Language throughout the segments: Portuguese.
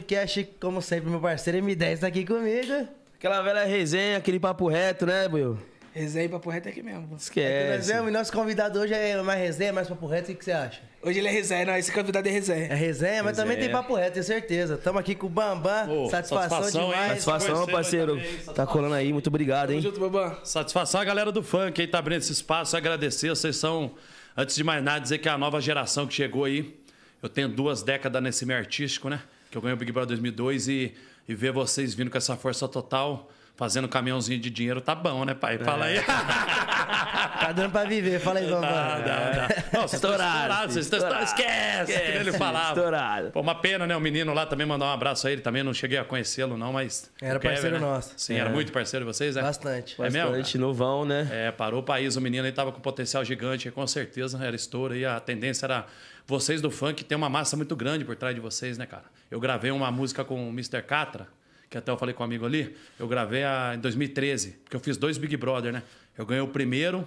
podcast, como sempre, meu parceiro M10 tá aqui comigo. Aquela velha resenha, aquele papo reto, né, Buiu? Resenha e papo reto é aqui mesmo. É nós Esquece. vemos, e nosso convidado hoje é mais resenha, mais papo reto, o que que você acha? Hoje ele é resenha, não, esse convidado é É resenha. resenha, mas também tem papo reto, tenho certeza. Tamo aqui com o Bambam, Ô, satisfação, satisfação, hein? demais. Satisfação, Conhecendo parceiro. também, satisfação. Tá colando aí, muito obrigado, Tamo hein? junto, Bambam. Satisfação a galera do funk aí tá abrindo esse espaço, agradecer. Vocês são, antes de mais nada, dizer que é a nova geração que chegou aí. Eu tenho duas décadas nesse meio artístico, né? Que eu ganhei o Big Brother 2002 e, e ver vocês vindo com essa força total, fazendo caminhãozinho de dinheiro, tá bom, né, pai? Fala É. aí. Tá dando pra viver, fala aí, Bambam. Dá, dá, dá. Não, vocês estão É. Estourado, estourados, vocês estão estourado. estourados. Esquece, que nem ele Esquece, falava. estourado. Pô, uma pena, né? O menino lá também mandar um abraço a ele também. Não cheguei a conhecê-lo, não, mas. Era o Kevin, parceiro né? nosso. Sim, É. era muito parceiro de vocês, né? Bastante. É mesmo? Bastante novão, né? É, parou o país, o menino aí tava com potencial gigante, com certeza né, era estouro e a tendência era vocês do funk tem uma massa muito grande por trás de vocês, né, cara? Eu gravei uma música com o Mr. Catra, que até eu falei com um amigo ali, eu gravei a, em 2013, porque eu fiz dois Big Brother, né? Eu ganhei o primeiro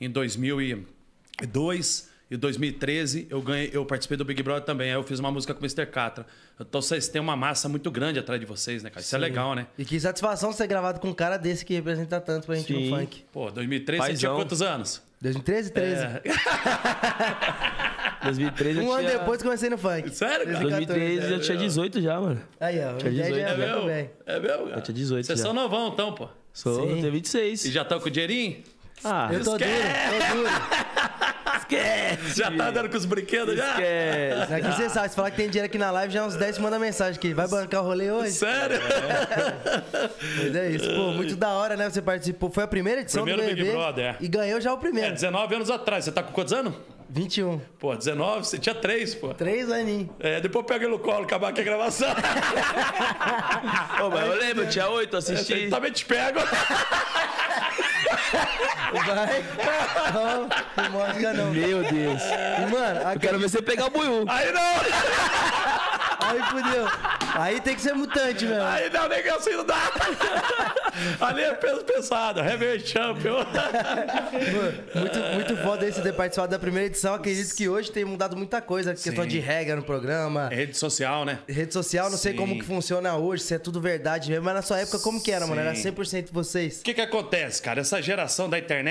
em 2002 e 2013 eu ganhei, eu participei do Big Brother também, aí eu fiz uma música com o Mr. Catra. Então vocês têm uma massa muito grande atrás de vocês, né, cara? Isso é legal, né? E que satisfação ser gravado com um cara desse que representa tanto pra gente Sim. no funk. Pô, 2013 você tinha Paizão. quantos anos? 2013, 13. 2013 Um eu ano tinha... depois comecei no funk. Sério, cara? 2013 eu tinha 18 já, mano. Aí, ó, Tinha o ideia 18. já É veio meu? também. É meu, cara? tinha 18 Vocês já. são novão, então, pô. Sou, Sim. eu tenho 26. E já tá com o dinheirinho? Ah, Eu tô duro, tô duro. esquece! Já tá dando com os brinquedos já? Esquece! Aqui você sabe, se falar que tem dinheiro aqui na live, já é uns 10 manda mensagem aqui. Vai bancar o rolê hoje? Sério? Mas é isso, pô, muito da hora, né? Você participou. Foi a primeira edição do Primeiro BBB Big Brother, é. e ganhou já o É, primeiro. 19 anos atrás. Você tá com quantos anos? 21. Pô, 19, você tinha 3, pô. Três aninhos. É, depois pega ele no colo, acabar aqui a gravação. Ô, mas eu lembro, eu tinha 8, assisti. Eu também te pego. Vai. Não, não mostra não. E, Meu Deus. mano, Eu aqui, quero ver você pegar o buiú. Aí não, aí fudeu. Aí tem que ser mutante mesmo. aí não, nem que assim não dá. Ali é peso pesado, reverse champion. Muito, muito foda esse ter participado da primeira edição. Acredito que hoje tem mudado muita coisa. Questão de regra no programa. É rede social, né? Rede social, não sei Sim. como que funciona hoje, se é tudo verdade mesmo, mas na sua época como que era, mano? Era Sim. 100% vocês. O que, que acontece, cara? Essa geração da internet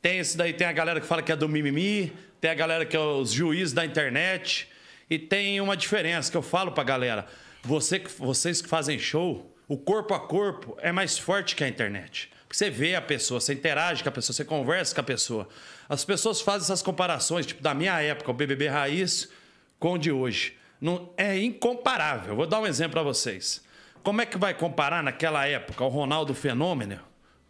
tem esse daí, tem a galera que fala que é do mimimi, tem a galera que é os juízes da internet. E tem uma diferença que eu falo pra galera. Você, que- vocês que fazem show, o corpo a corpo é mais forte que a internet. Porque você vê a pessoa, você interage com a pessoa, você conversa com a pessoa. As pessoas fazem essas comparações, tipo, da minha época, o BBB Raiz com o de hoje. Não, é incomparável. Vou dar um exemplo pra vocês. Como é que vai comparar naquela época o Ronaldo Fenômeno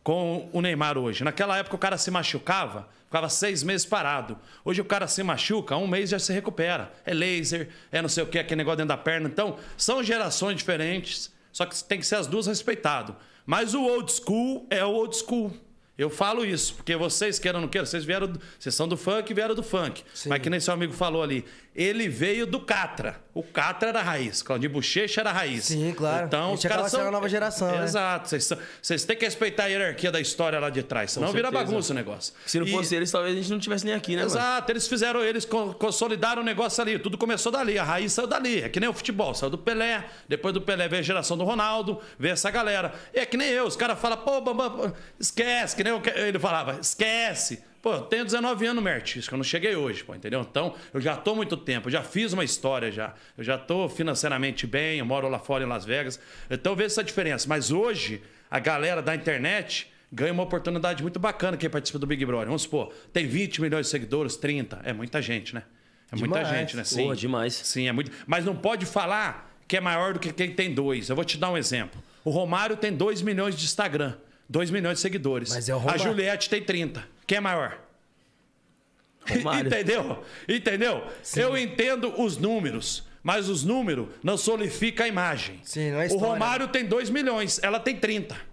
com o Neymar hoje? Naquela época o cara se machucava, ficava seis meses parado. Hoje o cara se machuca, um mês já se recupera. É laser, é não sei o que, aquele negócio dentro da perna. Então, são gerações diferentes, só que tem que ser as duas respeitado. Mas o old school é o old school. Eu falo isso, porque vocês, queiram ou não queiram, vocês vieram, do- vocês são do funk e vieram do funk. Mas que nem seu amigo falou ali, ele veio do Catra. O Catra era a raiz, Claudinho Bochecha era a raiz. Sim, claro. A Então, gente os caras acaba são... sendo a nova geração, né? Exato. Vocês são- Vocês têm que respeitar a hierarquia da história lá de trás, senão vira certeza. bagunça o negócio. Se não E- fosse eles, talvez a gente não tivesse nem aqui, né, mano? Exato, eles fizeram, eles con- consolidaram o negócio ali. Tudo começou dali, a raiz saiu dali. É que nem o futebol, saiu do Pelé, depois do Pelé veio a geração do Ronaldo, veio essa galera. E é que nem eu, os caras falam, pô, Bambam, pô, esquece, que nem eu que- ele falava, esquece. Pô, eu tenho 19 anos, meu artístico, eu não cheguei hoje, pô, entendeu? Então, eu já tô há muito tempo, eu já fiz uma história já. Eu já tô financeiramente bem, eu moro lá fora em Las Vegas. Então, eu vejo essa diferença. Mas hoje, a galera da internet ganha uma oportunidade muito bacana quem participa do Big Brother. Vamos supor, tem 20 milhões de seguidores, 30. É muita gente, né? É muita Demais. gente, né? Sim. Pô, demais. Sim, é muito. Mas não pode falar que é maior do que quem tem dois. Eu vou te dar um exemplo. O Romário tem 2 milhões de Instagram, 2 milhões de seguidores. Mas é o Romário. A Juliette tem 30. Quem é maior? Romário. Entendeu? Entendeu? Eu entendo os números, mas os números não solidificam a imagem. Sim, não é o história. Romário tem 2 milhões, ela tem 30.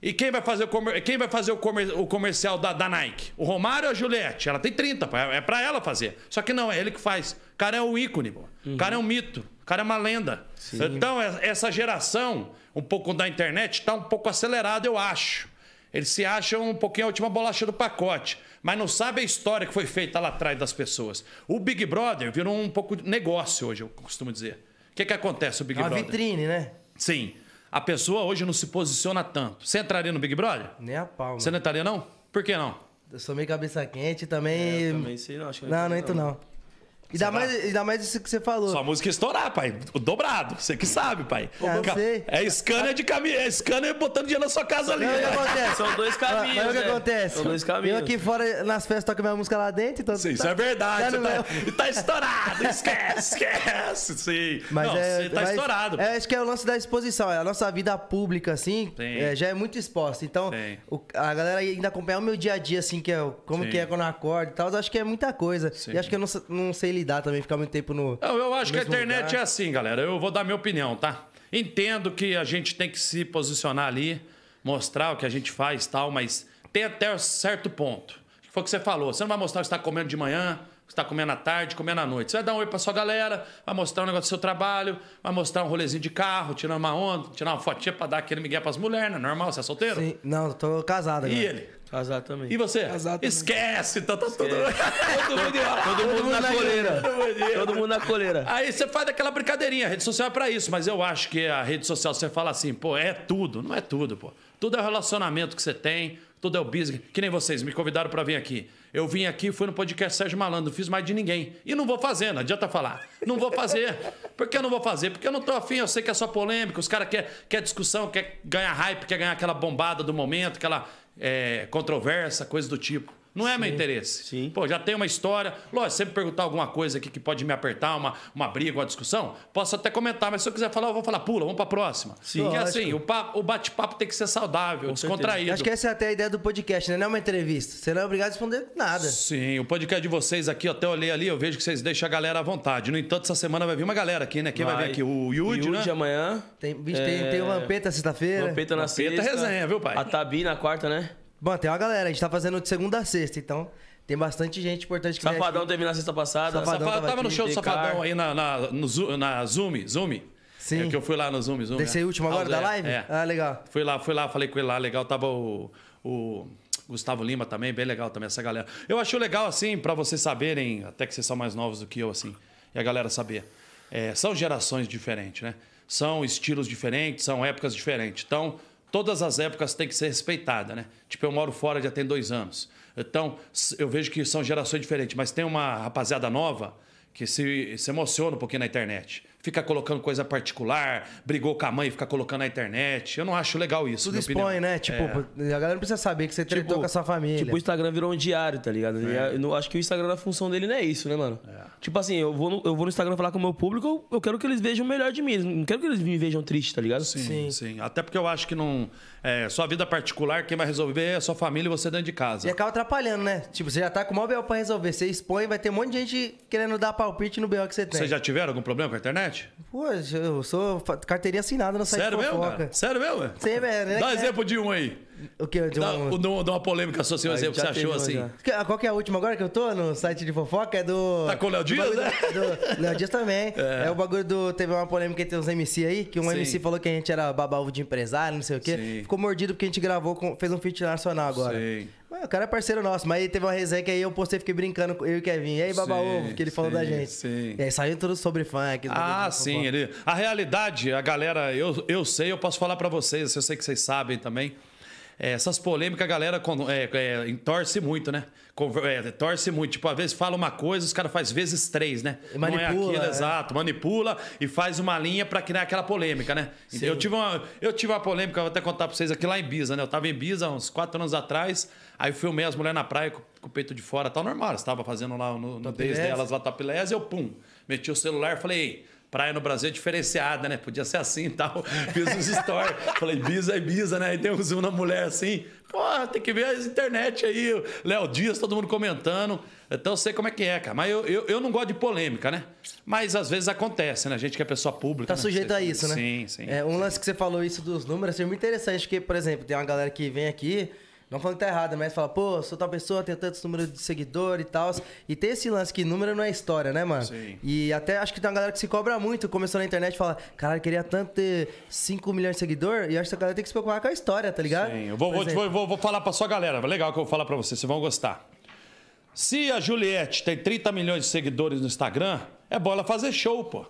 E quem vai fazer o, comer- quem vai fazer o, comer- o comercial da, da Nike? O Romário ou a Juliette? Ela tem 30, pô, é é pra ela fazer. Só que não, é ele que faz. O cara é um ícone, pô. o cara é um mito, o cara é uma lenda. Então, é- essa geração, um pouco da internet, tá um pouco acelerada, eu acho. Eles se acham um pouquinho a última bolacha do pacote, mas não sabem a história que foi feita lá atrás das pessoas. O Big Brother virou um pouco de negócio hoje, eu costumo dizer. que, que acontece o Big É uma Brother? vitrine, né? Sim. A pessoa hoje não se posiciona tanto. Você entraria no Big Brother? Nem a palma. Você não entraria, não? Por que não? Eu sou meio cabeça quente É, também. Também sei, não. Acho que Não, não entro não. Ainda mais, ainda mais isso que você falou. Sua música estourar, pai. O dobrado. Você que sabe, pai. Ah, eu sei. É scanner de caminho. É scanner botando dinheiro na sua casa ali. Não, o que acontece? São dois Mas- caminhos. Mas o que né? acontece? São dois caminhos. Eu aqui fora, nas festas, toco minha música lá dentro. Então Sim, tá- isso é verdade. tá Você no tá, meu. tá estourado. Esquece, esquece. Sim. Mas não, é, você tá mas estourado. É, acho que é o lance da exposição. É, a nossa vida pública, assim, Sim. é, já é muito exposta. Então, Sim. o- a galera ainda acompanhar o meu dia a dia, assim, que é o- como Sim. que é quando eu acordo e tal, eu acho que é muita coisa. E acho que eu não, sa- não sei lidar também, ficar muito tempo no. Não, eu acho no que a mesmo internet lugar. é assim, galera. Eu vou dar minha opinião, tá? Entendo que a gente tem que se posicionar ali, mostrar o que a gente faz e tal, mas tem até um certo ponto. Foi o que você falou. Você não vai mostrar o que você está comendo de manhã, o que você está comendo à tarde, comendo à noite. Você vai dar um oi pra sua galera, vai mostrar um negócio do seu trabalho, vai mostrar um rolezinho de carro, tirar uma onda, tirar uma fotinha pra dar aquele migué pras mulheres, não é normal? Você é solteiro? Sim, né? não, tô casado E agora. ele? Casar também. E você? Exatamente. Esquece, então tá tudo. Todo mundo, todo mundo na coleira. Todo mundo na coleira. Aí você faz aquela brincadeirinha, a rede social é pra isso, mas eu acho que a rede social você fala assim, pô, é tudo, não é tudo, pô. Tudo é o relacionamento que você tem, tudo é o business. Que nem vocês me convidaram pra vir aqui. Eu vim aqui, fui no podcast Sérgio Malandro, não fiz mais de ninguém. E não vou fazer, não adianta falar. Não vou fazer. Por que eu não vou fazer? Porque eu não tô afim, eu sei que é só polêmica, os caras querem quer discussão, quer ganhar hype, quer ganhar aquela bombada do momento, aquela é, controvérsia, coisa do tipo. Não é meu interesse. sim. Pô, já tem uma história. Lógico, se você me perguntar alguma coisa aqui que pode me apertar, uma, uma briga, uma discussão, posso até comentar, mas se eu quiser falar, eu vou falar, pula, vamos pra próxima. Sim. Porque Lógico. assim, o, papo- o bate-papo tem que ser saudável, descontraído. Acho que essa é até a ideia do podcast, né? Não é uma entrevista. Você não é obrigado a responder nada. Sim, o podcast de vocês aqui, eu até olhei ali, eu vejo que vocês deixam a galera à vontade. No entanto, essa semana vai vir uma galera aqui, né? Quem vai, vir aqui? O Yudi, né? amanhã. Tem, bicho, tem, É, tem o Vampeta sexta-feira. Vampeta na Vampeta sexta. é resenha, viu, pai? A Tabi na quarta, né? Bom, tem uma galera. A gente tá fazendo de segunda a sexta, então tem bastante gente importante que vier Safadão aqui. teve na sexta passada. Safadão Safadão tava tava no aqui, show do DK. Safadão aí na, na, no Zo- na Zoom, Zoom. Sim. É que eu fui lá no Zoom, Zoom. Desse é. aí último agora Ah, da é, live? É. Ah, legal. Fui lá, fui lá, falei com ele lá, legal. Tava o, o Gustavo Lima também, bem legal também essa galera. Eu acho legal, assim, pra vocês saberem, até que vocês são mais novos do que eu, assim, e a galera saber. É, são gerações diferentes, né? São estilos diferentes, são épocas diferentes. Então, todas as épocas têm que ser respeitadas, né? Tipo, eu moro fora já tem dois anos. Então, s- eu vejo que são gerações diferentes, mas tem uma rapaziada nova que se, se emociona um pouquinho na internet. Fica colocando coisa particular, brigou com a mãe e fica colocando na internet. Eu não acho legal isso. Tudo minha expõe, opinião. né? Tipo, É. a galera não precisa saber que você tretou com a sua família. Tipo, o Instagram virou um diário, tá ligado? E É. a- eu não- acho que o Instagram, a função dele não é isso, né, mano? Tipo assim, eu vou, no, eu vou no Instagram falar com o meu público, eu, eu quero que eles vejam o melhor de mim. eles- Não quero que eles me vejam triste, tá ligado? É, Sim, sim. Até porque eu acho que não. É, sua vida particular, quem vai resolver é a sua família e você dentro de E casa. acaba atrapalhando, né? Tipo, você já tá com o maior BO pra resolver. Você expõe, vai ter um monte de gente querendo dar palpite no BO que você tem. Vocês já tiveram algum problema com a internet? Pô, eu sou fa- carteirinha assinada no site Sério de mesmo? fofoca. cara? Sério mesmo? é? Sei, velho, né? Dá um exemplo de um aí. O que? De Dá, um- o- dá uma- dá uma polêmica sua, assim, um Aí, exemplo que você já achou assim. teve um Que- Qual que é a última agora que eu tô no site de fofoca? É do. Tá com o Léo Dias, do- né? do- Léo Dias também. É. o bagulho do. Teve uma polêmica entre uns MC aí, que um Sim. MC falou que a gente era babalvo de empresário, não sei o quê. Sim. Ficou mordido porque a gente gravou, com- fez um feat nacional agora. Sim. Mas o cara é parceiro nosso, mas aí teve uma resenha que aí eu postei, fiquei brincando com eu e o Kevin. E aí, babaúvo, Sim, que ele falou sim, da gente. sim. E aí saiu tudo sobre funk. Ah, bagulho de sim. fofoca. Ele... A realidade, a galera, eu, eu sei, eu posso falar pra vocês, eu sei que vocês sabem também. É, essas polêmicas, a galera con- é, é, entorce muito, né? Conver- é, torce muito. Tipo, às vezes fala uma coisa, os caras fazem vezes três, né? E Não é manipula, aquilo, é. exato. Manipula e faz uma linha pra criar aquela polêmica, né? Eu tive, uma, eu tive uma polêmica, eu vou até contar pra vocês aqui lá em Biza, né? Eu tava em Biza uns quatro anos atrás, aí eu filmei as mulheres na praia com, com o peito de fora, tal, normal. Elas estavam fazendo lá no, no desde Topless. delas elas lá tapilés, eu pum, meti o celular, falei, "Ei, praia no Brasil é diferenciada, né? Podia ser assim e tal. Fiz uns stories, falei, bisa é bisa, né? Aí dei um zoom na mulher assim, porra, tem que ver as internet aí, o Léo Dias, todo mundo comentando. Então eu sei como é que é, cara. Mas eu, eu, eu não gosto de polêmica, né? Mas às vezes acontece, né? A gente que é pessoa pública. Tá né? sujeito a isso, né? Sim, sim. É, um lance que você falou isso dos números, achei muito interessante, porque, por exemplo, tem uma galera que vem aqui, não falando que tá errado, mas fala, pô, sou tal pessoa, tenho tantos números de seguidor e tal. E tem esse lance que número não é história, né, mano? Sim. E até acho que tem uma galera que se cobra muito, começou na internet e fala, caralho, queria tanto ter 5 milhões de seguidor, e acho que a galera tem que se preocupar com a história, tá ligado? Sim, eu vou, Por vou, exemplo, vou, vou, vou falar pra sua galera. Legal que eu vou falar pra vocês, vocês vão gostar. Se a Juliette tem 30 milhões de seguidores no Instagram, é bom ela fazer show, pô.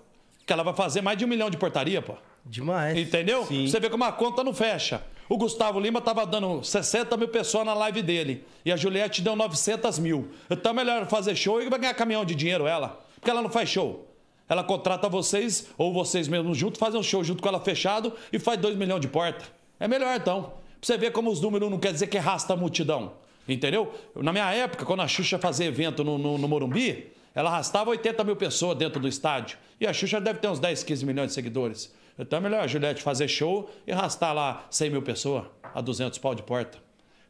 que ela vai fazer mais de um milhão de portaria, pô. Demais. Entendeu? Você vê como a conta não fecha. O Gustavo Lima tava dando 60 mil pessoas na live dele. E a Juliette deu 900 mil. Então é melhor fazer show e vai ganhar caminhão de dinheiro ela. Porque ela não faz show. Ela contrata vocês, ou vocês mesmos juntos, fazem um show junto com ela fechado e faz 2 milhões de porta. É melhor então. Pra você ver como os números não quer dizer que arrasta a multidão. Entendeu? Na minha época, quando a Xuxa fazia evento no, no, no Morumbi, ela arrastava 80 mil pessoas dentro do estádio. E a Xuxa deve ter uns 10, 15 milhões de seguidores. Então é melhor a Juliette fazer show e arrastar lá 100 mil pessoas a 200 pau de porta.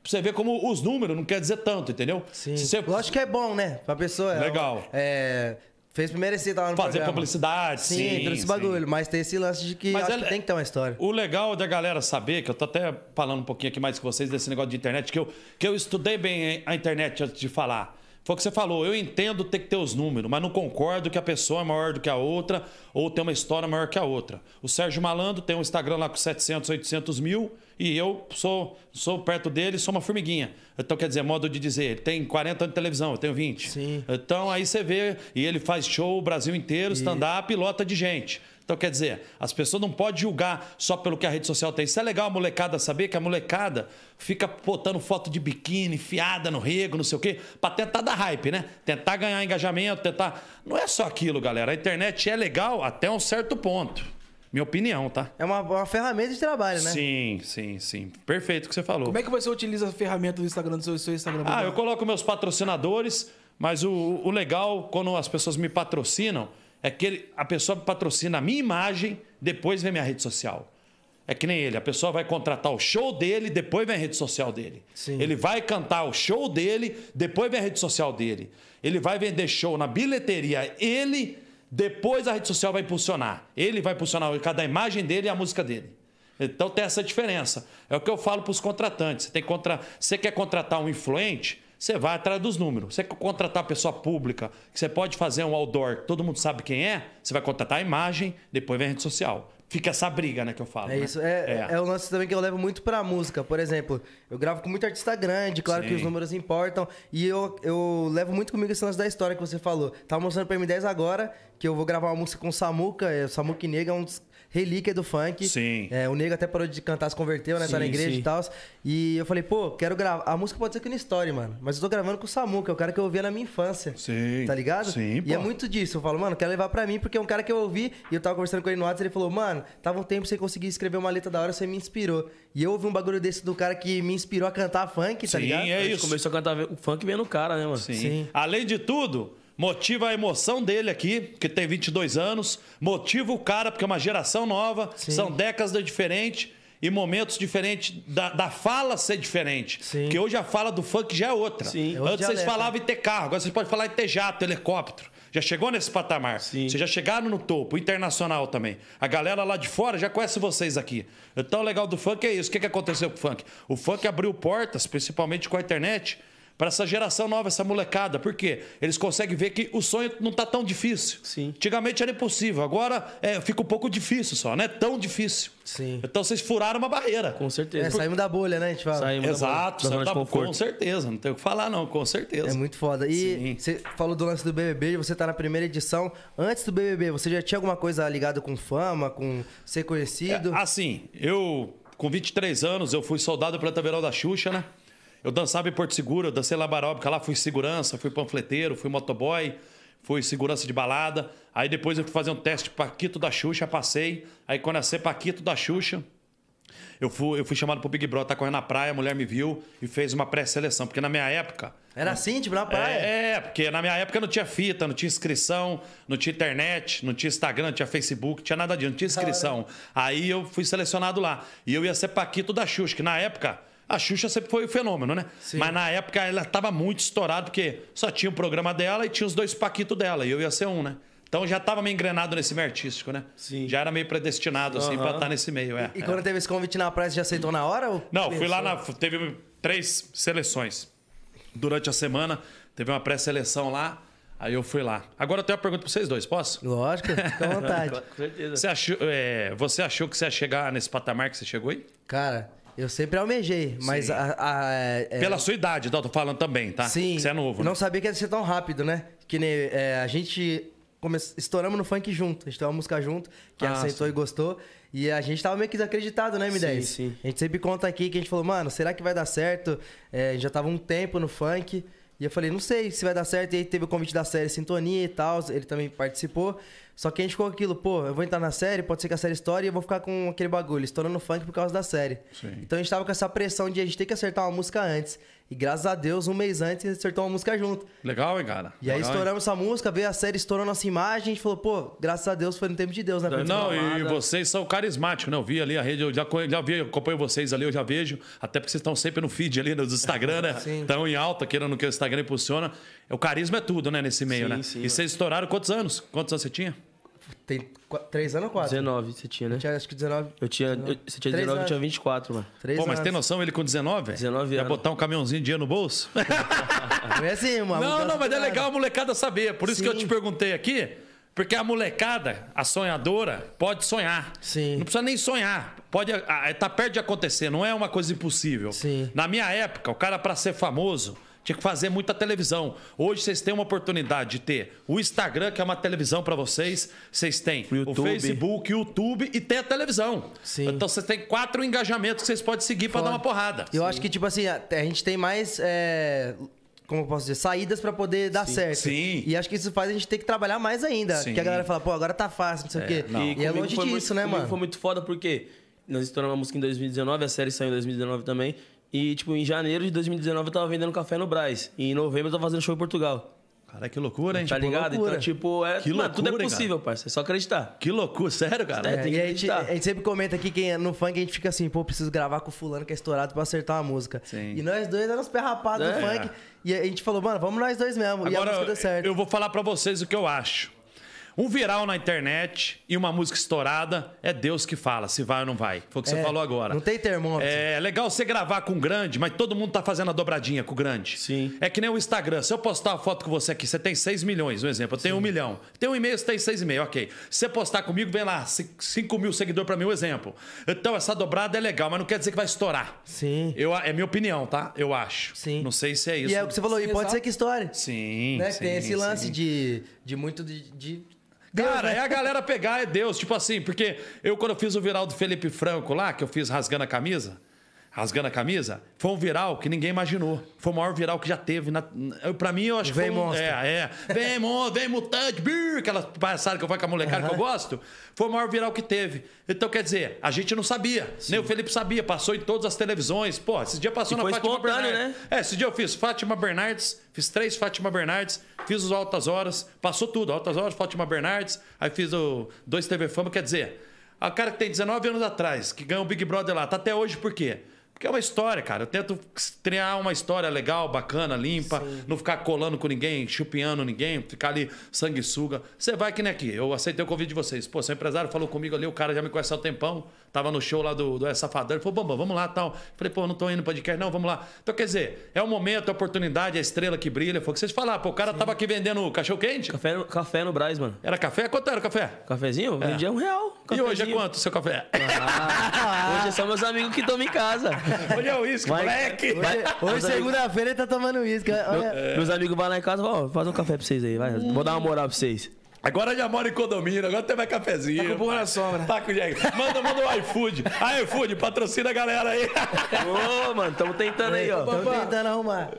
Pra você ver como os números não quer dizer tanto, entendeu? Sim. Se você Lógico que é bom, né? Pra pessoa. ela, Legal. É, fez merecer estar lá no fazer programa. publicidade, é, Sim, sim. trouxe sim. bagulho. Mas tem esse lance de que Mas é acho ela- que tem que ter uma história. O legal da galera saber, que eu tô até falando um pouquinho aqui mais com vocês desse negócio de internet, que eu, que eu estudei bem a internet antes de falar. Foi o que você falou, eu entendo ter que ter os números, mas não concordo que a pessoa é maior do que a outra ou tem uma história maior que a outra. O Sérgio Malandro tem um Instagram lá com 700, 800 mil e eu sou, sou perto dele, sou uma formiguinha. Então, quer dizer, modo de dizer, ele tem 40 anos de televisão, eu tenho 20. Sim. Então aí você vê, e ele faz show o Brasil inteiro, stand-up, e lota de gente. Então, quer dizer, as pessoas não podem julgar só pelo que a rede social tem. Isso é legal a molecada saber que a molecada fica botando foto de biquíni, fiada no rego, não sei o quê, pra tentar dar hype, né? Tentar ganhar engajamento, tentar. Não é só aquilo, galera. A internet é legal até um certo ponto. Minha opinião, tá? É uma, uma ferramenta de trabalho, né? Sim, sim, sim. Perfeito o que você falou. Como é que você utiliza a ferramenta do Instagram, do seu, seu Instagram? Ah, Bruno? eu coloco meus patrocinadores, mas o, o legal quando as pessoas me patrocinam é que ele- a pessoa patrocina a minha imagem, depois vem minha rede social. É que nem ele, a pessoa vai contratar o show dele, depois vem a rede social dele. Sim. Ele vai cantar o show dele, depois vem a rede social dele. Ele vai vender show na bilheteria, ele, depois a rede social vai impulsionar. Ele vai impulsionar cada imagem dele e a música dele. Então tem essa diferença. É o que eu falo para os contratantes. Você, tem que contra... você quer contratar um influente, você vai atrás dos números. Você quer contratar uma pessoa pública, que você pode fazer um outdoor, que todo mundo sabe quem é, você vai contratar a imagem, depois vem a rede social. Fica essa briga, né, que eu falo. É né? isso. É, é. um lance também que eu levo muito pra música. Por exemplo, eu gravo com muito artista grande, claro que Sim. os números importam. E eu, eu levo muito comigo esse lance da história que você falou. Tava mostrando pra M10 agora que eu vou gravar uma música com o Samuca. é, O Samuca e Nega é um dos relíquia do funk. Sim. É, o Nega até parou de cantar, se converteu, né? tá na Sim, igreja sim. e tal. E eu falei, pô, quero gravar. A música pode ser que no Story, mano. Mas eu tô gravando com o Samuca, é o cara que eu ouvia na minha infância. Sim. Tá ligado? Sim, E é pô. muito muito disso. Eu falo, mano, quero levar pra mim, porque é um cara que eu ouvi e eu tava conversando com ele no WhatsApp. Ele falou, mano, tava um tempo sem conseguir escrever uma letra da hora, você me inspirou. E eu ouvi um bagulho desse do cara que me inspirou a cantar funk, tá Sim, ligado? é A gente isso. começou a cantar o funk vendo o cara, né, mano? Sim. Sim. Além de tudo, motiva a emoção dele aqui, que tem 22 anos, motiva o cara, porque é uma geração nova, são décadas diferentes e momentos diferentes da, da fala ser diferente. Sim. Porque hoje a fala do funk já é outra. Sim. É outro Antes vocês dialeto. falavam em ter carro, agora vocês podem falar em ter jato, helicóptero. Já chegou nesse patamar. Sim. Vocês já chegaram no topo, internacional também. A galera lá de fora já conhece vocês aqui. Então, o legal do funk é isso. O que, que aconteceu com o funk? O funk abriu portas, principalmente com a internet, para essa geração nova, essa molecada. Por quê? Eles conseguem ver que o sonho não tá tão difícil. Sim. Antigamente era impossível, agora é, fica um pouco difícil só, não é tão difícil. Sim. Então, vocês furaram uma barreira. Com certeza. É, saímos da bolha, né? A gente fala. Saímos da- Exato, da zona tá- de com conforto. certeza, não tem o que falar, não, com certeza. É muito foda. E Sim. você falou do lance do BBB, você tá na primeira edição. Antes do BBB, você já tinha alguma coisa ligada com fama, com ser conhecido? É, assim, eu, com 23 anos, eu fui soldado planta verão da Xuxa, né? Eu dançava em Porto Seguro, eu dancei lá baróbica, lá fui segurança, fui panfleteiro, fui motoboy, fui segurança de balada. Aí depois eu fui fazer um teste Paquito da Xuxa, passei. Aí quando eu ser Paquito da Xuxa, eu fui, eu fui chamado pro Big Brother, tá correndo na praia, a mulher me viu e fez uma pré-seleção. Porque na minha época, Era assim, tipo, na praia? é, é, porque na minha época não tinha fita, não tinha inscrição, não tinha internet, não tinha Instagram, não tinha Facebook, não tinha nada disso, não tinha inscrição. Aí eu fui selecionado lá. E eu ia ser Paquito da Xuxa, que na época. A Xuxa sempre foi o fenômeno, né? Mas na época ela tava muito estourada, porque só tinha o programa dela e tinha os dois Paquitos dela, e eu ia ser um, né? Então eu já tava meio engrenado nesse meio artístico, né? Sim. Já era meio predestinado, assim, pra estar nesse meio, é. E é. quando teve esse convite na praia, você já aceitou na hora? ou Não, fui lá pensou? na. Teve três seleções. Durante a semana, teve uma pré-seleção lá, aí eu fui lá. Agora eu tenho uma pergunta pra vocês dois, posso? Lógico, fica à vontade. Com certeza. Você achou, é, você achou que você ia chegar nesse patamar que você chegou aí? Cara, eu sempre almejei, mas a, a- é- Pela sua idade, então tá? eu tô falando também, tá? Sim. Você é novo. Não né? sabia que ia ser tão rápido, né? Que nem é, a gente. come- estouramos no funk junto. A gente tem uma música junto, que Ah, aceitou e gostou. E a gente tava meio que desacreditado, né, M10? Sim, sim. A gente sempre conta aqui que a gente falou, mano, será que vai dar certo? É, a gente já tava um tempo no funk. E eu falei, não sei se vai dar certo. E aí teve o convite da série Sintonia e tal. Ele também participou. Só que a gente ficou aquilo, pô, eu vou entrar na série, pode ser que a série estoure e eu vou ficar com aquele bagulho, estourando funk por causa da série. Sim. Então a gente tava com essa pressão de a gente ter que acertar uma música antes. E graças a Deus, um mês antes, a gente acertou uma música junto. Legal, hein, cara? E aí Legal, hein? estouramos essa música, veio a série, estourou nossa imagem, a gente falou, pô, graças a Deus foi no tempo de Deus, né? Não, e Desbramada. vocês são carismáticos, né? Eu vi ali a rede, eu já, co- já vi, eu acompanho vocês ali, eu já vejo. Até porque vocês estão sempre no feed ali nos Instagram, né? Sim. Estão em alta, querendo que o Instagram impulsiona. O carisma é tudo, né, nesse meio, Sim, né? sim, e mano. vocês estouraram quantos anos? Quantos anos você tinha? tipo, Tem qu- três anos ou quatro? 19 você tinha, né? Tinha, acho que 19. Eu tinha, eu- você tinha Três 19, eu anos. tinha 24, mano. Três Pô, mas tem anos. noção ele com 19? 19 Vai anos. botar um caminhãozinho de dinheiro no bolso? Não é assim, uma Não, mudança não, mas é do nada. legal a molecada saber. Por isso que eu Sim. te perguntei aqui. Porque a molecada, a sonhadora, pode sonhar. Sim. Não precisa nem sonhar. Pode, a- a- tá perto de acontecer, não é uma coisa impossível. Sim. Na minha época, o cara para ser famoso tinha que fazer muita televisão. Hoje vocês têm uma oportunidade de ter o Instagram, que é uma televisão para vocês. Vocês têm o YouTube. Facebook, o YouTube e tem a televisão. Sim. Então vocês têm quatro engajamentos que vocês podem seguir para dar uma porrada. Eu acho que, tipo assim, a, a gente tem mais. é, como eu posso dizer? Saídas pra poder dar certo. Sim. E acho que isso faz a gente ter que trabalhar mais ainda. Sim. Que a galera fala, pô, agora tá fácil, não sei o quê. não. E é comigo longe foi disso, muito- né, comigo mano? Foi muito foda porque nós estouramos a música em 2019, a série saiu em 2019 também. E, tipo, em janeiro de 2019 eu tava vendendo café no Brás. E em novembro eu tava fazendo show em Portugal. Cara, que loucura, hein? Tá ligado? loucura. Então, tipo, é. Que mano, tudo é loucura, hein, possível, parça. É só acreditar. Que loucura, sério, cara? É, tem que e a gente, tá. acreditar. a gente sempre comenta aqui quem é no funk, a gente fica assim, pô, preciso gravar com o fulano que é estourado pra acertar uma música. Sim. E nós dois éramos pé rapados do É. funk. E a gente falou, mano, vamos nós dois mesmo. e a música deu certo. eu vou falar pra vocês o que eu acho. Um viral na internet e uma música estourada é Deus que fala se vai ou não vai. Foi o que você É, falou agora. Não tem termômetro. É legal você gravar com o grande, mas todo mundo tá fazendo a dobradinha com o grande. Sim. É que nem o Instagram. Se eu postar uma foto com você aqui, você tem 6 milhões, um exemplo. Eu tenho um milhão. Tem um e-mail, você tem 6,5, ok. Se você postar comigo, vem lá, 5 mil seguidores pra mim, um exemplo. Então, essa dobrada é legal, mas não quer dizer que vai estourar. Sim. Eu, é minha opinião, tá? Eu acho. Sim. Não sei se é isso. E é o que você falou, e Sim, pode exato. ser que estoure. Sim. né? sim, tem esse lance sim. de, de muito de. de- Deus, Cara, né? é a galera pegar, é Deus. Tipo assim, porque eu, quando eu fiz o viral do Felipe Franco lá, que eu fiz rasgando a camisa, rasgando a camisa, foi um viral que ninguém imaginou. Foi o maior viral que já teve. Na, eu- pra mim, eu acho que Vem foi um, monstro. É, é. Vem monstro, vem mutante, bir, aquela palhaçada que eu faço com a molecada que eu gosto. Foi o maior viral que teve. Então, quer dizer, a gente não sabia. Nem o Felipe sabia. Passou em todas as televisões. Pô, esse dia passou E na foi Fátima espontâneo, Bernardes. né? É, esse dia eu fiz Fátima Bernardes, fiz três Fátima Bernardes, fiz os Altas Horas, passou tudo, Altas Horas, Fátima Bernardes, aí fiz o dois TV Fama, quer dizer, a cara que tem 19 anos atrás, que ganhou o Big Brother lá, tá até hoje por quê? Porque é uma história, cara. Eu tento criar uma história legal, bacana, limpa, não ficar colando com ninguém, chupinhando ninguém, ficar ali sanguessuga. Você vai que nem aqui. Eu aceitei o convite de vocês. Pô, seu empresário falou comigo ali, o cara já me conhece há um tempão, tava no show lá do, do É Safadão. Ele falou, Bambam, vamos lá tal. Falei, pô, não tô indo no podcast, não, vamos lá. Então, quer dizer, é o momento, é a oportunidade, é a estrela que brilha. Foi o que vocês falaram, pô, o cara tava aqui vendendo cachorro quente. Café no, café no Brás, mano. Era café? Quanto era o café? Cafezinho? É. Vendia um real. E hoje é Cafezinho. quanto o seu café? Hoje é só meus amigos que tomam em casa. Hoje é o uísque, Vai- moleque. é Hoje, hoje, segunda-feira, ele tá tomando uísque. Olha, Meus amigos vão lá em casa e falam, ó, faz um café pra vocês aí, vai. Vou dar uma moral pra vocês. Agora já mora em condomínio, agora tem mais cafezinho. Tá com o burro na sombra. Tá com jeito. Manda, manda o iFood. A iFood, patrocina a galera aí. Hum. Ô, mano, tamo tentando aí, ó. Tô tentando arrumar.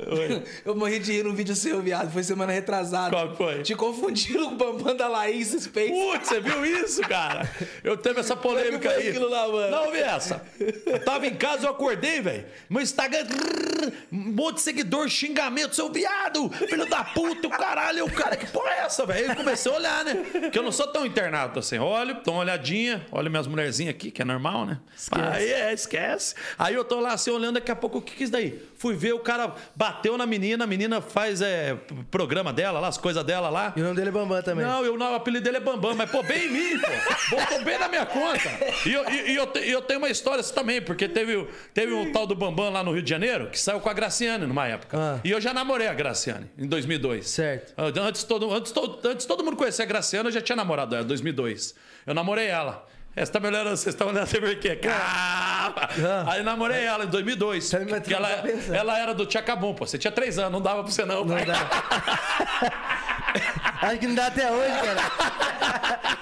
Eu morri de rir num vídeo seu, viado. Foi semana retrasada. Qual que foi? Te confundiram com o Bambam da Laís Space. Putz, você viu isso, cara? Eu teve essa Como é que polêmica foi aí. aquilo lá, mano? Não, vi essa. Eu tava em casa, eu acordei, velho. Meu Instagram. grrr, Um monte de seguidor, xingamento, seu viado, filho da puta, o caralho, o cara, que porra é essa, velho? Eu comecei a olhar, né? Porque eu não sou tão internado assim. Olho, dou uma olhadinha, olho minhas mulherzinhas aqui, que é normal, né? Aí é, esquece. Aí eu tô lá assim olhando, daqui a pouco, o que que é isso daí? Fui ver, o cara bateu na menina, a menina faz é, programa dela lá, as coisas dela lá. E o nome dele é Bambam também. Não, eu, não, o apelido dele é Bambam, mas pô, bem em mim, pô. Botou bem na minha conta. E eu, e- e eu te- e eu tenho uma história assim também, porque teve, o- teve um tal do Bambam lá no Rio de Janeiro que saiu com a Graciane numa época. Ah. E eu já namorei a Graciane em 2002. Certo. Ah, Antes todo, antes, todo, antes todo mundo conhecer a Graciana, eu já tinha namorado ela, 2002. Eu namorei ela. Essa tá me olhando, vocês estão olhando assim por quê? Ah. Calma! Aí eu namorei ela em 2002. Tá me batendo Que ela, na cabeça. ela era do Tchacabum, pô. Você tinha três anos, não dava pra você não. Não pai. dá. Tá. Acho que não dá até hoje, cara.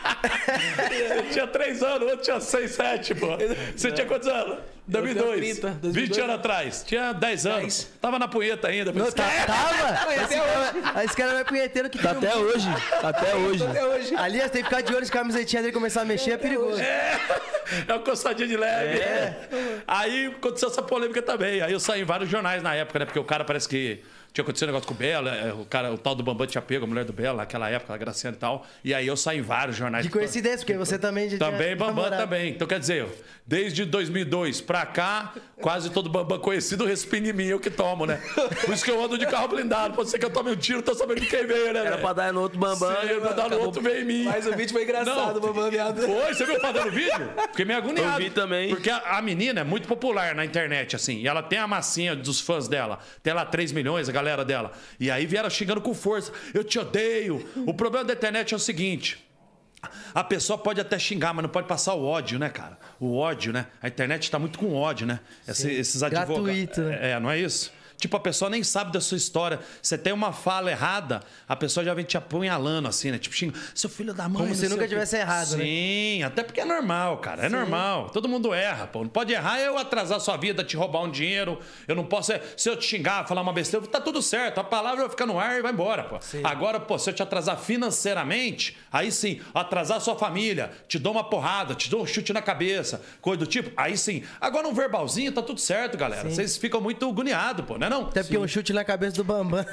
Eu tinha 3 anos, o outro tinha 6, 7, pô. Você É. tinha quantos anos? 2002. 30, 20 2002. anos atrás. Tinha 10 anos. 10. Tava na punheta ainda. Não, tá, tava? Até Esse cara, esse cara vai punheteiro que Tá tem um- até hoje. Tá até hoje. Até hoje. Aliás, tem que ficar de olho se a camisetinha dele começar a mexer, é perigoso. É uma coçadinha de leve. É. Aí aconteceu essa polêmica também. Aí eu saí em vários jornais na época, né? Porque o cara parece que tinha acontecido um negócio com o Belo, é, o, cara, o tal do Bambam tinha pego a mulher do Belo naquela época, a Graciana e tal. E aí eu saí em vários jornais. De coincidência, porque você também já tinha Também Bambam namorado. também. Então quer dizer, desde 2002 pra cá, quase todo Bambam conhecido respinga em mim, eu que tomo, né? Por isso que eu ando de carro blindado. Pode ser que eu tome um tiro, tô sabendo de quem veio, né? Era velho? pra dar no outro bambam. Se eu dar no acabou- outro, veio em mim. Mas o vídeo foi engraçado, Não. babando viado. Foi, você viu fazendo vídeo? Fiquei meio agoniado. Eu vi também. Porque a, a menina é muito popular na internet, assim. E ela tem a massinha dos fãs dela. Tem lá 3 milhões, a galera dela. E aí vieram xingando com força. Eu te odeio. O problema da internet é o seguinte. A pessoa pode até xingar, mas não pode passar o ódio, né, cara? O ódio, né? A internet tá muito com ódio, né? Esse- esses advogados. Gratuito, né? É, não é isso? Tipo, a pessoa nem sabe da sua história. Você tem uma fala errada, a pessoa já vem te apunhalando, assim, né? Tipo, xinga, seu filho da mãe. Como não se sei nunca o quê." tivesse errado, Sim, né? Sim, até porque é normal, cara. É normal. Todo mundo erra, pô. Não pode errar é eu atrasar sua vida, te roubar um dinheiro. Eu não posso. é, Se eu te xingar, falar uma besteira, tá tudo certo. A palavra vai ficar no ar e vai embora, pô. Agora, pô, se eu te atrasar financeiramente, aí sim, atrasar sua família, te dou uma porrada, te dou um chute na cabeça, coisa do tipo, aí sim. Agora, um verbalzinho, tá tudo certo, galera. Vocês ficam muito agoniados, pô, não é não? Até porque um chute na cabeça do Bambam.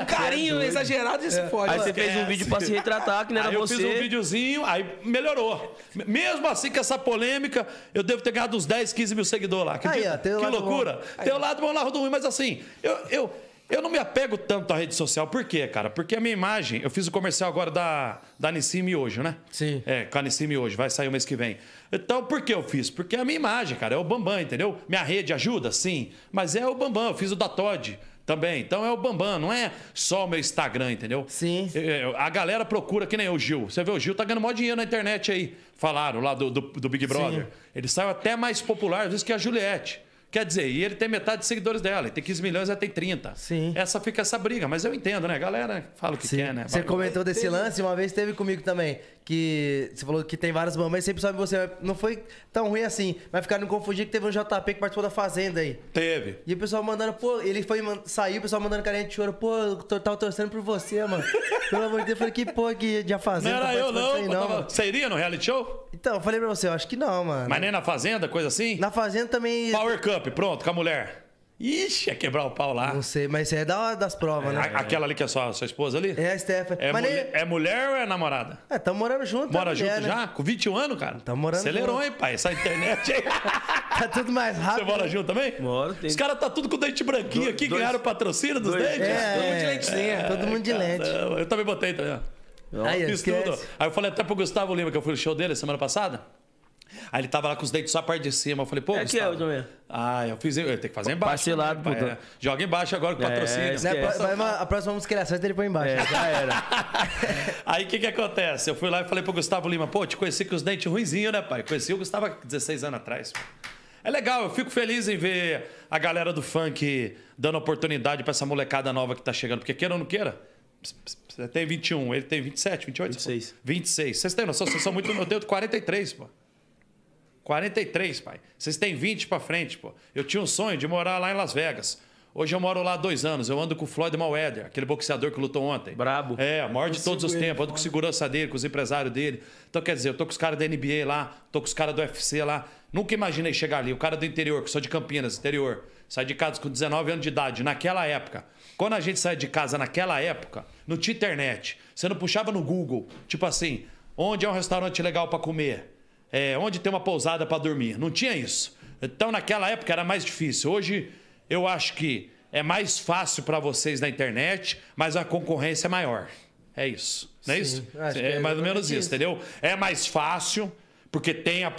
Um carinho exagerado e É. se fode. Aí você fez um Esquece. vídeo pra se retratar, que não era aí eu você. fiz um videozinho, aí melhorou. M- Mesmo assim, com essa polêmica, eu devo ter ganhado uns 10, 15 mil seguidores lá. Acredita? Aí, ó, tem o que lado loucura. Tem o lado bom e o lado ruim, mas assim, eu, eu, eu não me apego tanto à rede social. Por quê, cara? Porque a minha imagem, eu fiz o comercial agora da, da Nissimi hoje, né? Sim. É, com a Nissimi hoje, vai sair o mês que vem. Então, por que eu fiz? Porque é a minha imagem, cara, é o Bambam, entendeu? Minha rede ajuda, sim, mas é o Bambam, eu fiz o da Todd também. Então é o Bambam, não é só o meu Instagram, entendeu? Sim. Eu- eu- É, A galera procura, que nem o Gil. Você vê, o Gil tá ganhando maior dinheiro na internet aí. Falaram lá do, do, do Big Brother. Ele saiu até mais popular, às vezes, que a Juliette. Quer dizer, e ele tem metade de seguidores dela. Ele tem 15 milhões, ela tem 30. Sim. Essa fica essa briga, mas eu entendo, né? A galera fala o que quer, né? Você Vai- comentou desse lance, uma vez teve comigo também, que você falou que tem várias mamães, sempre sabe você, não foi tão ruim assim, mas ficaram confundindo que teve um JP que participou da Fazenda aí. Teve. E o pessoal mandando, pô, ele foi, man- saiu, o pessoal mandando carinha de choro, pô, eu tô- tava torcendo por você, mano. Pelo amor de Deus, eu falei, que porra que de a Não Fazenda tá era eu, participando não. disso aí, eu tava- mano. Você iria no reality show? Então, eu falei pra você, eu acho que não, mano. Mas nem na Fazenda, coisa assim? Na Fazenda também, Power Cup, pronto, com a mulher. Ixi, ia quebrar o pau lá. não sei, mas isso aí é da hora das provas, A- né? Aquela ali que é sua, sua esposa ali? É a Stephanie. É, mas mulher, nem... é mulher ou é namorada? É, tamo morando junto. Mora né, mulher, junto né? já? Com 21 anos, cara? Tá morando Acelerou, junto. hein, pai? Essa internet aí. Tá tudo mais Você rápido. mora junto também? Moro, tem- Os caras tá tudo com dente branquinho Dois- aqui, dois- ganharam patrocínio dos dois- dentes. É, Todo mundo de é. lentezinha. Todo mundo de lente. Caramba, Eu também botei, tá vendo? Aí, Fiz tudo. esquece. Aí eu falei até pro Gustavo Lima, que eu fui no show dele semana passada. Aí ele tava lá com os dentes só a parte de cima. Eu falei, pô, É que é, Gustavo. João. Ah, eu fiz. Eu tenho que fazer embaixo. Parcelado, né, pai? puta. É, Joga embaixo agora com É, patrocínio. Né, Esquece. vai- vai- a próxima música que ele acerta, ele põe embaixo. É, já era. Aí o que que acontece? Eu fui lá e falei pro Gustavo Lima, pô, te conheci com os dentes ruinzinhos, né, pai? Conheci o Gustavo há 16 anos atrás. É legal, eu fico feliz em ver a galera do funk dando oportunidade pra essa molecada nova que tá chegando. Porque queira ou não queira, você tem 21, ele tem 27, 28? 26. 26. Vocês têm noção, vocês são muito... Eu tenho 43, pô. 43, pai. Vocês têm 20 pra frente, pô. Eu tinha um sonho de morar lá em Las Vegas. Hoje eu moro lá há dois anos. Eu ando com o Floyd Mayweather, aquele boxeador que lutou ontem. Brabo. É, a maior de todos os seguro, tempos. Ando com segurança dele, com os empresários dele. Então, quer dizer, eu tô com os caras da NBA lá, tô com os caras do UFC lá. Nunca imaginei chegar ali. O cara do interior, que sou de Campinas, interior. Sai de casa com 19 anos de idade, naquela época. Quando a gente saía de casa naquela época, não tinha internet. Você não puxava no Google, tipo assim, onde é um restaurante legal pra comer? É, onde tem uma pousada para dormir. Não tinha isso. Então, naquela época era mais difícil. Hoje, eu acho que é mais fácil para vocês na internet, mas a concorrência é maior. É isso. Não é Sim, isso? acho que É é mais ou menos exatamente isso, entendeu? É mais fácil, porque tem a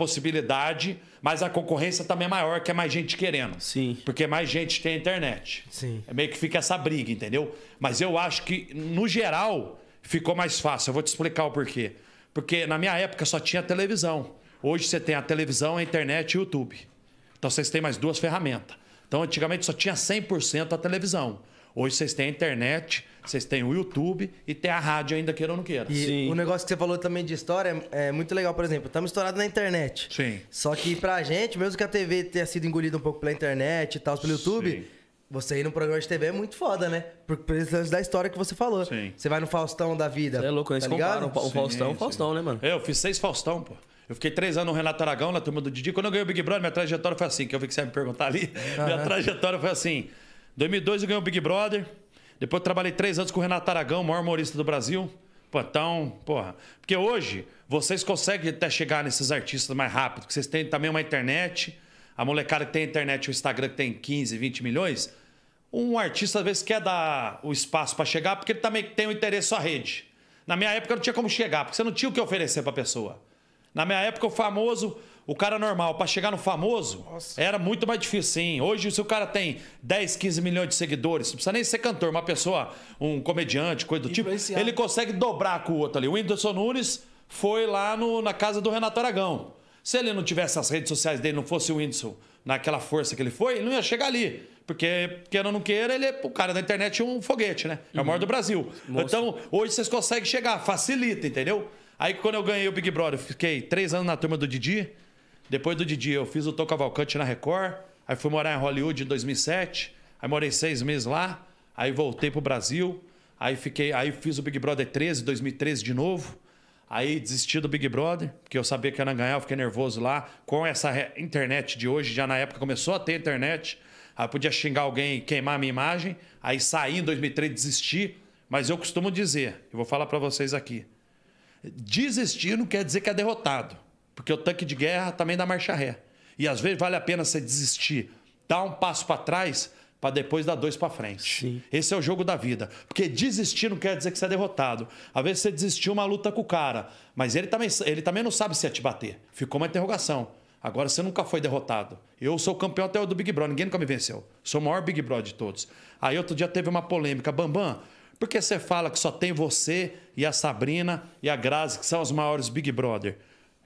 possibilidade, mas a concorrência também é maior, que é mais gente querendo. Sim. Porque mais gente tem internet. Sim. É meio que fica essa briga, entendeu? Mas eu acho que, no geral, ficou mais fácil. Eu vou te explicar o porquê. Porque na minha época só tinha televisão. Hoje você tem a televisão, a internet e o YouTube. Então vocês têm mais duas ferramentas. Então antigamente só tinha 100% a televisão. Hoje vocês têm a internet, vocês têm o YouTube e tem a rádio ainda, queira ou não queira. E Sim. o negócio que você falou também de história é é muito legal, por exemplo, estamos estourados na internet. Sim. Só que pra gente, mesmo que a TV tenha sido engolida um pouco pela internet e tal, pelo YouTube, Sim. você ir num programa de TV é muito foda, né? Por precisamos da história que você falou. Sim. Você vai no Faustão da vida. É louco, né? tá Eles ligado? comparam o Pa- o Faustão, o sim. Faustão, né, mano? É, eu fiz seis Faustão, pô. Eu fiquei três anos no Renato Aragão, na turma do Didi. Quando eu ganhei o Big Brother, minha trajetória foi assim, que eu vi que você ia me perguntar ali. Minha trajetória foi assim. 2002 eu ganhei o Big Brother. Depois eu trabalhei três anos com o Renato Aragão, o maior humorista do Brasil. Pô, então, porra. Porque hoje, vocês conseguem até chegar nesses artistas mais rápido, porque vocês têm também uma internet. A molecada que tem internet, o Instagram que tem 15, 20 milhões. Um artista, às vezes, quer dar o espaço pra chegar, porque ele também tem o interesse à rede. Na minha época não tinha como chegar, porque você não tinha o que oferecer pra pessoa. Na minha época, o famoso, o cara normal, pra chegar no famoso, era muito mais difícil, sim. Hoje, se o cara tem 10, 15 milhões de seguidores, não precisa nem ser cantor, uma pessoa, um comediante, coisa do tipo, Influenciado. ele consegue dobrar com o outro ali. O Whindersson Nunes foi lá no- na casa do Renato Aragão. Se ele não tivesse as redes sociais dele, não fosse o Whindersson naquela força que ele foi, ele não ia chegar ali. Porque, queira ou não queira, ele é o cara da internet é um foguete, né? É o maior do Brasil. Então, hoje vocês conseguem chegar, facilita, entendeu? Aí quando eu ganhei o Big Brother, eu fiquei três anos na turma do Didi. Depois do Didi, eu fiz o Tom Cavalcante na Record. Aí fui morar em Hollywood em 2007. Aí morei seis meses lá. Aí voltei pro Brasil. Aí fiquei, aí fiz o Big Brother 13, 2013 de novo. Aí desisti do Big Brother, porque eu sabia que eu não ia ganhar, eu fiquei nervoso lá. Com essa re- internet de hoje, já na época começou a ter internet. Aí eu podia xingar alguém, queimar a minha imagem. Aí saí em 2003, desisti. Mas eu costumo dizer, eu vou falar pra vocês aqui. Desistir não quer dizer que é derrotado, porque o tanque de guerra também dá marcha ré. E às vezes vale a pena você desistir, dar um passo para trás para depois dar dois para frente. Sim. Esse é o jogo da vida, porque desistir não quer dizer que você é derrotado. Às vezes você desistiu uma luta com o cara, mas ele também, ele também não sabe se ia te bater. Ficou uma interrogação. Agora você nunca foi derrotado. Eu sou campeão até o do Big Brother, ninguém nunca me venceu. Sou o maior Big Brother de todos. Aí outro dia teve uma polêmica, Bambam, por que você fala que só tem você e a Sabrina e a Grazi, que são os maiores Big Brother?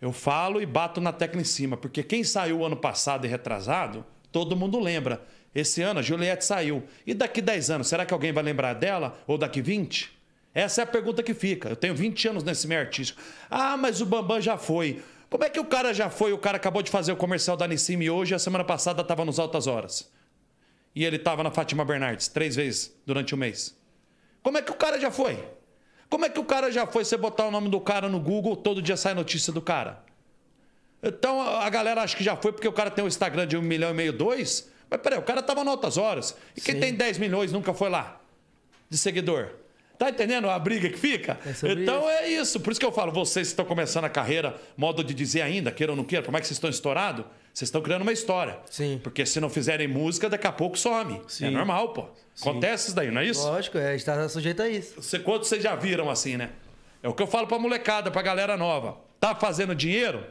Eu falo e bato na tecla em cima, porque quem saiu ano passado e retrasado, todo mundo lembra. Esse ano a Juliette saiu. E daqui 10 anos, será que alguém vai lembrar dela? Ou daqui 20? Essa é a pergunta que fica. Eu tenho 20 anos nesse meio artístico. Ah, mas o Bambam já foi. Como é que o cara já foi? O cara acabou de fazer o comercial da Nissimi hoje e a semana passada estava nos Altas Horas. E ele estava na Fátima Bernardes três vezes durante o mês. Como é que o cara já foi? Como é que o cara já foi você botar o nome do cara no Google, todo dia sai notícia do cara? Então a a galera acha que já foi porque o cara tem um Instagram de um milhão e meio, dois. Mas peraí, o cara tava em altas horas. E quem tem 10 milhões nunca foi lá de seguidor. Tá entendendo a briga que fica? sobre então é isso. Por isso que eu falo, vocês que estão começando a carreira, modo de dizer ainda, queiram ou não queiram, como é que vocês estão estourados? Vocês estão criando uma história. Sim. Porque se não fizerem música, daqui a pouco some. É normal, pô. Acontece isso daí, não é isso? Lógico, é, está sujeito a isso. Você, quantos vocês já viram assim, né? É o que eu falo pra molecada, pra galera nova. Tá fazendo dinheiro?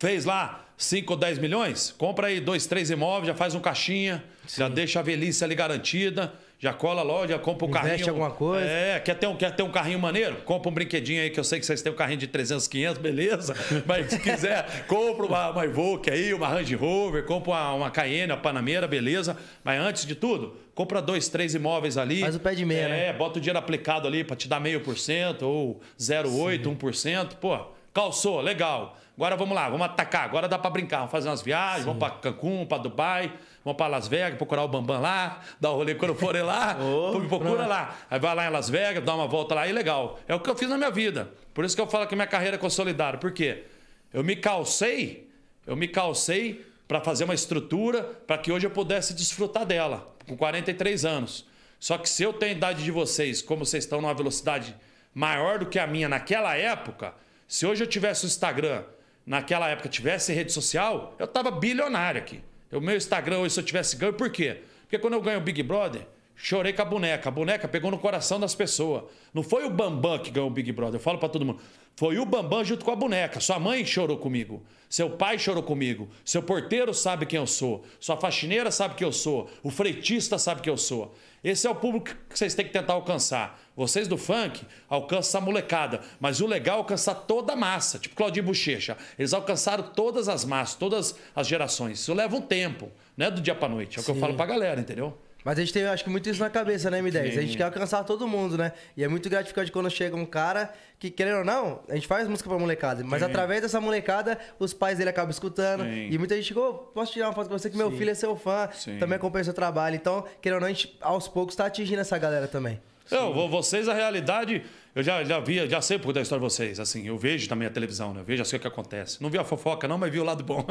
Fez lá 5 ou 10 milhões? Compra aí dois, três imóveis, já faz um caixinha, já deixa a velhice ali garantida, já cola a loja, compra um Investe carrinho. alguma coisa. É, quer ter, um, quer ter um carrinho maneiro? Compra um brinquedinho aí, que eu sei que vocês têm um carrinho de 300, 500, beleza. Mas se quiser, compra uma, uma Evoque aí, uma Range Rover, compra uma, uma Cayenne, uma Panamera, beleza. Mas antes de tudo, compra dois, três imóveis ali. Faz o pé de meia, é, né? é, bota o dinheiro aplicado ali para te dar meio por cento ou 0,8, 1%. Pô, calçou, legal. Agora vamos lá, vamos atacar. Agora dá para brincar, vamos fazer umas viagens, vamos para Cancún, para Dubai, vamos para Las Vegas, procurar o Bambam lá, dar o rolê quando forem lá, me procura lá. Aí vai lá em Las Vegas, dá uma volta lá e legal. É o que eu fiz na minha vida. Por isso que eu falo que minha carreira é consolidada. Por quê? Eu me calcei eu me calcei para fazer uma estrutura para que hoje eu pudesse desfrutar dela, com 43 anos. Só que se eu tenho a idade de vocês, como vocês estão numa velocidade maior do que a minha naquela época, se hoje eu tivesse o Instagram, naquela época tivesse rede social, eu tava bilionário aqui. O meu Instagram hoje, se eu tivesse ganho, por quê? Porque quando eu ganho o Big Brother, Chorei com a boneca. A boneca pegou no coração das pessoas. Não foi o Bambam que ganhou o Big Brother. Eu falo pra todo mundo. Foi o Bambam junto com a boneca. Sua mãe chorou comigo. Seu pai chorou comigo. Seu porteiro sabe quem eu sou. Sua faxineira sabe quem eu sou. O freitista sabe quem eu sou. Esse é o público que vocês têm que tentar alcançar. Vocês do funk alcançam a molecada. Mas o legal é alcançar toda a massa. Tipo Claudinho Bochecha. Eles alcançaram todas né, as massas, todas as gerações. Isso leva um tempo. Não é do dia pra noite. É o que eu falo pra galera, entendeu? Mas a gente tem, acho que, muito isso na cabeça, né, M10? A gente quer alcançar todo mundo, né? E é muito gratificante quando chega um cara que, querendo ou não, a gente faz música pra molecada. Mas através dessa molecada, os pais dele acabam escutando. Sim. E muita gente chegou, posso tirar uma foto com você que meu filho é seu fã, Sim. também acompanha seu trabalho. Então, querendo ou não, a gente, aos poucos, tá atingindo essa galera também. Não, vo- vocês, a realidade, eu já, já vi, já sei um pouco da história de vocês. Assim, eu vejo também a televisão, né? Eu vejo assim o que acontece. Não vi a fofoca, não, mas vi o lado bom.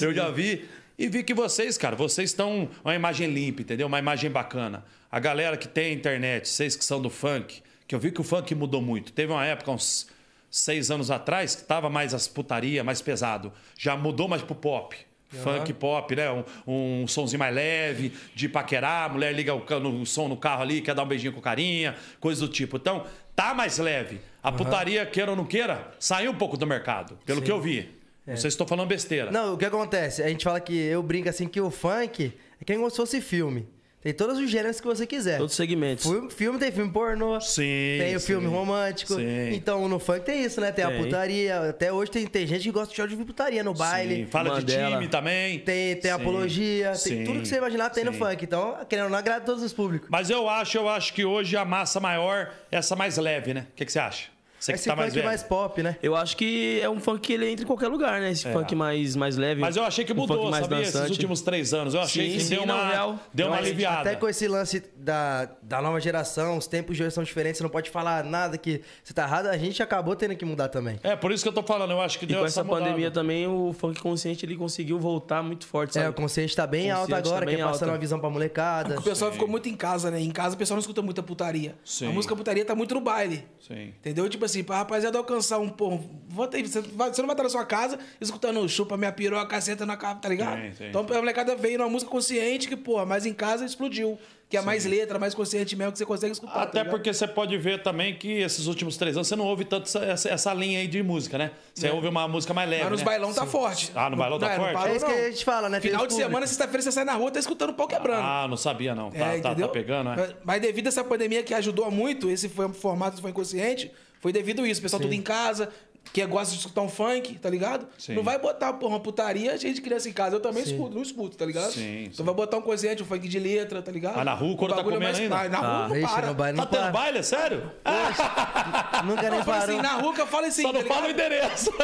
eu já vi. E vi que vocês, cara, vocês estão uma imagem limpa, entendeu? Uma imagem bacana. A galera que tem internet, vocês que são do funk, que eu vi que o funk mudou muito. Teve uma época, uns seis anos atrás, que tava mais as putaria, mais pesado. Já mudou mais pro pop. Funk pop, né? Um, um somzinho mais leve, de paquerar, a mulher liga o, ca- no- o som no carro ali, quer dar um beijinho com carinha, coisa do tipo. Então, tá mais leve. A putaria, queira ou não queira, saiu um pouco do mercado, pelo que eu vi. Não sei se estou falando besteira. É. Não, o que acontece? A gente fala que eu brinco assim que o funk é que é como se fosse filme. Tem todos os gêneros que você quiser. Todos os segmentos. Filme, filme tem filme pornô. Sim, Tem o sim. filme romântico. Sim. Então no funk tem isso, né? Tem, a Tem. putaria. Até hoje tem, tem gente que gosta de show de putaria no Sim, baile. fala de Mandela. time também. Tem, tem Sim, apologia. sim, Tem tudo que você imaginar tem no sim. funk. Então, querendo ou não, agrada todos os públicos. Mas eu acho, eu acho que hoje a massa maior é essa mais leve, né? O que, que você acha? Você É que Esse tá funk mais mais, velho. pop, né? Eu acho que é um funk que ele entra em qualquer lugar, né? Esse funk mais, mais leve. É. Mas eu achei que um funk mudou, sabia? Esses dançante. últimos três anos. Eu achei Sim, que sim, deu não, uma, real. deu uma Não, a gente aliviada. Até com esse lance da, da nova geração, os tempos de hoje são diferentes, você não pode falar nada que você tá errado, a gente acabou tendo que mudar também. É, por isso que eu tô falando, eu acho que E deu com essa, essa pandemia mudada. também, o funk consciente ele conseguiu voltar muito forte, sabe? É, o consciente tá bem alto Consciente agora, tá que bem é passando alto. uma visão pra molecada. O pessoal ficou muito em casa, né? Em casa o pessoal não escuta muita putaria. Sim. A música putaria tá muito no baile. Sim. Entendeu? Tipo assim, pra rapaziada alcançar um pô, volta aí, você, vai- você não vai estar na sua casa escutando chupa minha piroca, caceta na capa, tá ligado? Sim, sim, então a molecada veio numa música consciente que, porra, mas em casa explodiu. Que é mais letra, mais consciente mesmo, que você consegue escutar. tá Até ligado? porque você pode ver também que esses últimos três anos você não ouve tanto essa, essa- essa linha aí de música, né? Você É. ouve uma música mais leve. Mas nos né? bailão tá forte. Ah, no bailão tá Não, forte? Não parou, É isso que não. a gente fala, né? Tem Final os de públicos. semana, sexta-feira, você sai na rua, tá escutando o pau quebrando. Ah, não sabia não. Tá, É, tá- tá entendeu? pegando, né? Mas- Mas devido a essa pandemia que ajudou muito, esse foi um formato que foi inconsciente, foi devido a isso. O pessoal tudo em casa, que gosta de escutar um funk, tá ligado? Sim. Não vai botar, porra, uma putaria, cheia de criança em casa. Eu também escuto, não escuto, tá ligado? Sim, Então sim. vai botar um consciente, um funk de letra, tá ligado? Ah, na rua, O quando tá bagulho é mais- comendo ainda? Na rua não Ah, Ixi, para. no baile Tá não tendo para. baile, sério? Ah, Nunca nem Eu falo assim, parou. na rua que eu falo assim, só tá não fala o ligado? endereço.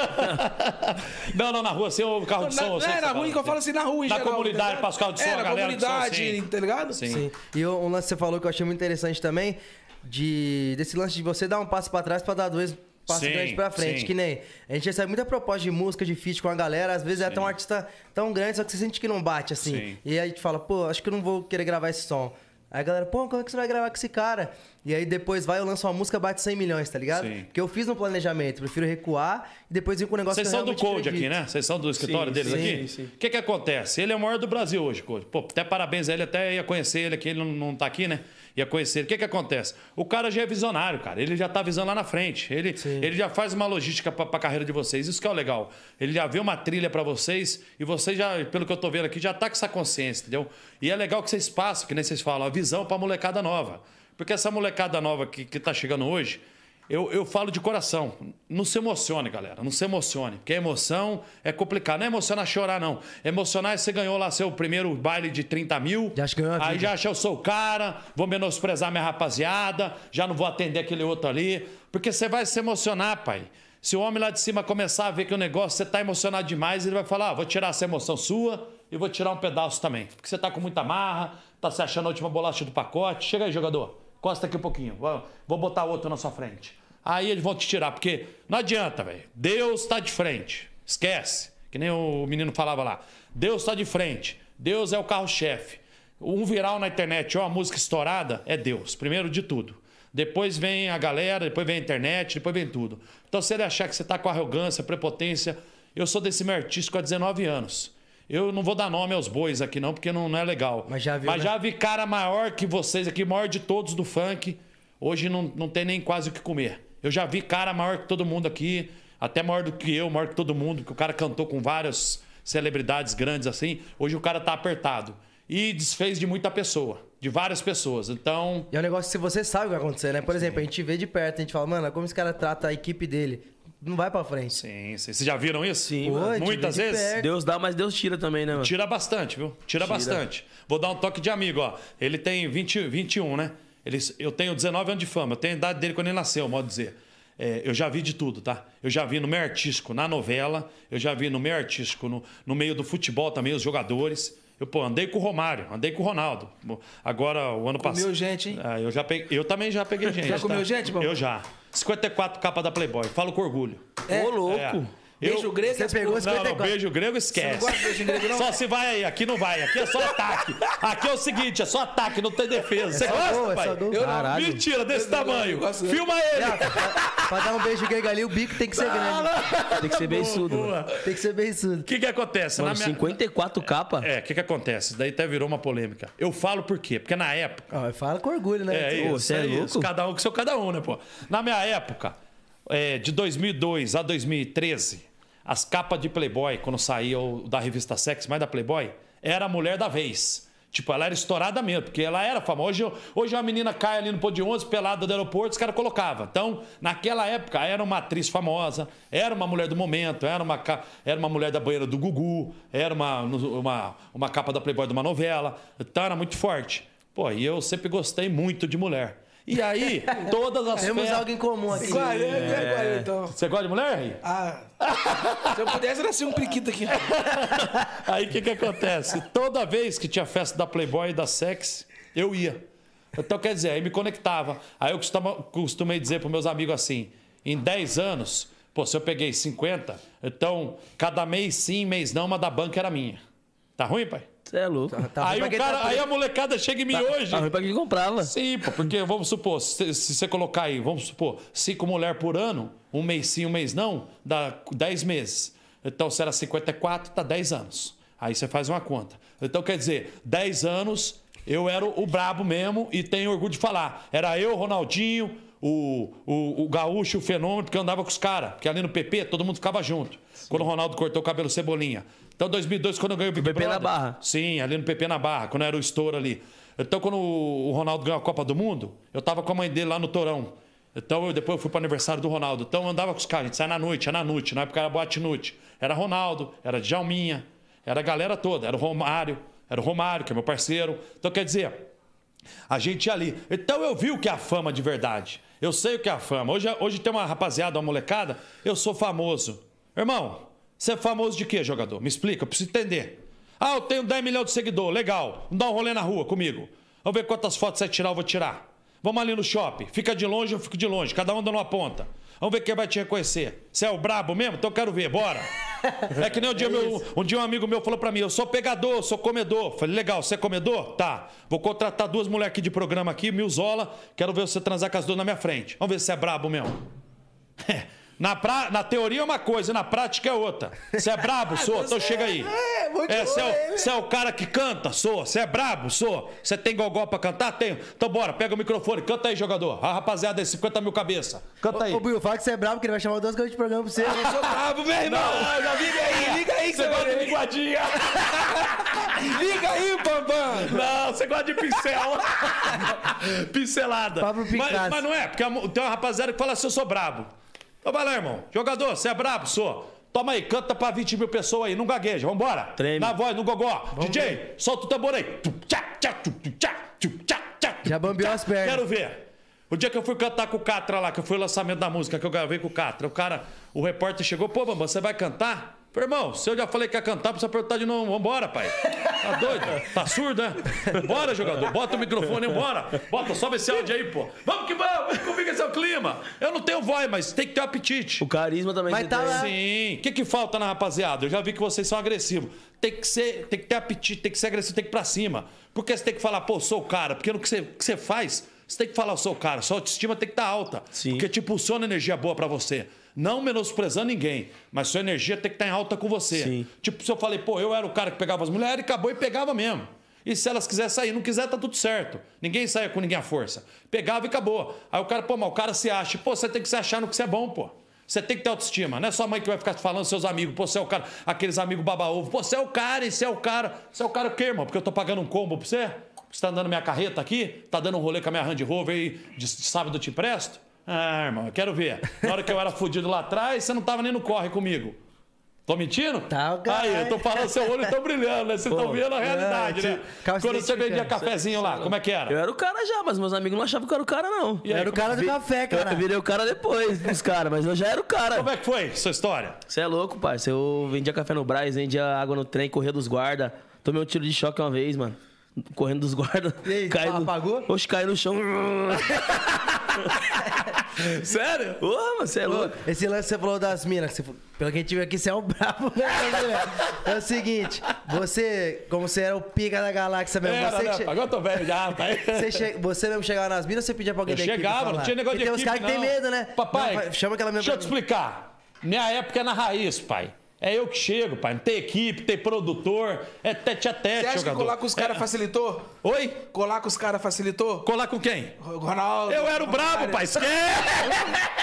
não, não, na rua você ouve carro de Na, som. eu sei é, na que você rua fala. que eu falo assim, na rua em Na geral. tá comunidade, ligado? passa o carro de som, É, a na galera que só comunidade, assim. tá ligado? Sim. Sim. E um lance que você falou que eu achei muito interessante também, de, desse lance de você dar um passo pra trás pra dar dois passos Sim, grandes pra frente. sim. Que nem. A gente recebe muita proposta de música, de feat com a galera, às vezes é até um artista tão grande, só que você sente que não bate, assim. Sim. E aí a gente fala, pô, acho que eu não vou querer gravar esse som. Aí a galera, pô, como é que você vai gravar com esse cara? E aí depois vai, eu lanço uma música, bate 100 milhões, tá ligado? Sim. Porque eu fiz no planejamento, prefiro recuar e depois ir com um negócio Vocês que eu são do realmente Code acredito. aqui, né? Vocês são do escritório Sim, deles sim, aqui? sim. O que que acontece? Ele é o maior do Brasil hoje, Code. Pô, até parabéns a ele, até ia conhecer ele aqui, ele não, não tá aqui, né? Ia conhecer ele. O que que acontece? O cara já é visionário, cara. Ele já tá visando lá na frente. Ele, ele já faz uma logística pra, pra carreira de vocês. Isso que é o legal. Ele já vê uma trilha pra vocês e vocês já, pelo que eu tô vendo aqui, já tá com essa consciência, entendeu? E é legal que vocês passam, que nem vocês falam, a visão pra molecada nova. Porque essa molecada nova que, que tá chegando hoje, eu, eu falo de coração. Não se emocione, galera. Não se emocione. Porque a emoção é complicado. Não é emocionar chorar, não. Emocionar é você ganhou lá seu primeiro baile de 30 mil. Já acho que ganhou a aí vida. já acha eu sou o cara, vou menosprezar minha rapaziada, já não vou atender aquele outro ali. Porque você vai se emocionar, pai. Se o homem lá de cima começar a ver que o negócio, você tá emocionado demais, ele vai falar: ah, vou tirar essa emoção sua e vou tirar um pedaço também. Porque você tá com muita marra, tá se achando a última bolacha do pacote. Chega aí, jogador. Costa aqui um pouquinho. Vou- Vou botar outro na sua frente. Aí eles vão te tirar, porque não adianta, velho. Deus tá de frente. Esquece. Que nem o menino falava lá. Deus tá de frente. Deus é o carro-chefe. Um viral na internet ou uma música estourada é Deus, primeiro de tudo. Depois vem a galera, depois vem a internet, depois vem tudo. Então, se ele achar que você tá com arrogância, prepotência. Eu sou desse meio artístico há 19 anos. Eu não vou dar nome aos bois aqui, não, porque não, não é legal. Mas já viu, Mas né? já vi cara maior que vocês aqui, maior de todos do funk. Hoje não, não tem nem quase o que comer. Eu já vi cara maior que todo mundo aqui, até maior do que eu, maior que todo mundo, que o cara cantou com várias celebridades grandes assim. Hoje o cara tá apertado. E desfez de muita pessoa, de várias pessoas. Então, E é um negócio que se você sabe o que vai acontecer, né? Por exemplo, a gente vê de perto, a gente fala, mano, como esse cara trata a equipe dele. não vai pra frente. Sim, sim. Vocês já viram isso? Sim. Pô, mano. Muitas de vezes? perto. Deus dá, mas Deus tira também, né, mano? Tira bastante, viu? Tira, bastante. Vou dar um toque de amigo, ó. Ele tem 20, 21, né? Ele, eu tenho 19 anos de fama. Eu tenho a idade dele quando ele nasceu, modo de dizer. É, eu já vi de tudo, tá? Eu já vi no meio artístico, na novela. Eu já vi no meio artístico, no, no meio do futebol também, os jogadores. Eu, pô, andei com o Romário, andei com o Ronaldo. Bom, Agora, o ano passado... gente, hein? Ah, eu, já peguei- eu também já peguei gente. tá? Já comeu gente, Bob? Eu já. 54 capa da Playboy. Falo com orgulho. Ô, louco. É. Tá Eu- É. Beijo grego, Você as pegou putas- não, não, 54. beijo grego esquece. Você não gosta de beijo grego, não? Só se vai aí, aqui não vai, aqui é só ataque. Aqui é o seguinte, é só ataque, não tem defesa. Você só gosta, gol, é pai? só gol. Eu não- Caralho. Mentira, desse Eu não- eu tamanho. gosto- Filma ele. Ah, pra, pra- pra dar um beijo grego ali, o bico tem que ser grande. Tem que ser beiçudo. mano. Boa. Tem que ser beiçudo. O que que acontece? Mano, minha- 54 capa. É, o que que acontece? Isso Daí até virou uma polêmica. Eu falo por quê? Porque na época... Ó, Ah, fala com orgulho, né? É, Ô, isso, cê é é isso. louco? Cada um com seu cada um, né, pô? Na minha época, é, de 2002 a 2013, as capas de Playboy, quando saía o- da revista Sex, mais da Playboy, era a mulher da vez. Tipo, ela era estourada mesmo, porque ela era famosa. Hoje, hoje uma menina cai ali no pôr de 11, pelada do aeroporto, os caras colocavam. Então, naquela época, era uma atriz famosa, era uma mulher do momento, era uma, ca- era uma mulher da banheira do Gugu, era uma, uma, uma capa da Playboy de uma novela. Então, era muito forte. Pô, e eu sempre gostei muito de mulher. E aí, todas as Temos festas- algo em comum aqui. 40, é 40, então. Você gosta de mulher? Ri? Ah, se eu pudesse, eu nasci um priquito aqui. Aí o que, que acontece? Toda vez que tinha festa da Playboy e da Sex, eu ia. Então, quer dizer, aí me conectava. Aí eu costuma, costumei dizer para meus amigos assim: em 10 anos, pô, se eu peguei 50, então cada mês sim, mês não, mas da banca era minha. Tá ruim, pai? Você é louco. Tá, ruim Tá aí, pra o quem cara, tá- aí a molecada chega em mim hoje. ruim pra quem comprava. Sim, pô, porque vamos supor, se se você colocar aí, vamos supor, cinco mulheres por ano, um mês sim, um mês não, dá 10 meses. Então, se era 54, tá 10 anos. Aí você faz uma conta. Então, quer dizer, 10 anos, eu era o brabo mesmo e tenho orgulho de falar. Era eu, Ronaldinho, o, o, o Gaúcho, o Fenômeno, porque eu andava com os caras. Porque ali no PP, todo mundo ficava junto. Quando o Ronaldo cortou o cabelo, Cebolinha. Então, 2002, quando eu ganhei o Big PP na Brother- Barra. Sim, ali no PP na Barra, quando era o estouro ali. Então, quando o Ronaldo ganhou a Copa do Mundo, eu tava com a mãe dele lá no Torão. Então, eu, depois eu fui pro aniversário do Ronaldo. Então, eu andava com os caras, a gente saia na noite, era na noite, na época era boate noite. Era Ronaldo, era Djalminha, era a galera toda, era o Romário, era o Romário, que é meu parceiro. Então, quer dizer, a gente ia ali. Então eu vi o que é a fama de verdade. Eu sei o que é a fama. Hoje, hoje tem uma rapaziada, uma molecada, eu sou famoso. Irmão, você é famoso de quê, jogador? Me explica, eu preciso entender. Ah, eu tenho 10 milhões de seguidor, legal. Vamos dar um rolê na rua comigo. Vamos ver quantas fotos você tirar, eu vou tirar. Vamos ali no shopping. Fica de longe, eu fico de longe. Cada um dando uma ponta. Vamos ver quem vai te reconhecer. Você é o brabo mesmo? Então eu quero ver, bora. É que nem um dia, meu, um dia um amigo meu falou pra mim, eu sou pegador, eu sou comedor. Falei, legal, você é comedor? Tá. Vou contratar duas mulheres aqui de programa aqui, milzola. Quero ver você transar com as duas na minha frente. Vamos ver se é brabo mesmo. Na, pra- na teoria é uma coisa, na prática é outra. Você é brabo, sou, então chega aí. Ah, É, vou te É, você falar, é, o, ele- você é o cara que canta, sou. Você é brabo, sou. Você tem gogó pra cantar? Tenho. Então bora, pega o microfone, canta aí, jogador. A rapaziada é 50 mil cabeça. Canta aí. Ô, Buiu, fala que você é brabo, que ele vai chamar duas coisas de programa pra você. Eu sou brabo, meu irmão. já liga aí, liga tá aí que você vai ver. linguadinha? Liga aí, Bambam. Não, você gosta de pincel. Pincelada. Pablo Picasso. mas, mas não é, porque a mu- tem uma rapaziada que fala assim, eu sou brabo. Então vai lá, irmão. Jogador, você é brabo? Sou. Toma aí, canta pra 20 mil pessoas aí, não gagueja, vambora. Treme. Na voz, no gogó. DJ, solta o tambor aí. Tu, tchá, tchá, tu, tu, tchá, tu, tchá, tchá, tu, Já bambeou tchá. as pernas. Quero ver. O dia que eu fui cantar com o Catra lá, que foi o lançamento da música que eu gravei com o Catra, o cara, o repórter chegou, pô, Bambam, você vai cantar? Falei, irmão, se eu já falei que ia cantar, precisa perguntar de novo. Vambora, pai. Tá doido? Tá surdo, né? Bora, jogador. Bota o microfone, bora. Bota, sobe esse áudio aí, pô. Vamos que vamos. Vem comigo, esse é o clima. Eu não tenho voz, mas tem que ter um apetite. O carisma também Mas que tá tem. lá. Sim. O que, que falta na rapaziada? Eu já vi que vocês são agressivos. Tem que ser, tem que ter apetite, tem que ser agressivo, tem que ir pra cima. Porque você tem que falar, pô, sou o cara. Porque no que você, que você faz, você tem que falar, sou o cara. Sua autoestima tem que estar alta. Sim. Porque te impulsiona energia é boa pra você. Não menosprezando ninguém, mas sua energia tem que estar em alta com você. Sim. Tipo, se eu falei, pô, eu era o cara que pegava as mulheres, acabou e pegava mesmo. E se elas quiserem sair, não quiser, tá tudo certo. Ninguém saia com ninguém à força. Pegava e acabou. Aí o cara, pô, mas o cara se acha. Pô, você tem que se achar no que você é bom, pô. Você tem que ter autoestima. Não é sua mãe que vai ficar te falando, seus amigos. Pô, você é o cara. Aqueles amigos baba-ovo. Pô, você é o cara, e você é o cara. Você é o cara o quê, irmão? Porque eu tô pagando um combo pra você? Você tá andando minha carreta aqui? Tá dando um rolê com a minha Hand Rover aí de, de sábado eu te empresto? Ah, irmão, eu quero ver. Na hora que eu era fudido lá atrás, você não tava nem no corre comigo. Tô mentindo? Tá, Aí, caralho. eu tô falando, seu olho tá brilhando, né? Vocês estão vendo a realidade, tio, né? calma, Quando se você vendia identificando. cafezinho lá, como é que Eu era? era o cara já, mas meus amigos não achavam que eu era o cara, não. E aí, Era o cara do café, Eu- cara. Eu virei o cara depois dos caras, mas eu já era o Como cara. é que foi sua história? Você é louco, parça. Eu vendia café no Brás, vendia água no trem, corria dos guarda. Tomei um tiro de choque uma vez, mano. Correndo dos guarda. E aí, Caí apagou? Oxe, caí no chão. Sério? Ô, mano, você é louco. Esse lance que você falou das minas, que você falou- pelo que a gente viu aqui, você é um brabo. né, velho? é o seguinte, você, como você era o pica da galáxia mesmo, É, Era, você, né? que che- Agora eu tô velho já, tá aí. você, che- você mesmo chegava nas minas ou você pedia pra alguém Eu da equipe chegava, não falar? tinha negócio Porque de tem uns equipe, caras que tem medo, não. né? Papai, Não, vai- chama aquela deixa mesma eu te explicar. Minha época é na raiz, pai. É eu que chego, pai. Não tem equipe, tem produtor, é tete a tete, Você acha jogador. que colar com os caras É. facilitou? Oi? Colar com os caras facilitou? Colar com quem? O Ronaldo. Eu era o brabo, pai. Esquece!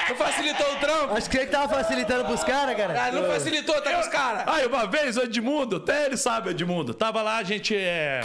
Não facilitou o trampo? Acho que ele que tava facilitando pros caras, cara. Ah, não facilitou, tá com os caras. Aí, Ah, uma vez, o Edmundo, até ele sabe, o Edmundo. Tava lá, a gente é.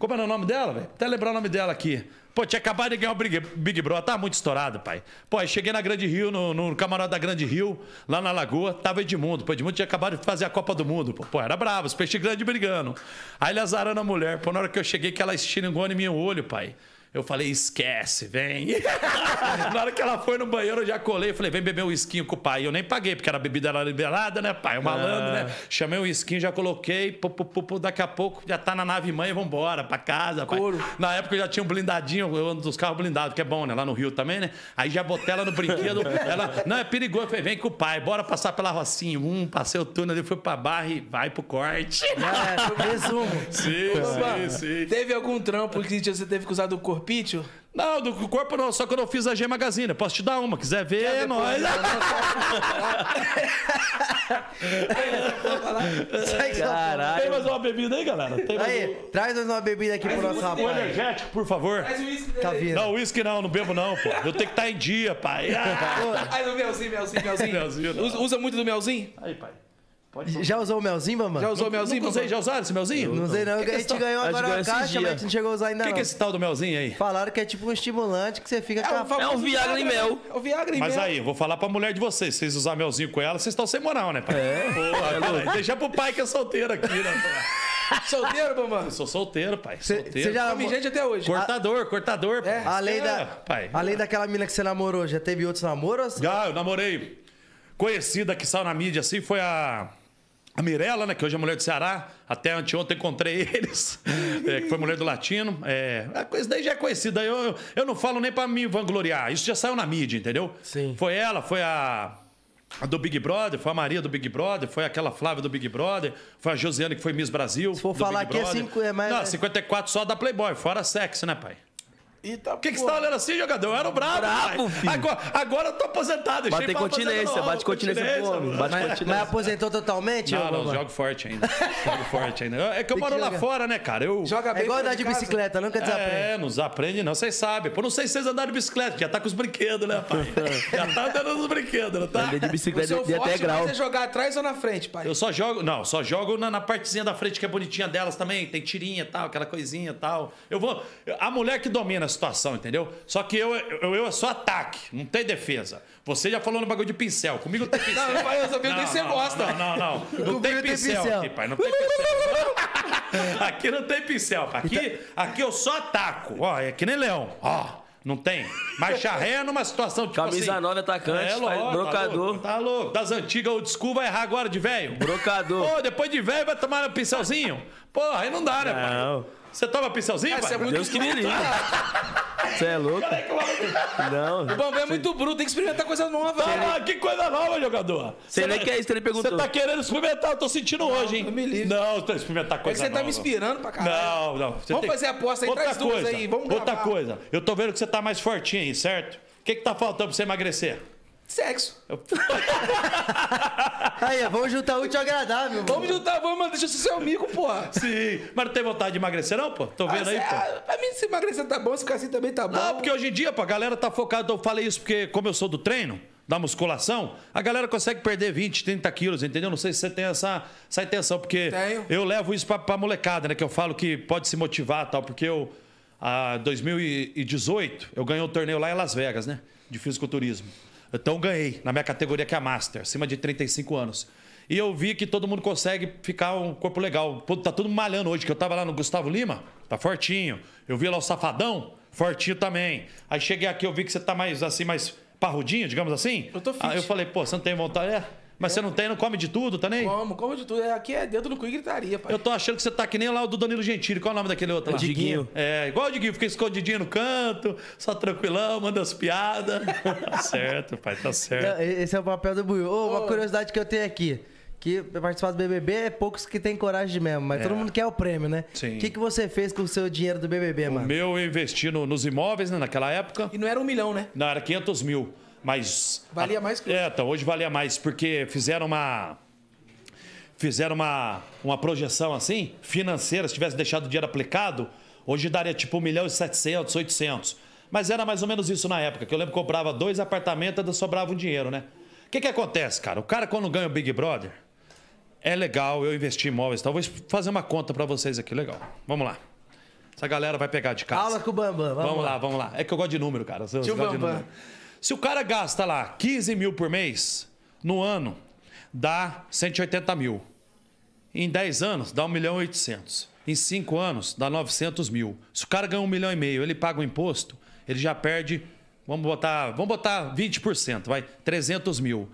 Como era o nome dela, velho? Até lembrar o nome dela aqui. Pô, tinha acabado de ganhar o Big, Big Brother, tava muito estourado, pai. Pô, aí cheguei na Grande Rio, no, no camarote da Grande Rio, lá na Lagoa, tava Edmundo. Pô, Edmundo tinha acabado de fazer a Copa do Mundo, pô. Pô, era bravo, os peixes grandes brigando. Aí ele azarando a mulher, pô, na hora que eu cheguei, que ela estilingou em meu olho, pai. Eu falei, esquece, vem. Na hora que ela foi no banheiro, eu já colei. Falei, vem beber um esquinho com o pai. Eu nem paguei, porque era bebida era liberada, né, pai? O malandro, né? Chamei o esquinho, já coloquei. Pu, pu, pu, pu, daqui a pouco já tá na nave mãe, vambora, pra casa, pai. Na época eu já tinha um blindadinho, eu ando dos carros blindados, que é bom, né? Lá no Rio também, né? Aí já botei ela no brinquedo. ela, não, é perigoso. Eu falei, vem com o pai, bora passar pela Rocinha. Um, passei o túnel, ele foi pra barra e vai pro corte. É, resumo. sim, sim, sim. Teve algum trampo que você teve que usar do corpício? Não, do corpo não, só que eu não fiz a G Magazine. Posso te dar uma, quiser ver, é nóis. Sai que Caralho. Tem mais uma bebida aí, galera? Tem mais um- Aí, traz mais uma bebida aqui pro nosso um rapaz. energético, por favor. Faz o uísque Tá vindo. Não, uísque não, não bebo não, pô. Eu tenho que estar em dia, pai. Ah! Faz o melzinho, melzinho, melzinho. Melzinho, não. Usa, usa muito do melzinho? Aí, pai. Já usou o melzinho, mamãe? Já usou o melzinho? Nunca usei, já usaram esse melzinho? Não usei não, Que que a é esse gente tal- ganhou a gente agora ganhou uma esses caixa, dias. mas a gente não chegou a usar ainda O que, não. que é esse tal do melzinho aí? Falaram que é tipo um estimulante que você fica com a- famoso É um Viagra em mel. É o Viagra em Mas mel. aí, eu vou falar pra mulher de vocês. Se vocês usar melzinho com ela, vocês estão sem moral, né, pai? É. deixa pro pai que é solteiro aqui, né? pai? Solteiro, Bambam? Eu sou solteiro, pai. Cê- Solteiro. cê já- Homem gente até hoje. Cortador, cortador, pai. Além, É, da, pai. além daquela mina que você namorou, já teve outros namoros? Já, Ah, eu namorei. Conhecida que saiu na mídia assim foi a. A Mirella, né? Que hoje é mulher do Ceará. Até anteontem encontrei eles. é, que foi mulher do Latino. É, a coisa daí já é conhecida. Eu, eu, eu não falo nem pra me vangloriar. Isso já saiu na mídia, entendeu? Sim. Foi ela, foi a. a do Big Brother, foi a Maria do Big Brother, foi aquela Flávia do Big Brother, foi a Josiane que foi Miss Brasil. Se for falar aqui, é cinco- é mais- Não, 54 só da Playboy, fora sexo, né, pai? Eita, Por que, que você tá olhando assim, jogador? Eu era o brabo. Brabo, pai. filho. Agora, agora eu tô aposentado. Bate deixei pra continência, aposentar, bate continência pro homem, mano. bate Mas- Mas, mas aposentou totalmente? ô, Não, não, mamãe? jogo forte ainda. jogo forte ainda. É que eu Tem moro que lá jogar. fora, né, cara? Eu. Joga É bem. igual fora andar de de casa. bicicleta, nunca desaprende. É, nos aprende não, vocês sabem. Pô, não sei se vocês andaram de bicicleta, já tá com os brinquedos, né, pai? já tá andando nos brinquedos, não tá? Andei de O bicicleta seu de até forte grau. mas é jogar atrás ou na frente, pai? Eu só jogo, não, só jogo na, na partezinha da frente que é bonitinha delas também, tem tirinha e tal, aquela coisinha e tal. Eu vou. A mulher que domina a situação, entendeu? Só que eu, eu, eu é só ataque, não tem defesa. Você já falou no bagulho de pincel, comigo tem pincel. Não, não vai, eu só perguntei se você não, gosta. Não, não, não. Não, Comigo tem tem pincel, pincel. aqui, pai, não tem pincel. aqui não tem pincel, pai. Aqui, aqui eu só ataco. Ó, é que nem leão, ó. Não tem. Mas charré numa situação tipo Camisa assim, nove, atacante, faz lógico, brocador. Tá louco, tá louco. Das antigas old school vai errar agora de velho. Brocador. Pô, depois de velho vai tomar um pincelzinho? Porra, aí não dá, né, pai? Não. Você toma pincelzinho, Cara, pai? você é muito Deus que me livre. Você é louco? Não. O Bambam é muito bruto, tem que experimentar coisa nova. É Ah, lá, que coisa nova, jogador. Você nem quer isso que ele perguntou. Você tá querendo experimentar, eu tô sentindo hoje, hein? não me livre. Não, tá É experimentar que coisa você nova. tá me inspirando pra caralho. Não, não. você Vamos fazer a aposta aí, Outra traz duas aí, vamos gravar. Outra coisa, eu tô vendo que você tá mais fortinho aí, certo? O que que tá faltando pra você emagrecer? Sexo. Aí, ó, vamos juntar útil ao agradável. Vamos juntar, vamos, mano. Deixa eu ser seu amigo, porra. Sim, mas não tem vontade de emagrecer não, pô? Tô Ah, vendo aí, cê- pô. ah, pra mim, se emagrecer tá bom, se ficar assim também tá bom. Não, porque hoje em dia, pô, a galera tá focada. Eu falei isso porque, como eu sou do treino, da musculação, a galera consegue perder 20, 30 quilos, entendeu? Não sei se você tem essa, essa intenção, porque Tenho. eu levo isso pra, pra molecada, né? Que eu falo que pode se motivar e tal, porque eu. A 2018, eu ganhei um torneio lá em Las Vegas, né? de fisiculturismo. Então ganhei na minha categoria que é a Master, acima de 35 anos. E eu vi que todo mundo consegue ficar um corpo legal. Pô, Tá todo mundo malhando hoje, que eu tava lá no Gustavo Lima, tá fortinho. Eu vi lá o Safadão, fortinho também. Aí cheguei aqui, eu vi que você tá mais assim, mais parrudinho, digamos assim. Eu tô fit. Aí eu falei, pô, você não tem vontade? É, mas você não tem, não come de tudo, tá nem? Como, como de tudo. É, Aqui é dentro do cu e gritaria, pai. Eu tô achando que você tá que nem lá o do Danilo Gentili. Qual é o nome daquele outro O lá? Diguinho. É, igual o Diguinho, fica escondidinho no canto, só tranquilão, manda as piadas. tá certo, pai, tá certo. Não, Esse é o papel do Buiu. Ô, uma curiosidade que eu tenho aqui. Que participar do BBB é poucos que tem coragem mesmo, mas todo mundo quer o prêmio, né? É. Sim. O que, que você fez com o seu dinheiro do BBB, O mano? meu eu investi no- nos imóveis, né, naquela época. E não era um milhão, né? Não, era 500 mil, mas... Valia mais que- É, então, hoje valia mais, porque fizeram uma... Fizeram uma, uma projeção assim, financeira, se tivesse deixado o dinheiro aplicado, hoje daria tipo 1 milhão e 700, 800. Mas era mais ou menos isso na época, que eu lembro que eu comprava dois apartamentos, ainda sobrava um dinheiro, né? O que que acontece, cara? O cara quando ganha o Big Brother, é legal eu investir em imóveis, talvez fazer uma conta pra vocês aqui, legal. Vamos lá. Essa galera vai pegar de casa. Aula com o Bambam. Vamos, Vamos lá. lá, vamos lá. É que eu gosto de número, cara. Eu Tio gosto de Bambam. número. Se o cara gasta lá 15 mil por mês, no ano, dá 180 mil. Em 10 anos, dá 1 milhão e 800. Em 5 anos, dá 900 mil. Se o cara ganha 1 milhão e meio, ele paga o imposto, ele já perde, vamos botar, vamos botar 20%, vai, 300 mil.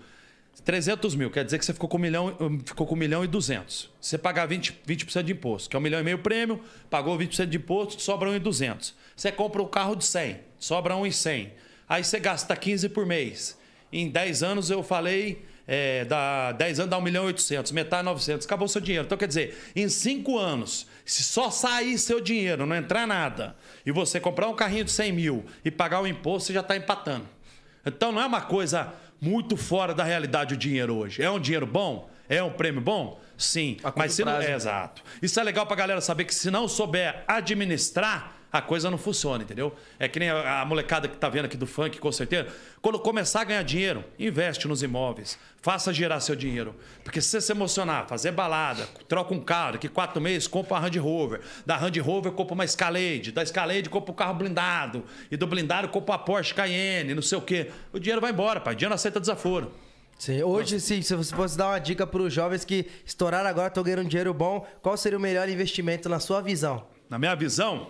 300 mil, quer dizer que você ficou com 1 milhão, ficou com 1 milhão e 200. Se você pagar 20%, 20 de imposto, que é 1 milhão e meio prêmio, pagou 20% de imposto, sobra 1 e 200. Você compra um carro de 100, sobra 1 e 100. Aí você gasta 15 por mês. Em 10 anos eu falei, é, dá 10 anos dá 1 milhão e 800, metade 900, acabou seu dinheiro. Então quer dizer, em 5 anos, se só sair seu dinheiro, não entrar nada, e você comprar um carrinho de 100 mil e pagar o imposto, você já está empatando. Então não é uma coisa muito fora da realidade o dinheiro hoje. É um dinheiro bom? É um prêmio bom? Sim. Mas se não... prazo, é, né? Exato. Isso é legal pra galera saber que se não souber administrar, a coisa não funciona, entendeu? É que nem a a molecada que tá vendo aqui do funk, com certeza. Quando começar a ganhar dinheiro, investe nos imóveis. Faça girar seu dinheiro. Porque se você se emocionar, fazer balada, troca um carro, daqui quatro meses compra uma Land Rover. Da Land Rover compra uma Escalade. Da Escalade compra um carro blindado. E do blindado compra uma Porsche Cayenne, não sei o quê. O dinheiro vai embora, pai. O dinheiro não aceita desaforo. Sim, Hoje, se, se você fosse dar uma dica para os jovens que estouraram agora, estão ganhando um dinheiro bom, qual seria o melhor investimento na sua visão? Na minha visão,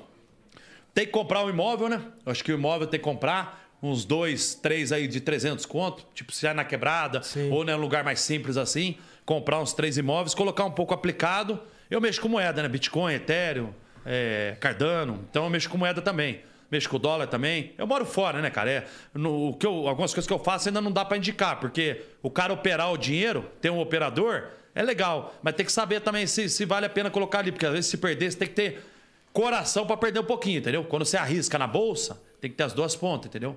tem que comprar um imóvel, né? Eu acho que o imóvel tem que comprar uns dois, três aí de 300 conto, tipo se é na quebrada Sim. ou num né, um lugar mais simples assim, comprar uns três imóveis, colocar um pouco aplicado. Eu mexo com moeda, né? Bitcoin, Ethereum, é, Cardano, então eu mexo com moeda também. Mexo com dólar também. Eu moro fora, né, cara? É, no, o que eu- algumas coisas que eu faço ainda não dá pra indicar, porque o cara operar o dinheiro, ter um operador, é legal. Mas tem que saber também se, se vale a pena colocar ali, porque às vezes se perder, você tem que ter coração pra perder um pouquinho, entendeu? Quando você arrisca na bolsa, tem que ter as duas pontas, entendeu?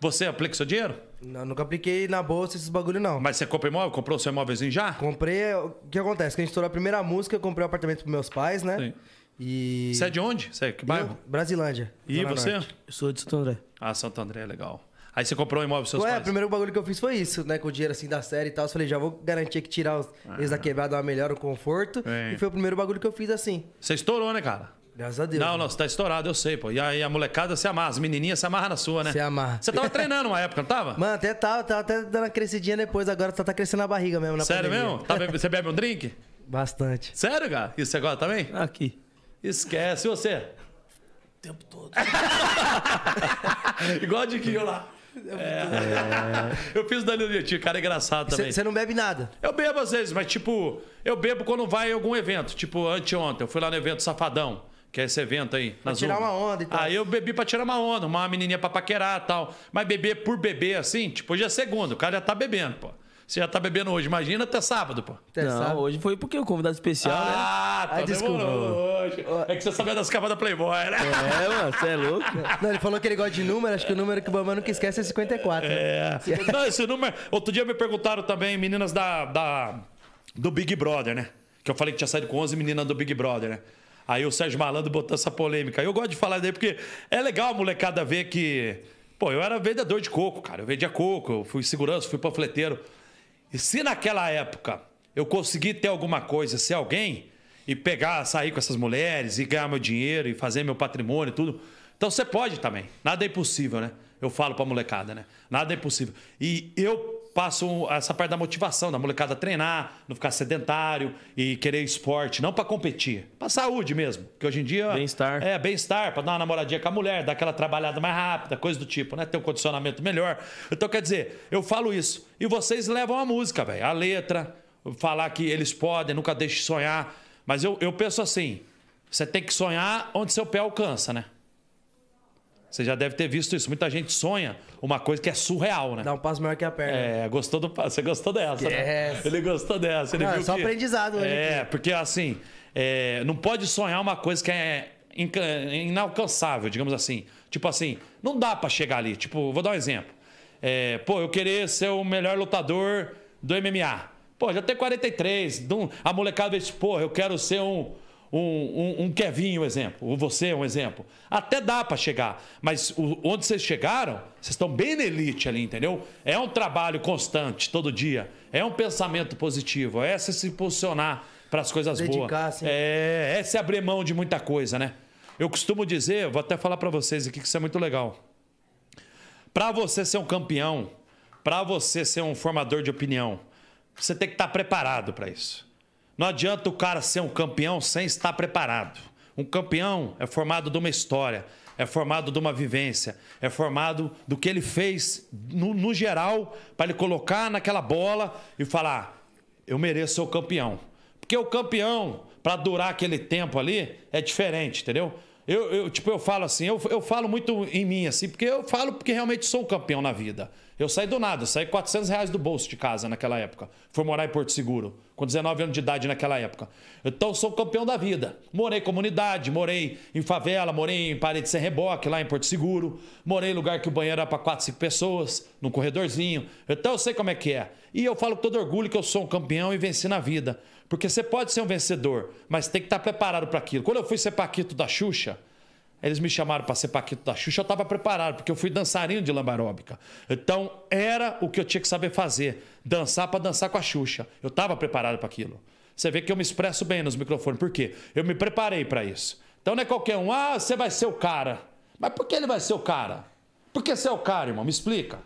Você aplica o seu dinheiro, Não, nunca apliquei na bolsa esses bagulho, não. mas você compra imóvel, comprou o seu imóvelzinho já? Comprei. O que acontece? Quando a gente estourou a primeira música, eu comprei um apartamento pros meus pais, né? Sim. E. Você é de onde? Você é que bairro? Eu, Brasilândia. E Zona você? Norte. Eu sou de Santo André. Ah, Santo André, legal. Aí você comprou um imóvel pros seus Ué, é o pais? primeiro bagulho que eu fiz foi isso, né? Com o dinheiro assim da série e tal. Eu falei, já vou garantir que tirar os, eles da quebrada uma melhora, um conforto. Ah. Sim. E foi o primeiro bagulho que eu fiz assim. Você estourou, né, cara? Graças a Deus. Não, não, você tá estourado, eu sei, pô. E aí a molecada se amarra, as menininhas se amarram na sua, né? Se amarra. Você tava treinando uma época, não tava? Mano, até tava, tava até dando uma crescidinha depois, agora tá, tá crescendo a barriga mesmo na Sério pandemia. mesmo? Tá bebe- você bebe um drink? Bastante. Sério, cara? E você gosta também? Aqui. Esquece, e você? O tempo todo. Igual de que eu lá. É. Eu fiz o Danilo Dietinho, cara, é engraçado também. Você não bebe nada. Eu bebo às vezes, mas tipo, eu bebo quando vai em algum evento. Tipo, anteontem, eu fui lá no evento Safadão, que é esse evento aí. Pra tirar uma onda e tal. Aí eu bebi pra tirar uma onda, uma menininha pra paquerar e tal. Mas beber por beber assim, tipo, hoje é segunda, o cara já tá bebendo, pô. Você já tá bebendo hoje, imagina até sábado, pô. Até não, sabe. hoje foi porque o convidado especial, Ah, tá Ah, Então, desculpa. demorou hoje. É que você sabia das capas da Playboy, né? né? É, mano, você é louco. Não, ele falou que ele gosta de número, acho que o número que o Bambam nunca esquece é 54. né? É. Não, esse número. Outro dia me perguntaram também, meninas da, da- do Big Brother, né? Que eu falei que tinha saído com 11 meninas do Big Brother, né? Aí o Sérgio Malandro botou essa polêmica. Eu gosto de falar daí porque é legal a molecada ver que. Pô, eu era vendedor de coco, cara. Eu vendia coco, eu fui segurança, fui panfleteiro. E se naquela época eu conseguir ter alguma coisa, ser alguém, e pegar, sair com essas mulheres, e ganhar meu dinheiro, e fazer meu patrimônio e tudo. Então você pode também. Nada é impossível, né? Eu falo pra molecada, né? Nada é impossível. E eu passo um- essa parte da motivação, da molecada treinar, não ficar sedentário e querer esporte, não pra competir, pra saúde mesmo. Que hoje em dia. Bem-estar. É, bem-estar, pra dar uma namoradinha com a mulher, dar aquela trabalhada mais rápida, coisa do tipo, né? Ter um condicionamento melhor. Então, quer dizer, eu falo isso. E vocês levam a música, velho, a letra, falar que eles podem, nunca deixe sonhar. Mas eu, eu penso assim: você tem que sonhar onde seu pé alcança, né? Você já deve ter visto isso. Muita gente sonha uma coisa que é surreal, né? Dá um passo maior que a perna. É, gostou do passo. Você gostou dessa, né? Yes. Ele gostou dessa. Ele Não, é viu só que- aprendizado hoje É, porque assim, é, não pode sonhar uma coisa que é inca- inalcançável, digamos assim. Tipo assim, não dá pra chegar ali. Tipo, vou dar um exemplo. É, pô, eu querer ser o melhor lutador do MMA. Pô, já tem 43. não- a molecada diz, pô, eu quero ser um, um, um, um Kevinho, exemplo. Ou você, um exemplo. Até dá pra chegar. Mas o- onde vocês chegaram, vocês estão bem na elite ali, entendeu? É um trabalho constante, todo dia. É um pensamento positivo. É você se posicionar para as coisas Dedicar, boas. sim. É, é se abrir mão de muita coisa, né? Eu costumo dizer, vou até falar para vocês aqui que isso é muito legal. Pra você ser um campeão, pra você ser um formador de opinião, você tem que estar preparado pra isso. Não adianta o cara ser um campeão sem estar preparado. Um campeão é formado de uma história, é formado de uma vivência, é formado do que ele fez no, no geral pra ele colocar naquela bola e falar: eu mereço ser o campeão. Porque o campeão, pra durar aquele tempo ali, é diferente, entendeu? Eu, eu, tipo, eu falo assim, eu, eu falo muito em mim, assim, porque eu falo porque realmente sou um campeão na vida. Eu saí do nada, eu saí 400 reais do bolso de casa naquela época. Fui morar em Porto Seguro, com 19 anos de idade naquela época. Então, eu sou campeão da vida. Morei em comunidade, morei em favela, morei em parede sem reboque lá em Porto Seguro. Morei em lugar que o banheiro era pra 4, 5 pessoas, num corredorzinho. Então, eu sei como é que é. E eu falo com todo orgulho que eu sou um campeão e venci na vida. Porque você pode ser um vencedor, mas tem que estar preparado para aquilo. Quando eu fui ser Paquito da Xuxa, eles me chamaram para ser Paquito da Xuxa, eu estava preparado, porque eu fui dançarino de lamba aeróbica. Então, era o que eu tinha que saber fazer: dançar para dançar com a Xuxa. Eu estava preparado para aquilo. Você vê que eu me expresso bem nos microfones, por quê? Eu me preparei para isso. Então, não é qualquer um, ah, você vai ser o cara. Mas por que ele vai ser o cara? Por que você é o cara, irmão? Me explica.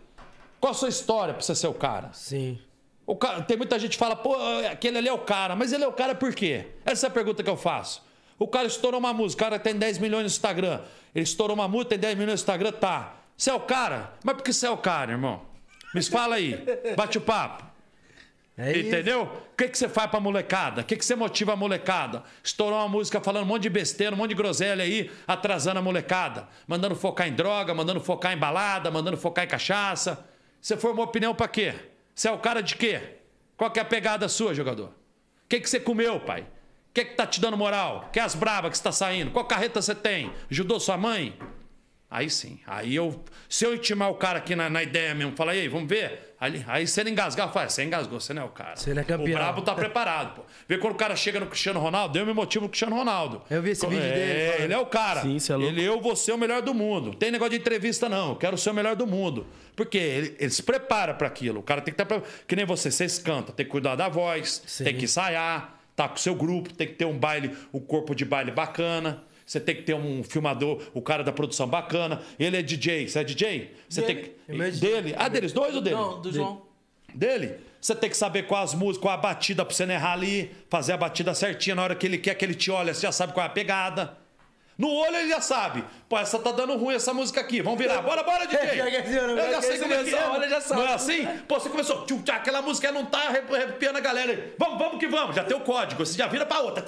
Qual a sua história para você ser o cara? Sim. O cara- tem muita gente que fala, pô, aquele ali é o cara. Mas ele é o cara por quê? Essa é a pergunta que eu faço. O cara estourou uma música, o cara tem 10 milhões no Instagram. Ele estourou uma música, tem 10 milhões no Instagram, tá. Você é o cara? Mas por que você é o cara, irmão? Me fala aí. Bate o papo. É isso. Entendeu? O que, que você faz pra molecada? O que, que você motiva a molecada? Estourou uma música falando um monte de besteira, um monte de groselha aí, atrasando a molecada. Mandando focar em droga, mandando focar em balada, mandando focar em cachaça. Você formou opinião pra quê? Você é o cara de quê? Qual que é a pegada sua, jogador? O que, que você comeu, pai? O que, que tá te dando moral? Que as brabas que você tá saindo? Qual carreta você tem? Ajudou sua mãe? Aí sim. Aí eu. Se eu intimar o cara aqui na, na ideia mesmo, falar, e aí, vamos ver? Aí, aí se ele engasgar, fala, você engasgou, você não é o cara. Você não é campeão. O brabo tá preparado, pô. Vê quando o cara chega no Cristiano Ronaldo, eu me motivo no Cristiano Ronaldo. Eu vi esse Co- vídeo é, dele falando. Ele é o cara. Sim, você é louco. Ele, eu vou ser o melhor do mundo. Tem negócio de entrevista, não. Eu quero ser o melhor do mundo. Porque ele, ele se prepara pra aquilo. O cara tem que estar preparado. Que nem você, vocês cantam, tem que cuidar da voz, tem que ensaiar, tá com o seu grupo, tem que ter um baile, um corpo de baile bacana. Você tem que ter um filmador, o cara da produção bacana. Ele é DJ. Você é DJ? Você Dele. tem que. Dele. Ah, deles dois ou dele? Não, do João. dele. Você tem que saber qual as músicas, qual a batida pra você não errar ali, fazer a batida certinha na hora que ele quer que ele te olha, você já sabe qual é a pegada. No olho ele já sabe. Pô, essa tá dando ruim essa música aqui. Vamos virar. Bora, bora, DJ. É, já que assim, Eu não, já sei que como é que é. começou, olha, já sabe. Não é assim? Pô, você começou. tchum, tchá, Aquela música não tá arrep- arrepiando a galera. Vamos, vamos que vamos. Já tem o código. Você já vira pra outra.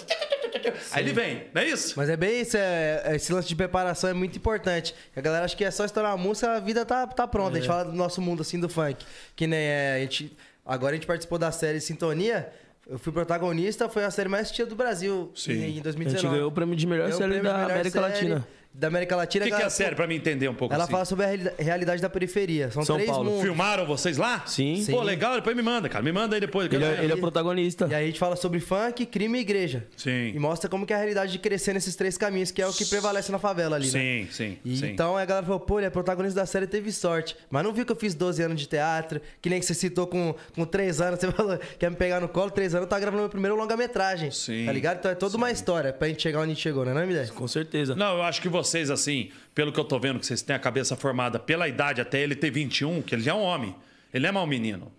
Aí ele vem. Não é isso? Mas é bem isso, é- é- esse lance de preparação é muito importante. A galera acha que é só estourar a música, a vida tá, tá pronta. A É. gente fala do nosso mundo assim do funk. Que nem é, a gente. Agora a gente participou da série Sintonia. Eu fui protagonista, foi a série mais assistida do Brasil em 2019. A gente ganhou o prêmio de melhor Ganhou o série prêmio de da melhor América série Latina. Da América O Latina. que, que é ela- sério pra mim entender um pouco Ela assim? fala sobre a reali- realidade da periferia. São, São três Paulo. mundos. Filmaram vocês lá? Sim. Pô, Sim. legal. Depois me manda, cara. Me manda aí depois. eu quero Ele ver. é, ele é o protagonista. E aí a gente fala sobre funk, crime e igreja. Sim. E mostra como que é a realidade de crescer nesses três caminhos, que é o que prevalece na favela ali, né? Sim, sim, E sim. Então a galera falou, pô, ele é protagonista da série, teve sorte. Mas não viu que eu fiz 12 anos de teatro, que nem que você citou com, com 3 anos, você falou, quer me pegar no colo, 3 anos, eu tava gravando meu primeiro longa-metragem. Sim. Tá ligado? Então é toda uma história pra gente chegar onde a gente chegou, né, não é, Midé? Com certeza. Não, eu acho que vocês, assim, pelo que eu tô vendo, que vocês têm a cabeça formada pela idade, até ele ter 21, que ele já é um homem. Ele não é mais um menino.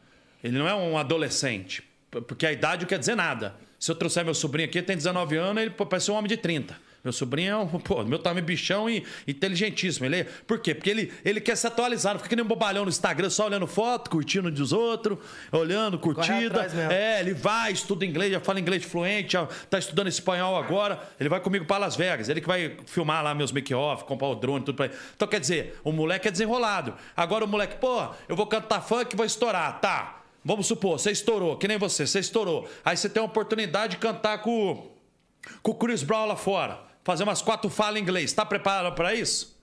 Ele não é um adolescente. p- Porque a idade não quer dizer nada. Se eu trouxer meu sobrinho aqui, ele tem 19 anos, ele pô, parece um homem de 30. Meu sobrinho é um, pô, meu tamanho bichão e inteligentíssimo. Ele é- por quê? Porque ele, ele quer se atualizar, não fica que nem um bobalhão no Instagram, só olhando foto, curtindo um dos outros, olhando, curtida. atrás mesmo. É, é, ele vai, estuda inglês, já fala inglês fluente, já tá estudando espanhol agora. Ele vai comigo para Las Vegas, ele que vai filmar lá meus make-off, comprar o drone, tudo pra ele. Então, quer dizer, o moleque é desenrolado. Agora o moleque, pô, eu vou cantar funk e vou estourar, tá? Vamos supor, você estourou, que nem você, você estourou. Aí você tem a oportunidade de cantar com, o- com o Chris Brown lá fora, fazer umas quatro falas em inglês. Tá preparado para isso?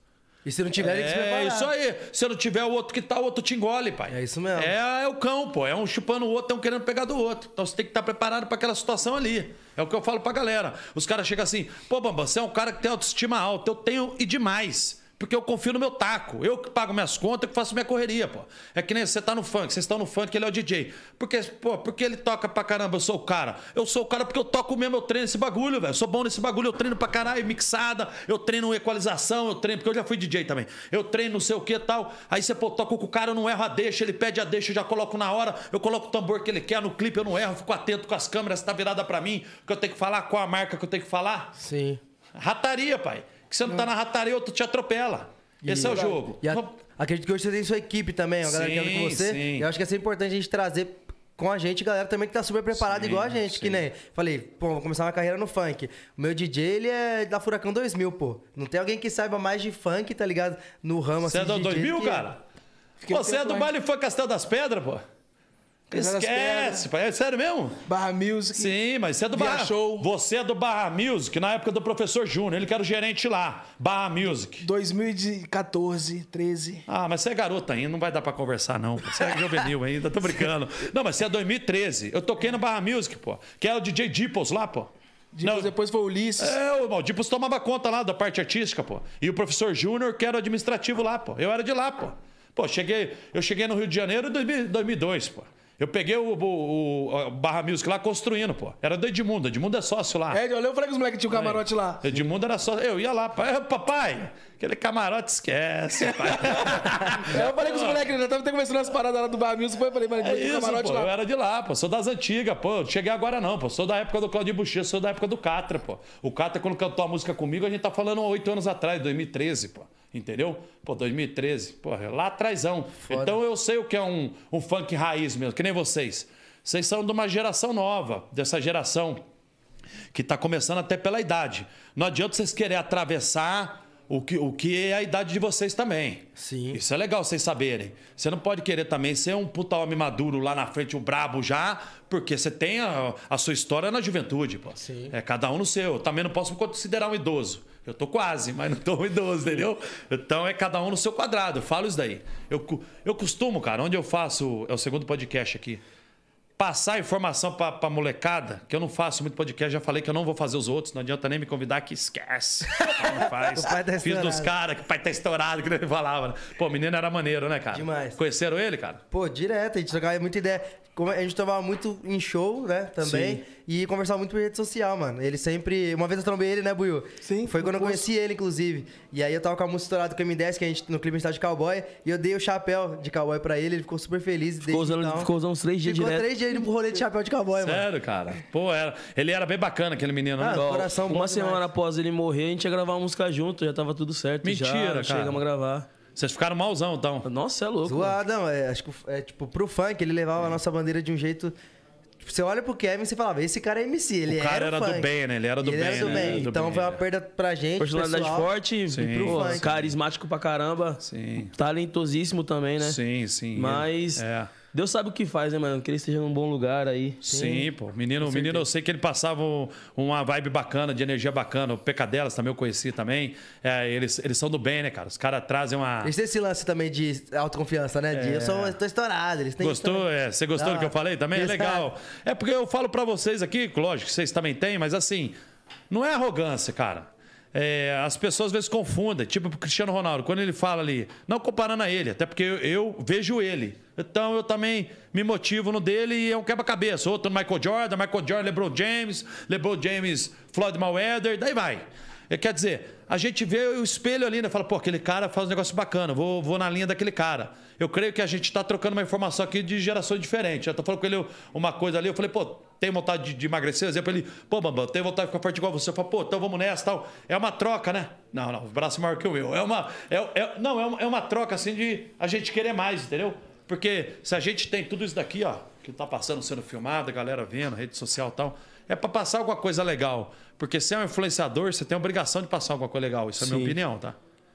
E se não tiver, ele que se É preparar. isso aí. Se não tiver o outro que tá, o outro te engole, pai. É isso mesmo. É, é o cão, pô. É um chupando o outro, é um querendo pegar do outro. Então você tem que estar preparado para aquela situação ali. É o que eu falo pra galera. Os caras chegam assim, pô, Bamba, você é um cara que tem autoestima alta. Eu tenho e demais. Porque eu confio no meu taco. Eu que pago minhas contas, eu que faço minha correria, pô. É que nem você tá no funk, vocês estão no funk, ele é o DJ. Porque, pô, porque ele toca pra caramba, eu sou o cara. Eu sou o cara porque eu toco mesmo, eu treino esse bagulho, velho. Eu sou bom nesse bagulho, eu treino pra caralho, mixada, eu treino equalização, eu treino, porque eu já fui DJ também. Eu treino não sei o que e tal. Aí você, pô, toca com o cara, eu não erro a deixa, ele pede a deixa, eu já coloco na hora, eu coloco o tambor que ele quer no clipe, eu não erro, eu fico atento com as câmeras, se tá virada pra mim, o que eu tenho que falar, qual a marca que eu tenho que falar. Sim. Rataria, pai. Que você não tá na rataria, outro te atropela. Esse é o jogo. E a- Não- acredito que hoje você tem sua equipe também, ó, a galera que anda com Sim, você. sim. E eu acho que é sempre importante a gente trazer com a gente galera também que tá super preparada Sim, igual a gente, que sim. nem... Falei, pô, vou começar uma carreira no funk. O meu DJ, ele é da Furacão 2000, pô. Não tem alguém que saiba mais de funk, tá ligado? No ramo, Você é assim, do de DJ 2000, que- cara? Fiquei Pô, você é tempo do lá. baile foi Castelo das Pedras, pô? Castelo das Esquece, pai. É sério mesmo? Barra Music. Sim, mas você é do Via Barra Show. Você é do Barra Music, na época do professor Júnior. Ele que era o gerente lá. Barra Music. 2014, 13. Ah, mas você é garota ainda, não vai dar pra conversar, não. pô. Você é juvenil ainda, tô brincando. Não, mas você é 2013. Eu toquei no Barra Music, pô. Que era o DJ Dipples lá, pô. Depois, Não, depois foi o Ulisses. é, o Maldipos tomava conta lá da parte artística, pô. E o professor Júnior, que era o administrativo lá, pô. Eu era de lá, pô. Pô, cheguei, eu cheguei no Rio de Janeiro em 2000 2002, pô. Eu peguei o, o- o- a Barra Music lá construindo, pô. Era do Edmundo, Edmundo é sócio lá. É, olha, eu falei que os moleques tinham um camarote lá. Edmundo era sócio. Eu ia lá, pai. "Ô, Papai, aquele camarote esquece, pai. É, eu falei com os moleques, né? Tava até começando as paradas lá do Barra Music. Foi, eu falei, mano, É tinha um isso, camarote pô. Eu lá. era de lá, pô. Sou das antigas, pô. Não Cheguei agora não, pô. Sou da época do Claudio Buxia, sou da época do Catra, pô. O Catra, quando cantou a música comigo, a gente tá falando há oito anos atrás, 2013, pô. Entendeu? Pô, 2013. Pô, é lá atrásão. Então eu sei o que é um, um funk raiz mesmo, que nem vocês. Vocês são de uma geração nova, dessa geração que está começando até pela idade. Não adianta vocês querer atravessar o que, o que é a idade de vocês também. Sim. Isso é legal vocês saberem. Você não pode querer também ser um puta homem maduro lá na frente, um brabo já, porque você tem a, a sua história na juventude, pô. Sim. É cada um no seu. Eu também não posso me considerar um idoso. Eu tô quase, mas não tô um idoso, entendeu? Então é cada um no seu quadrado. Eu falo isso daí. Eu, cu- eu costumo, cara, onde eu faço. É o segundo podcast aqui passar informação pra, pra molecada, que eu não faço muito podcast, já falei que eu não vou fazer os outros, não adianta nem me convidar que esquece. Não faz. O pai tá Fiz dos estourado. caras, que o pai tá estourado, que ele falava. né? Pô, o menino era maneiro, né, cara? Demais. Conheceram ele, cara? Pô, direto, a gente trocava muita ideia. Como A gente tomava muito em show, né, também. Sim. E conversava muito por rede social, mano. Ele sempre... Uma vez eu trombei ele, né, Buiu? Sim, Foi quando eu no posto. conheci ele, inclusive. E aí eu tava com a música estourada com o M10, que a gente, no clipe a gente tava de cowboy. E eu dei o chapéu de cowboy pra ele, ele ficou super feliz. então. Ficou usando, ficou usando uns três dias Ficou direto. três dias indo pro rolê de chapéu de cowboy, É, mano. Sério, cara? Pô, era. Ele era bem bacana, aquele menino. Ah, né? Ó, coração bom Uma demais. semana após ele morrer, a gente ia gravar uma música junto, já tava tudo certo. já, Mentira, cara. Chegamos a gravar. Vocês ficaram malzão, então. Nossa, é louco. mano. Zoado, não. É, acho que é, tipo, pro funk, ele levava a nossa bandeira de um jeito. Tipo, você olha pro Kevin e você falava, esse cara é MC. Ele O cara era, era do funk. bem, né? Ele era do Ele bem, era do né? bem. Era do então bem, foi uma né? perda pra gente. Personalidade pessoal. forte, Sim. pro- Funk. carismático pra caramba. Sim. Talentosíssimo também, né? Sim, sim. Mas É. Deus sabe o que faz, né, mano? Que ele esteja num bom lugar aí. Sim, pô. Menino, menino, eu sei que ele passava um- uma vibe bacana, de energia bacana. O Pecadelas também eu conheci também. É, eles, eles são do bem, né, cara? Os caras trazem uma. Eles têm esse lance também de autoconfiança, né? De eu sou, eu tô estourado. Eles têm Gostou? É, você gostou Da do que eu hora. falei também? É Gostar. legal. É porque eu falo pra vocês aqui, lógico que vocês também têm, mas assim, não é arrogância, cara. É, as pessoas às vezes confundem, tipo o Cristiano Ronaldo, quando ele fala ali, não comparando a ele, até porque eu, eu vejo ele. Então eu também me motivo no dele e é um quebra-cabeça. Outro no Michael Jordan, Michael Jordan, LeBron James, LeBron James, Floyd Mayweather, daí vai. É, Quer dizer, a gente vê o espelho ali, né? Fala, pô, aquele cara faz um negócio bacana, vou, vou na linha daquele cara. Eu creio que a gente está trocando uma informação aqui de gerações diferentes. Eu tô falando com ele uma coisa ali, eu falei, pô, tem vontade de, de emagrecer? Exemplo, ele, pô, Bamba, tem vontade de ficar forte igual você. Eu falo, pô, então vamos nessa tal. É uma troca, né? Não, não, o braço é maior que o meu. É uma. É, é- não, é uma, é uma troca assim de a gente querer mais, entendeu? Porque se a gente tem tudo isso daqui, ó, que tá passando sendo filmado, a galera vendo, rede social e tal, é para passar alguma coisa legal. Porque se é um influenciador, você tem a obrigação de passar alguma coisa legal. Isso é a minha Sim. opinião, tá?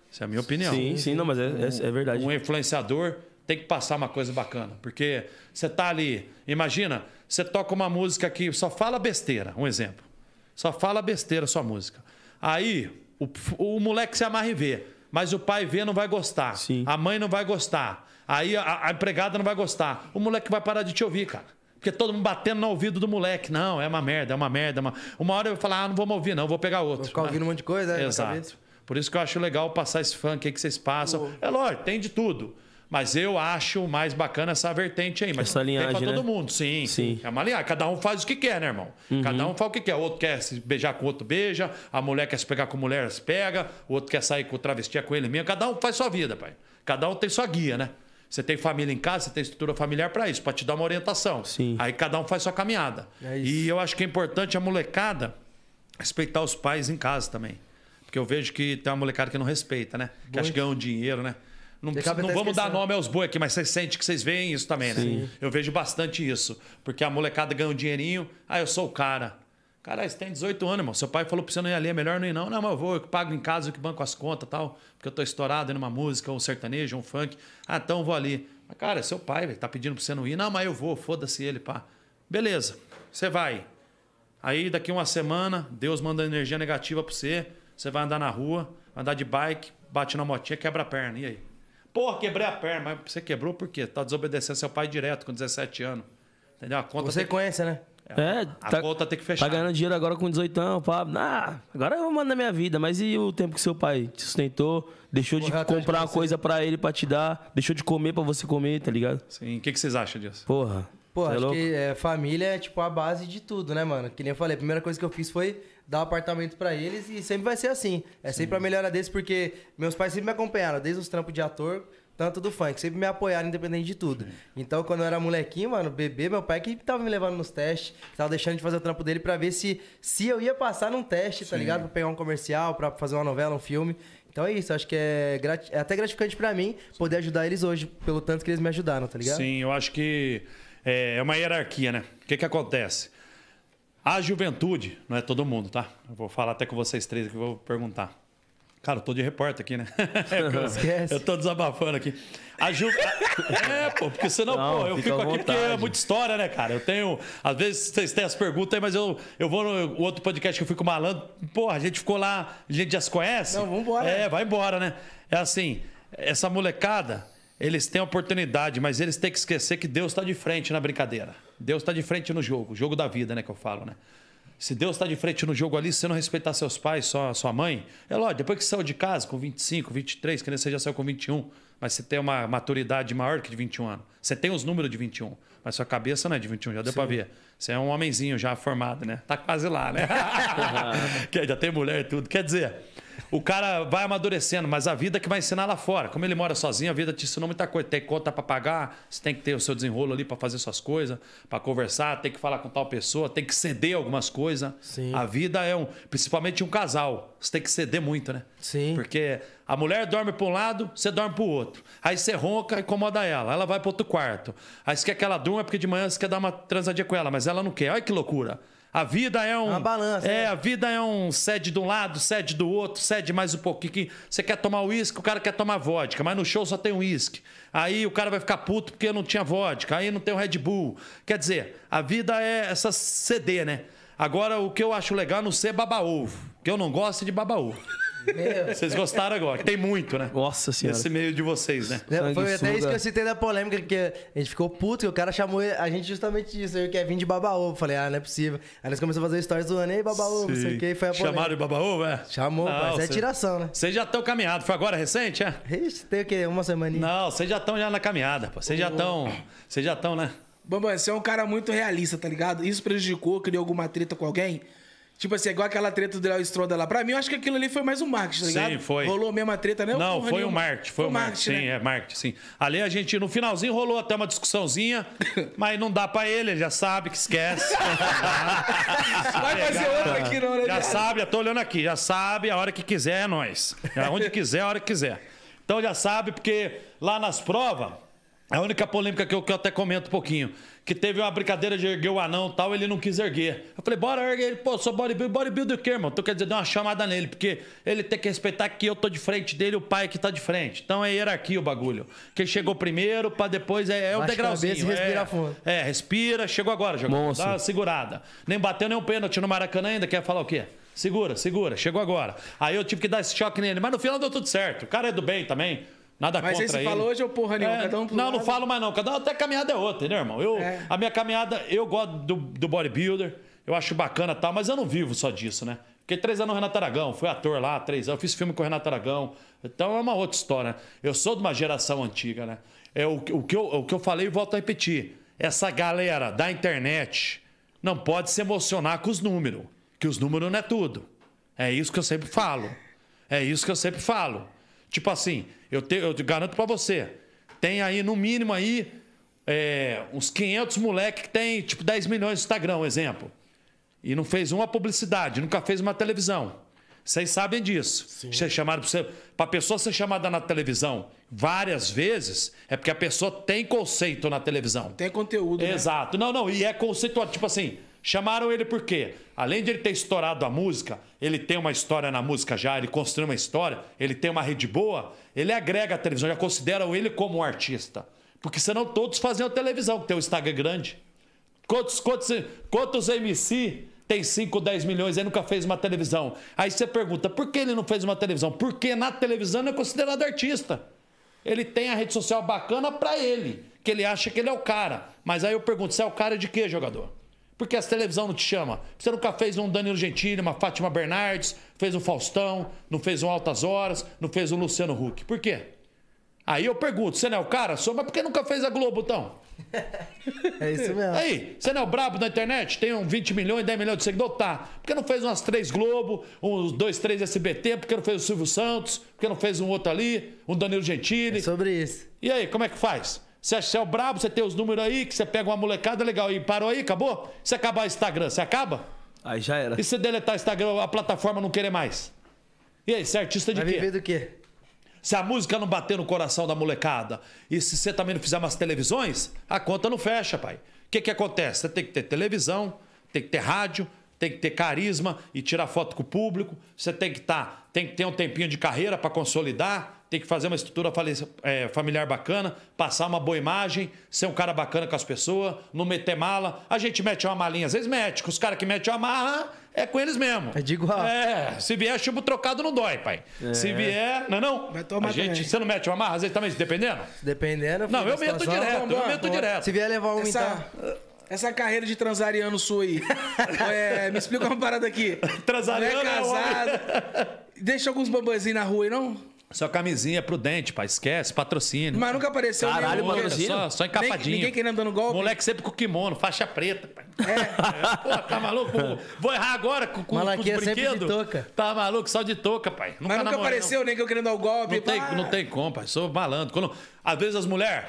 Isso é a minha opinião. Sim, sim, não, mas é, é- é verdade. Um influenciador tem que passar uma coisa bacana. Porque você tá ali, imagina, você toca uma música que só fala besteira, um exemplo. Só fala besteira a sua música. Aí o, o moleque se amarra e vê, mas o pai vê não vai gostar. Sim. A mãe não vai gostar. Aí a, a empregada não vai gostar. O moleque vai parar de te ouvir, cara. Porque todo mundo batendo no ouvido do moleque. Não, é uma merda, é uma merda. é Uma... uma hora eu vou falar, ah, não vou me ouvir, não, vou pegar outro. Vou ficar ouvindo um monte de coisa, né? na cabeça. Exato. Por isso que eu acho legal passar esse funk aí que vocês passam. É lógico, tem de tudo. Mas eu acho mais bacana essa vertente aí. Mas Essa linhagem, tem pra todo né? mundo, sim. Sim. Uhum. É uma linhagem. Cada um faz o que quer, né, irmão? Cada um faz o que quer. O outro quer se beijar com o outro, beija. A mulher quer se pegar com a mulher, se pega. O outro quer sair com o travesti, é com ele mesmo. Cada um faz sua vida, pai. Cada um tem sua guia, né? Você tem família em casa, você tem estrutura familiar pra isso, pra te dar uma orientação. Sim. Aí cada um faz sua caminhada. É isso. E eu acho que é importante a molecada respeitar os pais em casa também. Porque eu vejo que tem uma molecada que não respeita, né? Que acha que ganha um dinheiro, né? Não, precisa- acaba não até vamos dar esquecendo. nome aos boi aqui, mas vocês sentem que vocês veem isso também, né? Eu vejo bastante isso. Porque a molecada ganha um dinheirinho, ah, eu sou o cara. Caralho, você tem 18 anos, irmão. Seu pai falou pra você não ir ali, é melhor não ir, não. Não, mas eu vou, eu que pago em casa, eu que banco as contas e tal. Porque eu tô estourado numa música, um sertanejo, um funk. Ah, então eu vou ali. Mas, cara, é seu pai, velho, tá pedindo pra você não ir. Não, mas eu vou, foda-se ele, pá. Beleza, você vai. Aí daqui uma semana, Deus manda energia negativa pra você. Você vai andar na rua, vai andar de bike, bate na motinha, quebra a perna. E aí? Porra, quebrei a perna. Mas você quebrou por quê? Tá desobedecendo seu pai direto com 17 anos. Entendeu? A conta, tem, Consequência, né? É, a conta tem que fechar. Tá ganhando dinheiro agora com 18 anos, pá. Ah, agora eu mando na minha vida. Mas e o tempo que seu pai te sustentou? Deixou de Correr atrás de comprar uma você. coisa pra ele pra te dar? Deixou de comer pra você comer, tá ligado? Sim, o que, que vocês acham disso? Porra. Pô, cê é acho louco? que é, família é tipo a base de tudo, né, mano? Que nem eu falei, a primeira coisa que eu fiz foi dar um apartamento pra eles e sempre vai ser assim. É sempre a melhora deles, porque meus pais sempre me acompanharam, desde os trampos de ator, tanto do funk, sempre me apoiaram independente de tudo. Então, quando eu era molequinho, mano, bebê, meu pai que tava me levando nos testes, que tava deixando de fazer o trampo dele pra ver se, se eu ia passar num teste, tá ligado? Pra pegar um comercial, pra fazer uma novela, um filme. Então é isso, acho que é, grati- é até gratificante pra mim poder ajudar eles hoje, pelo tanto que eles me ajudaram, tá ligado? Sim, eu acho que é é uma hierarquia, né? O que, que acontece? A juventude, não é todo mundo, tá? Eu vou falar até com vocês três que eu vou perguntar. Cara, eu tô de repórter aqui, né? Esquece. Eu tô desabafando aqui. A ju... a- É, pô, porque senão, Não, pô, eu fica fico à aqui porque é vontade. muita história, né, cara? Eu tenho. Às vezes vocês têm as perguntas aí, mas eu, eu vou no o outro podcast que eu fico malandro. Porra, a gente ficou lá, a gente já se conhece. Não, vambora. É, vai embora, né? É assim, essa molecada, eles têm oportunidade, mas eles têm que esquecer que Deus está de frente na brincadeira. Deus está de frente no jogo, o jogo da vida, né, que eu falo, né? Se Deus está de frente no jogo ali, se você não respeitar seus pais, só sua mãe, é lógico, depois que você saiu de casa com 25, 23, que nem você já saiu com 21, mas você tem uma maturidade maior que de 21 anos. Você tem os números de 21, mas sua cabeça não é de 21, já deu pra ver. Você é um homenzinho já formado, né? Tá quase lá, né? Que já tem mulher e tudo. Quer dizer, o cara vai amadurecendo, mas a vida que vai ensinar lá fora. Como ele mora sozinho, a vida te ensinou muita coisa. Tem conta pra pagar, você tem que ter o seu desenrolo ali pra fazer suas coisas, pra conversar, tem que falar com tal pessoa, tem que ceder algumas coisas. Sim. A vida é um, principalmente um casal, você tem que ceder muito, né? Sim. Porque a mulher dorme para um lado, você dorme para o outro. Aí você ronca, incomoda ela. Ela vai para outro quarto. Aí você quer que ela durma porque de manhã você quer dar uma transadinha com ela, mas ela não quer. Olha que loucura. A vida é um. uma balança, É, né? a vida é um cede de um lado, cede do outro, cede mais um pouquinho. que Você quer tomar uísque, o cara quer tomar vodka, mas no show só tem uísque. Aí o cara vai ficar puto porque não tinha vodka, aí não tem o Red Bull. Quer dizer, a vida é essa CD, né? Agora, o que eu acho legal é não ser baba-ovo. O que eu não gosto é de baba-ovo. Meu. Vocês gostaram agora? que Tem muito, né? Nossa senhora. Esse meio de vocês, né? Né, Foi até Sanguessuga. isso que eu citei da polêmica, que a gente ficou puto e o cara chamou a gente justamente disso. Eu quer vir de babaú. Falei, ah, não é possível. Aí nós começamos a fazer stories do ano, ei, babaú, não sei o que, e foi a polêmica. Chamaram de baba-ovo, é? Chamou, pai. Isso é tiração, né? Vocês já estão caminhados. Foi agora recente, é? Ixi, tem o quê? Uma semaninha? Não, vocês já estão já na caminhada, pô. Vocês já estão. Vocês já estão, né? Bambam, você é um cara muito realista, tá ligado? Isso prejudicou, criou alguma treta com alguém? Tipo assim, igual aquela treta do Léo Stronda lá. Pra mim, eu acho que aquilo ali foi mais um marketing, tá Sim, ligado? foi. Rolou mesmo a treta, né? Não, Porra foi É o nenhuma. marketing, foi o marketing, sim, né? é marketing, sim. Ali a gente, no finalzinho, rolou até uma discussãozinha, mas não dá pra ele, ele já sabe que esquece. Vai fazer outra aqui, não, né? é. Já sabe, já tô olhando aqui, já sabe, a hora que quiser é nós. É onde quiser, a hora que quiser. Então já sabe, porque lá nas provas, a única polêmica que eu, que eu até comento um pouquinho, que teve uma brincadeira de erguer o anão e tal, ele não quis erguer. Eu falei, bora erguer ele, pô, sou bodybuilder, bodybuilder o quê, irmão? Então quer dizer, deu uma chamada nele, porque ele tem que respeitar que eu tô de frente dele, o pai que tá de frente. Então é hierarquia o bagulho. Quem chegou primeiro, pra depois é, é o Baixa a degrauzinho. cabeça e respira é, fundo. é, respira, chegou agora, jogou. Monstro. Dá uma segurada. Nem bateu nem um pênalti no Maracanã ainda, quer falar o quê? Segura, segura, chegou agora. Aí eu tive que dar esse choque nele, mas no final deu tudo certo. O cara é do bem também. Nada Mas aí contra você ele. É, falou hoje ou porra nenhuma? Cada um pro não, não lado. falo mais não. Cada um até caminhada é outra, né, irmão? Eu, É. A minha caminhada, eu gosto do, do bodybuilder, eu acho bacana e tal, mas eu não vivo só disso, né? Fiquei três anos no Renato Aragão, fui ator lá, três anos, eu fiz filme com o Renato Aragão. Então é uma outra história. né? Eu sou de uma geração antiga, né? É o, que- o que eu, o que eu falei e volto a repetir. Essa galera da internet não pode se emocionar com os números, que os números não é tudo. É isso que eu sempre falo. É isso que eu sempre falo. Tipo assim, eu, te, eu te garanto pra você, tem aí no mínimo aí é, uns 500 moleque que tem tipo 10 milhões no Instagram, um exemplo. E não fez uma publicidade, nunca fez uma televisão. Vocês sabem disso. Vocês chamaram pra, você, pra pessoa ser chamada na televisão várias vezes, é porque a pessoa tem conceito na televisão. Tem conteúdo, né? Exato. Não, não, e é conceituado. Tipo assim, chamaram ele por quê? Além de ele ter estourado a música, ele tem uma história na música já, ele construiu uma história, ele tem uma rede boa, ele agrega a televisão, já consideram ele como um artista. Porque senão todos faziam televisão, que tem o Instagram grande. Quantos, quantos, quantos MC tem 5, 10 milhões e nunca fez uma televisão? Aí você pergunta, por que ele não fez uma televisão? Porque na televisão ele é considerado artista. Ele tem a rede social bacana pra ele, que ele acha que ele é o cara. Mas aí eu pergunto, você é o cara de quê, jogador? Porque a televisão não te chama. Você nunca fez um Danilo Gentili, uma Fátima Bernardes, fez um Faustão, não fez um Altas Horas, não fez um Luciano Huck. Por quê? Aí eu pergunto, você não é o cara? Sou, mas por que nunca fez a Globo, então? É isso mesmo. Aí, você não é o brabo da internet? Tem um 20 milhões, 10 milhões de seguidores? Tá. Por que não fez umas três Globo, uns dois, três SBT? Por que não fez o Silvio Santos? Por que não fez um outro ali? Um Danilo Gentili? Sobre isso. E aí, como é que faz? Você acha que você é o brabo, você tem os números aí, que você pega uma molecada legal e parou aí, acabou? Se acabar o Instagram, você acaba? Aí já era. E se deletar o Instagram, a plataforma não querer mais? E aí, você é artista de Vai quê? viver do quê? Se a música não bater no coração da molecada e se você também não fizer umas televisões, a conta não fecha, pai. O que, que acontece? Você tem que ter televisão, tem que ter rádio, tem que ter carisma e tirar foto com o público. Você tem que estar, tem que ter um tempinho de carreira para consolidar, tem que fazer uma estrutura fali- eh, familiar bacana, passar uma boa imagem, ser um cara bacana com as pessoas, não meter mala. A gente mete uma malinha, às vezes mete, com os caras que metem uma mala é com eles mesmo. É de igual. É, se vier chumbo trocado não dói, pai. Se vier, não é não? Vai tomar a gente, também. Você não mete uma marra, às vezes também, dependendo? Dependendo. Não, filho, eu da meto situação. direto, eu vamos, meto vamos. direto. Se vier levar um, Essa, então. essa carreira de transariano sua aí. É, me explica uma parada aqui. Transariano Não é é o homem. casado. Deixa alguns bambanzinhos na rua aí, não? Sua camisinha é prudente, pai, esquece, patrocínio. Mas nunca apareceu Caralho, nenhum. Porra, mano, patrocínio? só, só encapadinho. Nem- ninguém querendo dando golpe? É. Moleque sempre com kimono, faixa preta. pai. Pô, tá maluco? Vou errar agora com, com, com os Malaquia sempre de brinquedos? touca. Tá maluco, só de touca, pai. Nunca Mas nunca namorei, não. apareceu, nem que eu querendo dar o golpe. Não tem, pá. não tem como, pai. Sou malandro. Quando, às vezes as mulheres,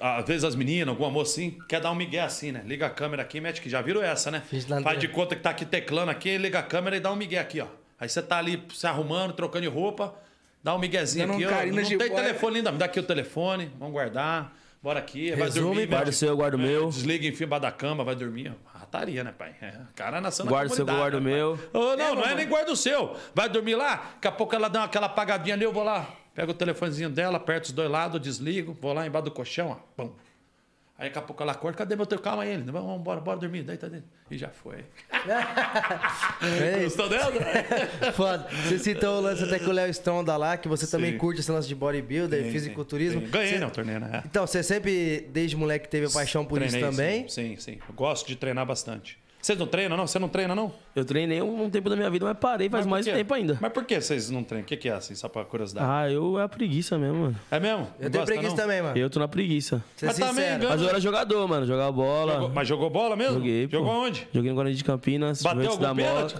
às vezes as meninas, alguma moça assim, quer dar um migué assim, né? Liga a câmera aqui, mete que já viram essa, né? Fiz lá no- Faz de conta que tá aqui teclando aqui, liga a câmera e dá um migué aqui, ó. Aí você tá ali se arrumando, trocando de roupa, dá um miguezinho Dando um aqui, ó. carinho Não de tem boy. telefone ainda, me dá aqui o telefone, vamos guardar. Bora aqui, vai Resume, dormir. guarda meu. o seu, eu guardo o É, meu. Desliga, enfim, embaixo da cama, vai dormir. ó. Rataria, né, pai? É, o cara nasceu na Guarda o seu, comunidade, guarda o né, pai? meu. Ô, não, É, não é mamãe. nem guarda o seu. Vai dormir lá, daqui a pouco ela dá aquela apagadinha ali, eu vou lá, pego o telefonezinho dela, aperto os dois lados, desligo, vou lá embaixo do colchão, ó, pum. Aí daqui a pouco ela acorda, cadê meu telefone? Calma aí, ele, vamos, vamos bora, bora dormir, daí tá dentro. E já foi. É isso. Gostou dela? então, Foda. Você citou o lance até com o Léo Stronda lá, que você também Sim. curte esse lance de bodybuilder, fisiculturismo. Ganhei, Você- não, torneio, né? Então, você sempre, desde moleque, teve a paixão por Treinei, isso também. Sim, sim, sim. Eu gosto de treinar bastante. Vocês não treinam, não? Você não treina, não? Eu treinei um, um tempo da minha vida, mas parei faz Mas por mais quê? tempo ainda. Mas por que vocês não treinam? O que, que é assim, só pra curiosidade? Ah, eu é a preguiça mesmo, mano. É mesmo? Eu tenho preguiça também, mano. Eu tô na preguiça. Ser Mas também sincero. ganha- Mas eu era jogador, mano. Jogava bola. Mas jogou bola mesmo? Joguei, pô. Jogou onde? Joguei no Guarani de Campinas. Bateu Juventus algum pênalti?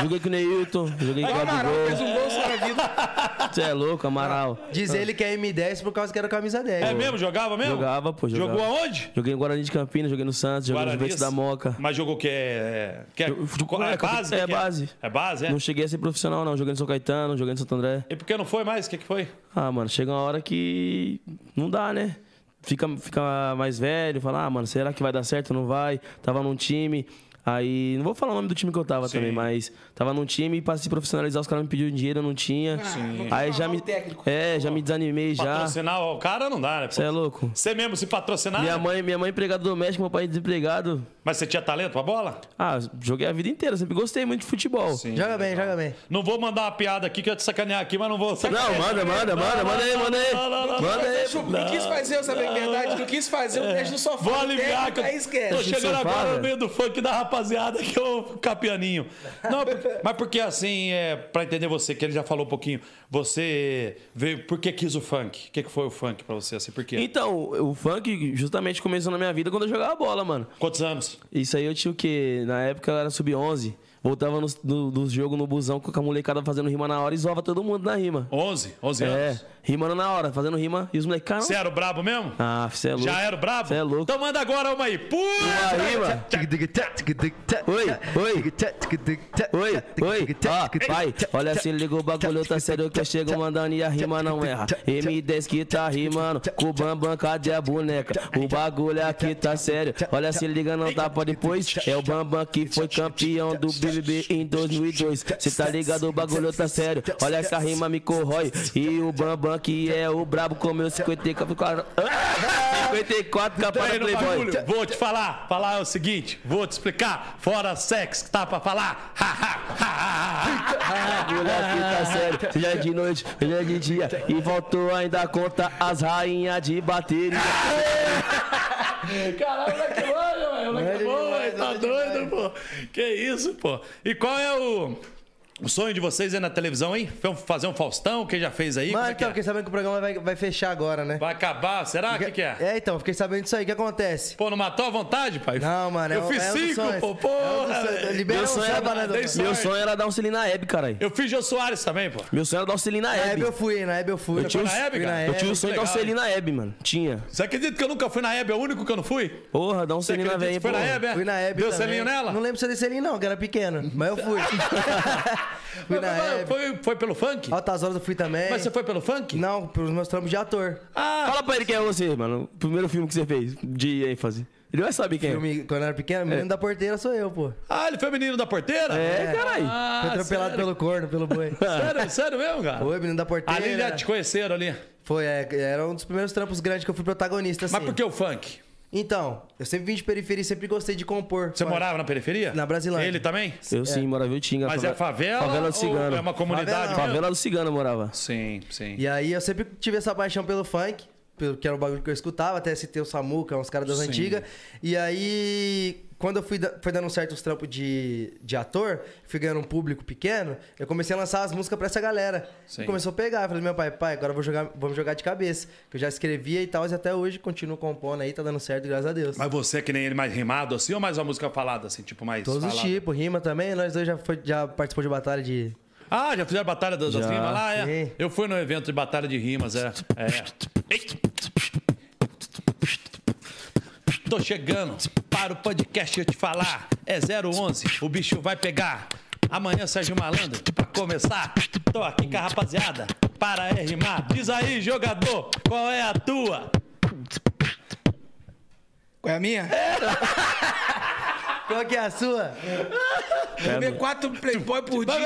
Joguei com o Neilton. Joguei com o Amaral fez Gabigol. um gol sobre a vida. Você é louco, Amaral. Diz ele que é M10 por causa que era camisa 10. É mesmo? Jogava mesmo? Jogava, pô, jogava. Jogou aonde? assim. Joguei no Guarani de Campinas, joguei no Santos, joguei no é Juventus da Moca. Mas jogou o que? É, que é, Eu- qual- é é, base? é Que que base. É base, é? Não cheguei a ser profissional, não. Joguei no São Caetano, joguei no Santo André. E por que não foi mais? O que, que foi? Ah, mano, chega uma hora que não dá, né? Fica, fica mais velho, fala, ah, mano, será que vai dar certo? Não vai. Tava num time. Aí, não vou falar o nome do time que eu tava também, mas tava num time e pra se profissionalizar, os caras me pediram dinheiro, eu não tinha. Ah, Sim. Aí não já fala me. o técnico. É, já me desanimei já. Patrocinar o cara não dá, né? pô? Você é louco? Você mesmo se patrocinar? Minha né? mãe, minha mãe é empregada doméstica, meu pai é desempregado. Mas você tinha talento pra bola? Ah, joguei a vida inteira, sempre gostei muito de futebol. Joga bem, joga bem. Não vou mandar uma piada aqui que eu ia te sacanear aqui, mas não vou sacanear. Não, manda, manda, manda, manda aí, manda aí. Não, não, não, não. Manda aí. Deixa eu- Tipo, Não quis fazer, eu sabia a verdade. Não quis fazer, eu deixo no sofá. É. Vou do aliviar. técnico, que eu Aí Tô esquece. che- chegando Sofá, agora no velho. meio do funk da rapaziada que eu capianinho. Não, por- mas porque assim, é, pra entender você, que ele já falou um pouquinho, você veio. Por que quis o funk? O que, que foi o funk pra você? Assim, por quê? Então, o funk justamente começou na minha vida quando eu jogava bola, mano. Quantos anos? Isso aí eu tinha o quê? Na época eu era sub-11. Voltava nos no, dos jogos no busão com a molecada fazendo rima na hora e zoava todo mundo na rima. 11? 11 É, anos? rimando na hora, fazendo rima. E os moleques, caramba. Você era o brabo mesmo? Ah, você é louco. Já era o brabo? Você é louco. Então manda agora uma aí. Pura! Uma rima. Oi, oi. Oi, oi, ó, pai, olha se liga o bagulho, tá sério que eu chego mandando e a rima não erra. M10 que tá rimando, com bambanca de a né? boneca. O bagulho aqui tá sério, olha se liga não tá pra depois. É o bambam que foi campeão do BBB em 2002. Cê tá ligado, o bagulho tá sério, olha essa rima me corrói. E o bambam que é o brabo comeu 54 54 capa da Aí no Playboy. bagulho, Vou te falar. Falar é o seguinte, vou te explicar. Fora sexo que tá pra falar. Ha, ha, ha, ha, ha. bagulho aqui tá sério. Seja de noite, seja de dia. E voltou ainda conta as rainhas de bateria. Ah, Caralho, o moleque manja, velho. O moleque é bom, velho. Tá doido, pô. Que isso, pô. E qual é o, o sonho de vocês aí na televisão, hein? Fa- Fazer um Faustão? Quem já fez aí? Como Mano, é que então, é? fiquei sabendo que o programa vai, vai fechar agora, né? Vai acabar? Será? O que, que é? É, então, fiquei sabendo disso aí. O que acontece? Pô, não matou à vontade, pai? Não, mano, é Eu um- fiz é um dos cinco, sonhos. pô. Pô, é É um dos sonhos. Libera Meu um sonho, samba, né, era, Dom? dei meu sorte. sonho era dar um selinho na Hebe, caralho. Eu fiz Jô Soares também, pô. Meu sonho era dar um selinho na Na Hebe Hebe. eu fui, na Hebe eu fui. Eu tinha Foi na os- Hebe, cara? Eu tinha o muito sonho de dar um É, legal, selinho na Hebe, mano. Tinha. Você acredita que eu nunca fui na Hebe? É o único que eu não fui? Porra, dá um Você selinho na acredita Hebe, que foi na Hebe? é? Fui na Hebe Deu também. selinho nela? Não lembro se eu dei selinho não, que era pequeno. Mas eu fui. fui Mas na foi- Hebe. foi, foi pelo funk? Altas horas eu fui também. Mas você foi pelo funk? Não, pelos meus trampos de ator. Ah, Fala pra ele quem é você, mano. O primeiro filme que você fez de ênfase. Ele vai saber quem é. Filme, quando eu era pequeno, menino É. da porteira sou eu, pô. ah, ele foi menino da porteira? É, caralho. Ah, Fui atropelado sério? pelo corno, pelo boi. Sério, sério mesmo, cara? Foi, menino da porteira. Ali já te conheceram ali. Foi, é, era um dos primeiros trampos grandes que eu fui protagonista, assim. Mas por que o funk? Então, eu sempre vim de periferia e sempre gostei de compor. Você morava na periferia? Na Brasilândia. Ele também? Eu sim, morava em Tinga. Mas é favela? Favela do ou Cigano. é uma comunidade? Favela. mesmo? Favela do Cigano morava. Sim, sim. E aí eu sempre tive essa paixão pelo funk, pelo- que era o bagulho que eu escutava, até citei o Samuca, uns caras das Sim. antigas. E aí, quando eu fui, da- foi dando certo os trampos de, de ator, fui ganhando um público pequeno, eu comecei a lançar as músicas pra essa galera. Sim. E começou a pegar. Eu falei, meu pai, pai, agora eu vou jogar, vamos jogar de cabeça. Que eu já escrevia e tal, e até hoje continuo compondo aí, tá dando certo, graças a Deus. Mas você é que nem ele mais rimado assim ou mais uma música falada assim, tipo mais Todos os falada? tipos, rima também, nós dois já, foi, já participou de batalha de. Ah, já fizeram batalha das, das Já, rimas lá? É. sim. Eu fui no evento de batalha de rimas, é. é. Ei. Tô chegando para o podcast eu te falar. É 011, o bicho vai pegar. Amanhã Sérgio Malandro, pra começar. Tô aqui com a rapaziada para é rimar. Diz aí, jogador, qual é a tua? Qual é a minha? Qual que é a sua? Comer quatro Playboy por dia.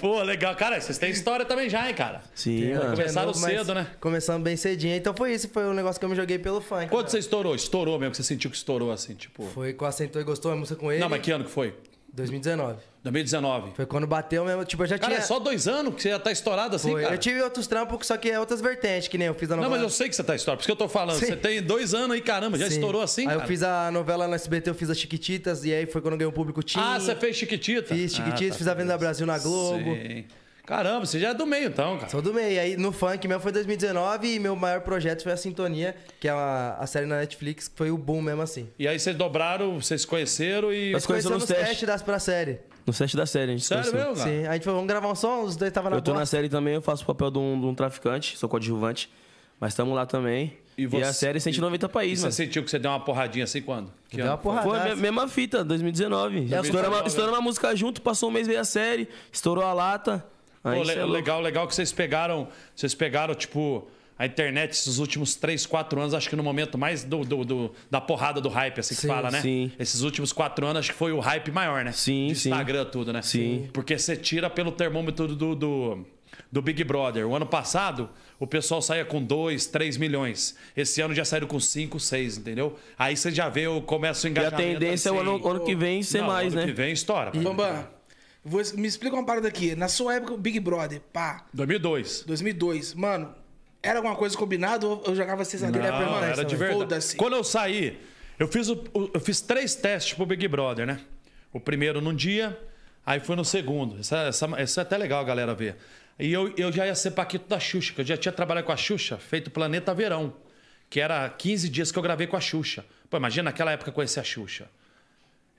Pô, legal. Cara, vocês têm história também já, hein, cara? Sim, mano. Começaram novo, mas cedo, né? Começamos bem cedinho. Então foi isso, foi um negócio que eu me joguei pelo funk. Quando você estourou? Estourou mesmo, que você sentiu que estourou assim, tipo. Foi com Assentou e Gostou, a música com ele. Não, mas que ano que foi? 2019. 2019. Foi quando bateu mesmo. Tipo, eu já Cara, tinha. é só dois anos que você já tá estourado assim, Foi. cara. Eu tive outros trampos, só que é outras vertentes, que nem eu fiz a Não, novela. mas eu sei que você tá estourado, por isso que eu tô falando. Sim. Você tem dois anos aí, caramba, já Sim. estourou assim, Aí cara. eu fiz a novela no SBT, eu fiz as Chiquititas, e aí foi quando eu ganhei um público teen. Ah, você fez Chiquitita? Ah, tá. Fiz Chiquititas, fiz a Venda Brasil na Globo. Sim. Caramba, você já é do meio então, cara. Sou do meio. Aí no funk mesmo foi 2019 e meu maior projeto foi a Sintonia, que é uma- a série na Netflix, que foi o boom mesmo assim. E aí vocês dobraram, vocês se conheceram e. Mas Nós conhecemos Começamos nos os testes. testes das pra série. No set da série, a gente se Sério conheceu. mesmo, cara? Sim. A gente foi, vamos gravar um som, os dois estavam na Eu tô na bosta. série também, eu faço o papel de um, de um traficante, sou coadjuvante. Mas estamos lá também. E, a série 190 E países, você né? mano. sentiu que você deu uma porradinha assim quando? Que Deu ano? uma porrada. né? Foi a me- mesma fita, É 2019. Estouramos, estouramos a música junto, passou um mês, veio a série, estourou a lata. Pô, Aí le- cê é louco. legal, legal que vocês pegaram. Vocês pegaram, tipo, a internet esses últimos 3, 4 anos, acho que no momento mais do, do- do- da porrada do hype, assim que Sim, fala, né? sim. Esses últimos 4 anos, acho que foi o hype maior, né? Sim, De sim. Instagram, tudo, né? Sim. Porque você tira pelo termômetro do, do, do Big Brother. O ano passado, o pessoal saía com 2, 3 milhões. Esse ano já saíram com 5, 6, entendeu? Aí você já vê, o- E começa o a engajamento. tendência é o assim. ano, ano que vem ser Não, mais, ano né? que vem estoura. pô. Bambam, vou- me explica uma parada aqui. Na sua época, o Big Brother, pá, 2002. 2002, mano, era alguma coisa combinada ou eu jogava vocês ali? Não, Não, perguntar era isso de também. verdade. Foda-se. Quando eu saí, eu fiz, o- o- eu fiz três testes pro Big Brother, né? O primeiro num dia, aí foi no segundo. Essa- essa- Isso, é até legal a galera ver. E eu, eu já ia ser Paquito da Xuxa, que eu já tinha trabalhado com a Xuxa, feito Planeta Verão, que era 15 dias que eu gravei com a Xuxa. Pô, imagina naquela época conhecer a Xuxa.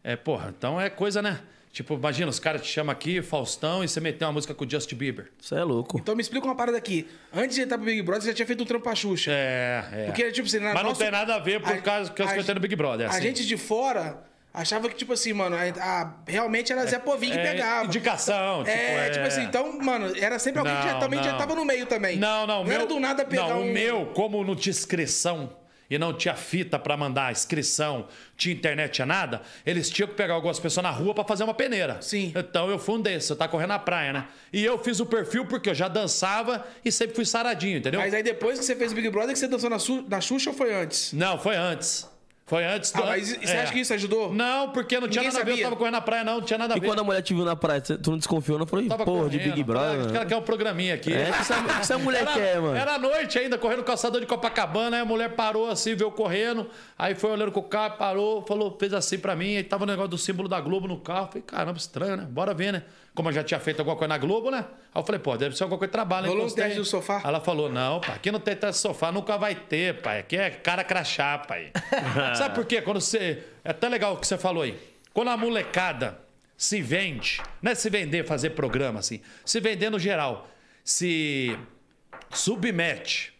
É, porra, então é coisa, né? Tipo, imagina, os caras te chamam aqui, Faustão, e você meteu uma música com o Justin Bieber. Isso é louco. Então me explica uma parada aqui. Antes de entrar pro Big Brother, você já tinha feito um trampo pra Xuxa. É, é. Porque, tipo assim, na Mas não nossa- tem nada a ver por causa que eu escutei no Big Brother. é A assim. gente de fora achava que, tipo assim, mano, a- a- realmente era Zé Povinho que É, pegava. Indicação, tipo, é, tipo assim, então, mano, era sempre alguém que já, Não, também já não. tava no meio também. Não, não, o Não meu, era do nada pegar não, um... o meu, como não tinha inscrição e não tinha fita pra mandar inscrição, tinha internet, tinha nada, eles tinham que pegar algumas pessoas na rua pra fazer uma peneira. Sim. Então eu fui um desses, eu tava correndo na praia, né? E eu fiz o perfil porque eu já dançava e sempre fui saradinho, entendeu? Mas é- aí depois que você fez o Big Brother, que você dançou na, Su- na Xuxa ou foi antes? Não, foi antes. Foi antes É. Ah, mas e- você acha que isso ajudou? Não, porque não tinha Ninguém nada a ver, sabia. eu tava correndo na praia, não, não tinha nada a E ver. quando a mulher te viu na praia, cê- tu não desconfiou, não? Eu falei, tá Tava porra, de correndo, Big Brother, Ela mano. quer um programinha aqui. É, o que essa, o que essa mulher Era, quer, mano? era noite ainda, correndo no calçador de Copacabana, aí a mulher parou assim, veio correndo, aí foi olhando com o carro, parou, falou, fez assim pra mim, aí tava o negócio do símbolo da Globo no carro. Falei, caramba, estranho, né? Bora ver, né? Como eu já tinha feito alguma coisa na Globo, né? Aí eu falei, pô, deve ser alguma coisa de trabalho, né? Rolou um Encostei. teste do sofá? Ela falou, não, pai, aqui não tem teste de sofá, nunca vai ter, pai. Aqui é cara crachá, pai. Sabe por quê? Quando você. É até legal o que você falou aí. Quando a molecada se vende, não é se vender, fazer programa, assim. Se vender no geral. Se submete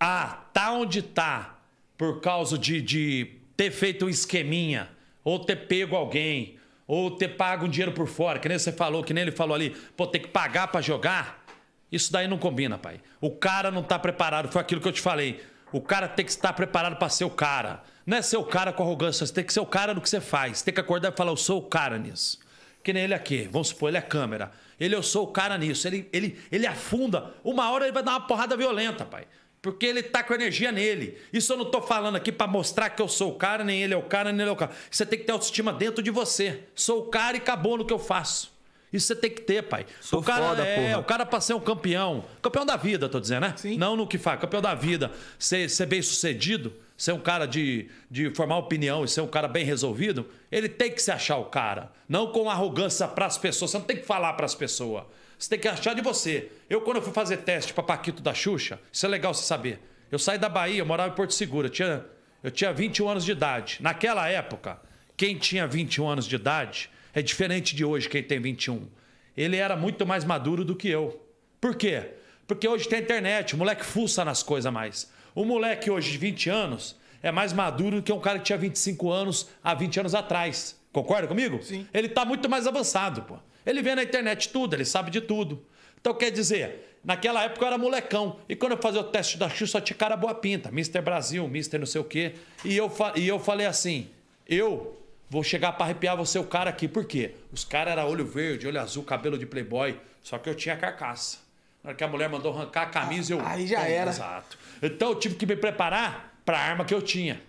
a tá onde tá por causa de, de ter feito um esqueminha, ou ter pego alguém, ou ter pago um dinheiro por fora, que nem você falou, que nem ele falou ali, pô, tem que pagar pra jogar. Isso daí não combina, pai. O cara não tá preparado, foi aquilo que eu te falei. O cara tem que estar preparado pra ser o cara. Não é ser o cara com arrogância, você tem que ser o cara no que você faz. Tem que acordar e falar, eu sou o cara nisso. Que nem ele aqui, vamos supor, ele é câmera. Ele, eu sou o cara nisso. Ele, ele, ele afunda. Uma hora ele vai dar uma porrada violenta, pai. Porque ele tá com energia nele. Isso eu não tô falando aqui pra mostrar que eu sou o cara, nem ele é o cara, nem ele é o cara. Você tem que ter autoestima dentro de você. Sou o cara e acabou no que eu faço. Isso você tem que ter, pai. Sou o cara foda, é, porra. o cara pra ser um campeão. Campeão da vida, tô dizendo, né? Sim. Não no que faz, campeão da vida. Ser, ser bem sucedido, ser um cara de, de formar opinião e ser um cara bem resolvido, ele tem que se achar o cara. Não com arrogância pras pessoas. Você não tem que falar pras pessoas. Você tem que achar de você. Eu, quando eu fui fazer teste pra Paquito da Xuxa, isso é legal você saber. Eu saí da Bahia, eu morava em Porto Seguro. Eu tinha, eu tinha 21 anos de idade. Naquela época, quem tinha 21 anos de idade é diferente de hoje, quem tem 21 ele era muito mais maduro do que eu. Por quê? Porque hoje tem internet, o moleque fuça nas coisas mais. O moleque hoje de 20 anos é mais maduro do que um cara que tinha 25 anos há 20 anos atrás. Concorda comigo? Sim. Ele tá muito mais avançado, pô. Ele vê na internet tudo, ele sabe de tudo. Então quer dizer, naquela época eu era molecão. E quando eu fazia o teste da Xuxa, só tinha cara boa pinta. Mr. Brasil, Mr. não sei o quê. E eu, fa- e eu falei assim, eu Vou chegar pra arrepiar você o cara aqui. Por quê? Os caras eram olho verde, olho azul, cabelo de playboy. Só que eu tinha carcaça. Na hora que a mulher mandou arrancar a camisa, eu... Aí já era. Exato. Então eu tive que me preparar pra arma que eu tinha.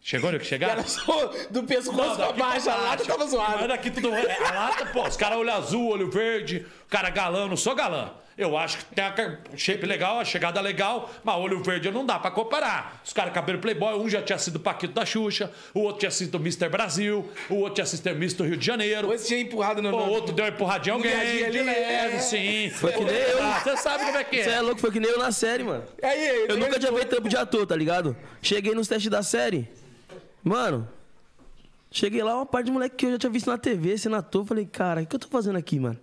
Chegou onde eu que chegar? Era só do pescoço pra daqui pra baixo, a lata baixo. tava tá Mas zoada. daqui tudo. é, A lata, pô, os caras olho azul, olho verde, cara galã, eu não sou galã. Eu acho que tem a car- shape legal, a chegada legal, mas olho verde não dá pra comparar. Os caras cabelo playboy, um já tinha sido Paquito da Xuxa, o outro tinha sido Mr. Brasil, o outro tinha sido Mr. Rio de Janeiro. Ou esse tinha empurrado no... Pô, no- outro deu uma empurradinha em No alguém. viadinho ali, de leve, é. sim. Foi que nem eu. Ah, Você sabe como é que Você é é. louco, foi que nem eu na série, mano. Aí, aí, Eu nunca tinha feito trampo de ator, tá ligado? Cheguei nos testes da série. Mano, cheguei lá, uma parte de moleque que eu já tinha visto na TV, sendo ator. Falei, cara, o que eu tô fazendo aqui, mano?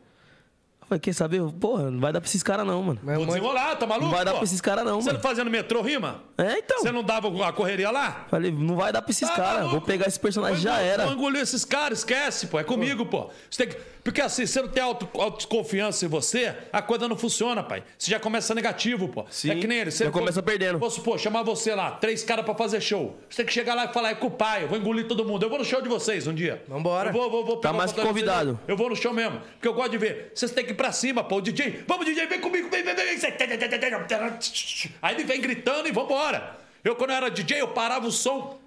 Eu falei, quer saber? Porra, não vai dar pra esses caras não, mano. Mas Vou um monte- desenrolar, tá maluco? Não vai dar pô? pra esses caras não, Você não mano. fazendo metrô rima? É, então. Você não dava a correria lá? Falei, não vai dar pra esses Tá caras. maluco? Vou pegar esse personagem, já Vou- era. Vou engolir esses caras, esquece, pô. É comigo, pô. Você tem que- Porque assim, você não tem auto, autoconfiança em você, a coisa não funciona, pai. Você já começa negativo, pô. Sim, é que nem ele. Você já começa perdendo. Vou supor, chamar você lá, três caras pra fazer show. Você tem que chegar lá e falar, é com o pai, eu vou engolir todo mundo. Eu vou no show de vocês um dia. Vambora. Eu vou, vou, vou Tá pegar mais o que contato de vocês. convidado. Eu vou no show mesmo, porque eu gosto de ver. Vocês têm que ir pra cima, pô. O DJ, vamos, DJ, vem comigo, vem, vem, vem. Você- Aí ele vem gritando e vambora. Eu, quando eu era DJ, eu parava o som.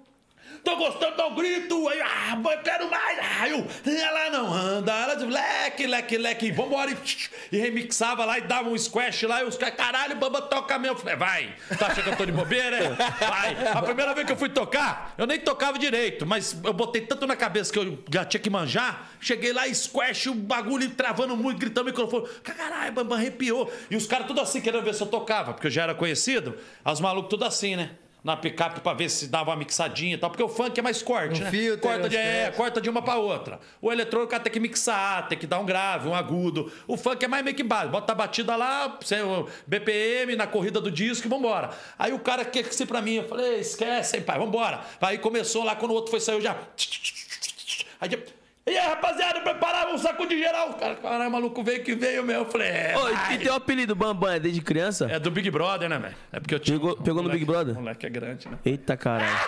Tô gostando, dá um grito. Aí, ah, boy, quero mais. Aí eu, ela não anda, ela de leque, leque, leque. Vambora. E, e remixava lá e dava um squash lá. E os caras, caralho, bamba, toca mesmo. Eu Falei, vai. Tá achando que eu tô de bobeira, é? Vai. A primeira vez que eu fui tocar, eu nem tocava direito, mas eu botei tanto na cabeça que eu já tinha que manjar. Cheguei lá, squash, o bagulho travando muito, gritando no microfone. Caralho, bamba, arrepiou. E os caras tudo assim, querendo ver se eu tocava, porque eu já era conhecido. Aí Os malucos tudo assim, né? na picape pra ver se dava uma mixadinha e tal, porque o funk é mais corte, Um né? filtro, corta, de, uns é, testes. corta de uma pra outra. O eletrônico cara, tem que mixar, tem que dar um grave, um agudo. O funk é mais meio que básico. Bota a batida lá, sem o BPM, na corrida do disco e vambora. Aí o cara quer que se pra mim, eu falei, esquece, hein, pai, vambora. Aí começou lá, quando o outro foi sair, eu já. Aí, já- e aí, rapaziada, preparava um saco de geral. O cara, caralho, maluco veio que veio mesmo. Eu falei, é. Ô, vai. e teu apelido Bambam é desde criança? É do Big Brother, né, velho? É porque eu tinha. Pegou- pegou no moleque- Big Brother? Moleque é grande, né? Eita caralho.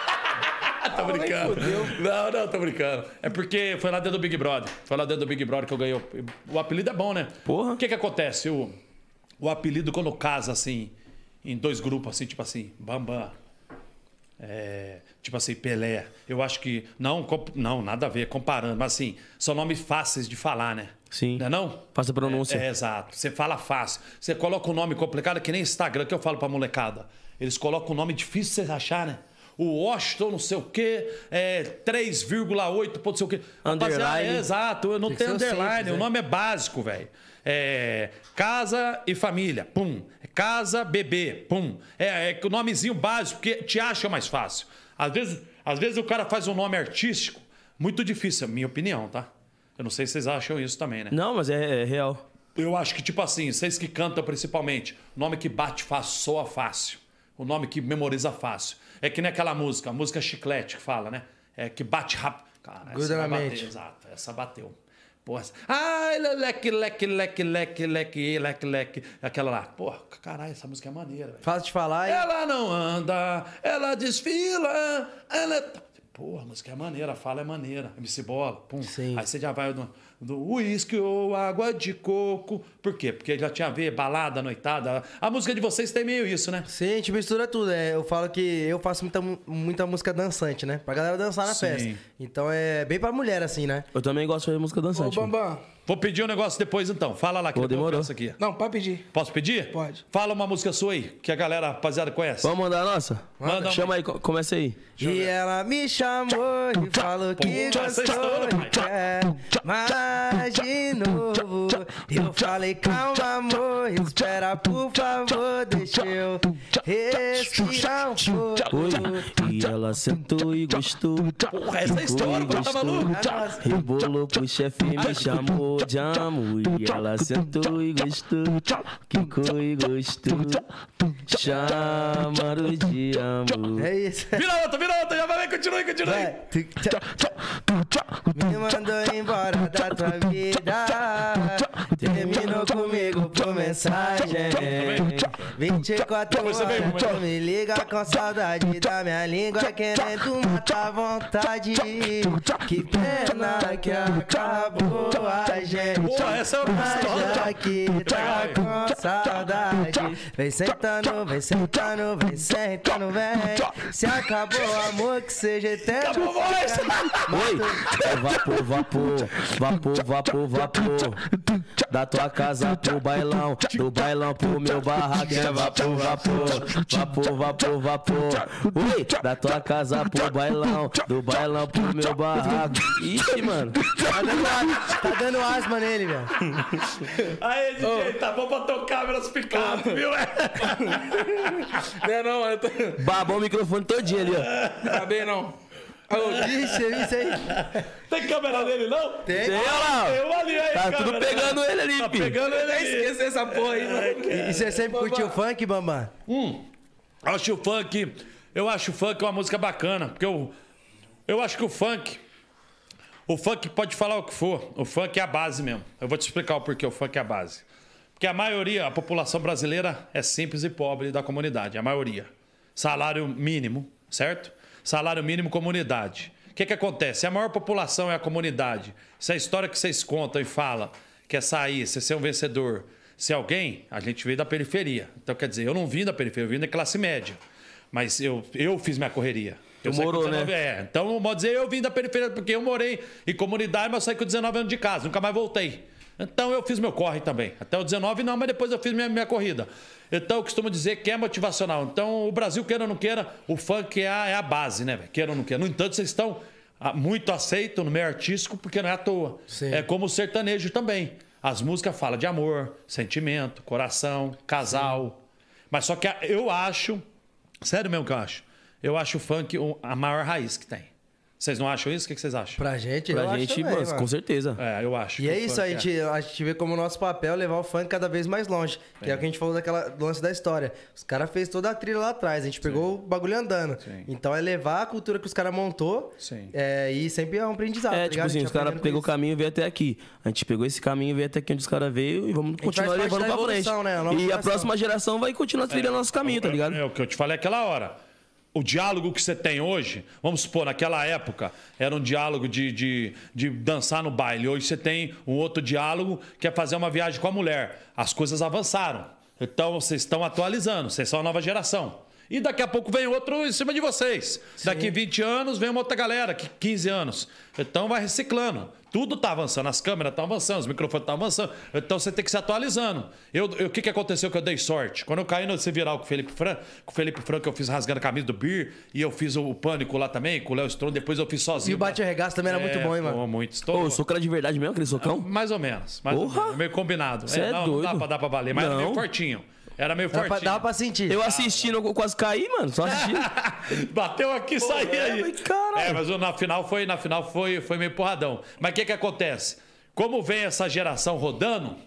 Tô Tá brincando. Não, não, tô brincando. É porque foi lá dentro do Big Brother. Foi lá dentro do Big Brother que eu ganhei. o- O apelido é bom, né? Porra. O que que acontece? O, o apelido quando casa, assim, em dois grupos, assim, tipo assim, Bambam. É, tipo assim, Pelé. Eu acho que. Não, comp- não, nada a ver, comparando. Mas assim, são nomes fáceis de falar, né? Sim. Não é não? Faça a pronúncia. É, é, exato. Você fala fácil. Você coloca um nome complicado, que nem Instagram, que eu falo pra molecada. Eles colocam um nome difícil de vocês achar, né? O Washington, não sei o quê, é 3,8, ponto não sei o quê. Underline. Rapaziada, é, exato, eu não Tem que tenho ser underline, simples, o né? nome é básico, velho. É, casa e família, pum. É Casa, bebê, pum. É, é o nomezinho básico, porque te acha mais fácil. Às vezes, às vezes o cara faz um nome artístico, muito difícil, é minha opinião, tá? Eu não sei se vocês acham isso também, né? Não, mas é, é real. Eu acho que, tipo assim, vocês que cantam principalmente, nome que bate fácil, soa fácil. O nome que memoriza fácil. É que nem aquela música, a música chiclete que fala, né? É que bate rápido. Cara, Gruda essa vai na bater, mente. exato. Essa bateu. Porra. essa- Ai, leque, leque, leque, leque, leque, leque, leque. Aquela lá. Porra, caralho, essa música é maneira. velho. Fácil de falar e Ela não anda, ela desfila, ela. Porra, a música é maneira, a fala é maneira. MC Bola, pum. Sim. Aí você já vai do, do uísque ou água de coco. Por quê? Porque já tinha a ver, balada, noitada. A música de vocês tem meio isso, né? Sim, a gente mistura tudo. É, eu falo que eu faço muita, mu- muita música dançante, né? Pra galera dançar na Sim. festa. Então é bem pra mulher, assim, né? Eu também gosto de fazer música Ô, dançante. mano. Bambam. Vou pedir um negócio depois então. Fala lá que Pô, depois eu demorou. penso aqui. Não, pode pedir. Posso pedir? Pode. Fala uma música sua aí, que a galera, rapaziada, conhece. Vamos mandar a nossa? Manda uma. Chama aí, co- começa aí. E ela me chamou e falou que Puta, essa gostou história, de quer, mas de novo eu falei calma amor, espera por favor, deixa eu respirar um pouco. Oi. E ela sentou e gostou. Porra, essa é a história, pô, tá maluco? Rebolou pro chefe me chamou de amo. E ela sentou e gostou. Quicou e gostou. Chamaram de amo. É isso. Vira outra, vira outra, já vai, vai, continua aí, continua aí. Vai. Me mandou embora da tua vida. Terminou comigo por mensagem. 24 Você vem, horas tu me liga com saudade da minha língua querendo matar a vontade. Que pena que acabou a gente. Porra, essa é uma Mas pistola. aqui tá com saudade. Vem sentando, vem sentando, vem sentando, vem. Se acabou o amor, que seja eterno. Oi, é vapor, vapor, vapor, vapor, vapor. Da tua casa pro bailão, do bailão pro meu barraco. É vapor, vapor, vapor, vapor, vapor. Oi, da tua casa pro bailão, do bailão pro meu barraco. Ixi, mano. Tá dando, a- tá dando asma nele, velho. Aí, DJ, tá bom pra tocar menos picado, viu? Não é não, eu tô... Babou o microfone todo dia ali, ó. tá bem não. Ô, Ixi, é isso aí. Tem câmera nele, não? Tem. Tem, olha lá. Eu ali, aí, Tá câmera. tudo pegando ele ali, Tá filho. pegando ele eu aí. esqueci essa porra aí, mano. E você sempre curtiu funk, Bambam? Acho o funk. Eu acho o funk uma música bacana, porque eu, eu acho que o funk. O funk pode falar o que for. O funk é a base mesmo. Eu vou te explicar o porquê o funk é a base. Porque a maioria, a população brasileira é simples e pobre da comunidade, a maioria. Salário mínimo, certo? Salário mínimo, comunidade. O que, que acontece? A maior população é a comunidade. Se a história que vocês contam e falam que é sair, você ser um vencedor, ser alguém, a gente veio da periferia. Então, quer dizer, eu não vim da periferia, eu vim da classe média. Mas eu, eu fiz minha correria. Eu Tu saí com morou, né? é, então eu vou dizer, eu vim da periferia porque eu morei em comunidade, mas saí com 19 anos de casa, nunca mais voltei. Então eu fiz meu corre também. Até o 19 não, mas depois eu fiz minha, minha corrida. Então eu costumo dizer que é motivacional. Então o Brasil, queira ou não queira, o funk é a, é a base, né, velho? Queira ou não queira. No entanto, vocês estão ah, muito aceitos no meio artístico porque não é à toa. Sim. É como o sertanejo também. As músicas falam de amor, sentimento, coração, casal. Mas só que a- eu acho, sério mesmo que eu acho, eu acho o funk o- a maior raiz que tem. Vocês não acham isso? O que que vocês acham? Pra gente, eu Pra acho gente, também, mano, com certeza. É, eu acho. E que é o isso, funk a gente, a gente vê como nosso papel é levar o funk cada vez mais longe. Que é o que a gente falou daquela do lance da história. Os caras fez toda a trilha lá atrás, a gente pegou o bagulho andando. Sim. Então é levar a cultura que os caras montou Sim. é, e sempre é um aprendizado. É, tá tipo ligado? A assim, gente os caras aprendendo pegou o com isso. caminho e veio até aqui. A gente pegou esse caminho e veio até aqui onde os caras veio e vamos faz continuar parte levando da pra frente. evolução, né? A nova E a geração. próxima geração vai continuar trilhando nosso caminho, tá ligado? É, o que eu te falei aquela hora. O diálogo que você tem hoje, vamos supor, naquela época, era um diálogo de, de, de dançar no baile. Hoje você tem um outro diálogo que é fazer uma viagem com a mulher. As coisas avançaram. Então vocês estão atualizando, vocês são a nova geração. E daqui a pouco vem outro em cima de vocês. Daqui 20 anos vem uma outra galera, que 15 anos. Então vai reciclando. Tudo tá avançando, as câmeras estão avançando, os microfones estão avançando. Então você tem que se atualizando. Eu, eu- o que, que aconteceu que eu dei sorte? Quando eu caí nesse viral com o Felipe Franco, com o Felipe Franco eu fiz rasgando a camisa do Bir e eu fiz o, Pânico lá também, com o Léo Stron, depois eu fiz E sozinho. o Bate e Arregaço também É, era muito bom, hein, mano? Pô, muito. Ô, Estourou. eu sou cara é de verdade mesmo, aquele socão? Mais ou menos. Mais ou Porra! menos. Meio combinado. Cê é não, não dá doido. pra dar pra valer, mas era meio Não. fortinho. Era meio Dava pra, fortinho. dava pra sentir. Eu assistindo, eu quase caí, mano, só assistindo. É. Bateu aqui, saiu é, aí. mas caralho. É, mas o- na final foi, na final foi, foi meio porradão. Mas o que que acontece? Como vem essa geração rodando,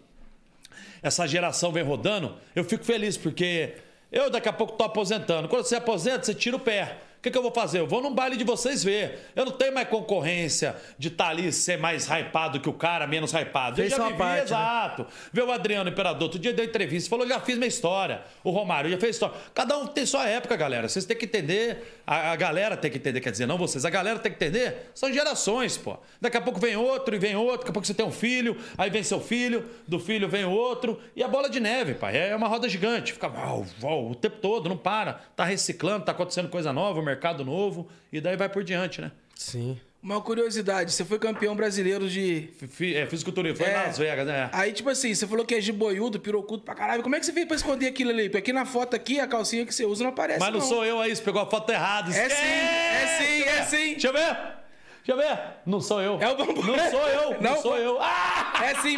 essa geração vem rodando, eu fico feliz porque eu daqui a pouco tô aposentando. Quando você aposenta, você tira o pé. O que, que eu vou fazer? Eu vou num baile de vocês ver. Eu não tenho mais concorrência de estar ali ser mais hypado que o cara, menos hypado. Fez eu já sua vivi, parte, né? exato. Vê o Adriano Imperador, outro dia deu entrevista, falou: já fiz minha história. O Romário já fez história. Cada um tem sua época, galera. Vocês têm que entender, a, a galera tem que entender, quer dizer, não vocês, a galera tem que entender. São gerações, pô. Daqui a pouco vem outro e vem outro, daqui a pouco você tem um filho, aí vem seu filho, do filho vem outro. E a bola de neve, pai. É uma roda gigante. Fica uau, uau, o tempo todo, não para. Tá reciclando, tá acontecendo coisa nova, um mercado novo, e daí vai por diante, né? Sim. Uma curiosidade, você foi campeão brasileiro de Fi- fi- é, fisiculturismo, foi É. nas Vegas, né? Aí, tipo assim, você falou que é giboiudo, pirocudo pra caralho. Como é que você fez pra esconder aquilo ali? Porque aqui na foto aqui, a calcinha que você usa É não aparece, Mas não sou eu aí, você pegou a foto errada. É sim, é Esquece! sim, é sim. Deixa eu ver. Deixa eu ver. Não sou eu. É o Bambu. Não sou eu. Não, Não. sou eu. Ah! É sim.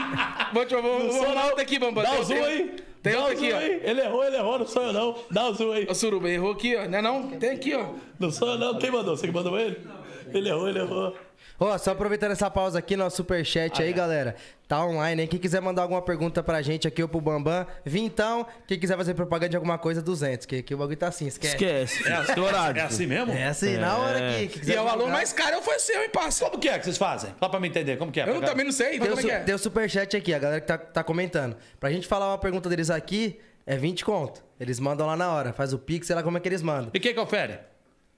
Vou te vou, Não vou sou rolar não. outra tá aqui, Bamba. Dá Tem- o zoom tem- aí. Tem Dá outra o zoom aqui, ó. aí. Ele errou, ele errou. Não sou eu, não. Dá o zoom aí. Ô, Suruba, errou aqui, ó. Não é não? Tem aqui, ó. Não sou eu, não. Quem mandou? Você que mandou ele? Ele errou, ele errou. Ó, só aproveitando essa pausa aqui, nosso superchat aí, galera. Tá online, hein? Quem quiser mandar alguma pergunta pra gente aqui ou pro Bambam, vintão. Quem quiser fazer propaganda de alguma coisa, 200. Que aqui o bagulho tá assim, esquece. Esquece. É assim, Esse horário. é assim mesmo? É assim, na hora que, que E quiser é o valor mandar. um mais caro foi seu, hein, parça? Como que é que vocês fazem? Só pra me entender, como que é? Eu não- também não sei, mas Tem o, como é que su- é? tem o superchat aqui, a galera que tá, tá comentando. Pra gente falar uma pergunta deles aqui, é 20 conto. Eles mandam lá na hora, faz o pix, sei lá como é que eles mandam. E quem que ofere?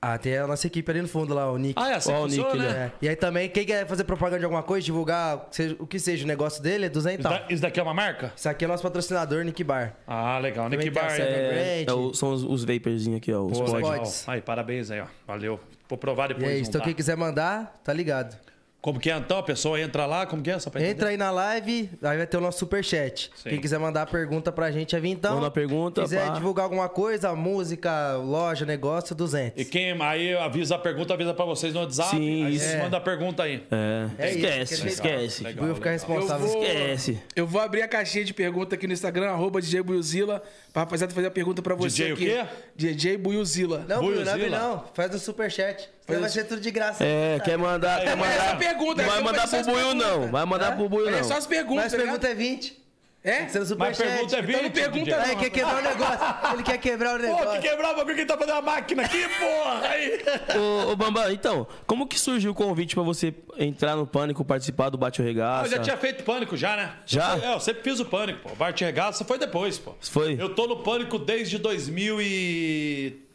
Ah, tem a nossa equipe ali no fundo, lá, o Nick. Ah, é assim Ó, que o Nick, funciona, né? né? É, E aí também, quem quer fazer propaganda de alguma coisa, divulgar seja- o que seja o negócio dele, é 200 Isso, da- isso daqui é uma marca? Isso aqui é nosso patrocinador, Nick Bar. Ah, legal. Nick Também tem Bar. acesso. né? É, é o- são os, os vaporzinhos aqui, ó. Os Pô, pod. legal. pods. Aí, parabéns aí, ó. Valeu. Vou provar E depois. um é não isso. Então, dá. quem quiser mandar, tá ligado. Como que é, então? A pessoa entra lá, como que é? Só pra entender. Entra aí na live, aí vai ter o nosso superchat. Sim. Quem quiser mandar a pergunta pra gente, é vintão. Manda a pergunta, quiser pá. divulgar alguma coisa, música, loja, negócio, E 200. quem aí avisa a pergunta, avisa pra vocês no WhatsApp. Sim, aí isso. vocês É. mandam a pergunta aí. É. É isso, esquece, aquele esquece. legal. O Buiu ficar responsável. Eu vou- Esquece. Eu vou abrir a caixinha de pergunta aqui no Instagram, arroba DJ Buiuzila, pra rapaziada fazer a pergunta pra você DJ o aqui. quê? DJ Buiuzila. Não, Buiu, não, abre Buiuzila. não. Faz o superchat. Senão vai ser tudo de graça. É, quer mandar, quer mas mandar. essa é pergunta, não vai essa mandar foi é pro só essa Buiu, não. pergunta. Vai mandar pro Buiu, É só não. as perguntas, Mas tá ligado? pergunta é 20. É? Tem que ser no Mas superchat. pergunta é Então não 20, pergunta DJ. não. Ah, ele quer quebrar o negócio. Ele quer quebrar o Pô, negócio. que quebrar o bagulho que tá fazendo a máquina aqui, porra! Aí. Ô, ô, Bamba, então, como que surgiu o convite pra você entrar no Pânico, participar do Bate o Eu Regaça? já tinha feito pânico já, né? Já? É, eu sempre fiz o pânico, pô. Bart Regaça foi depois, pô. Foi? Eu tô no pânico desde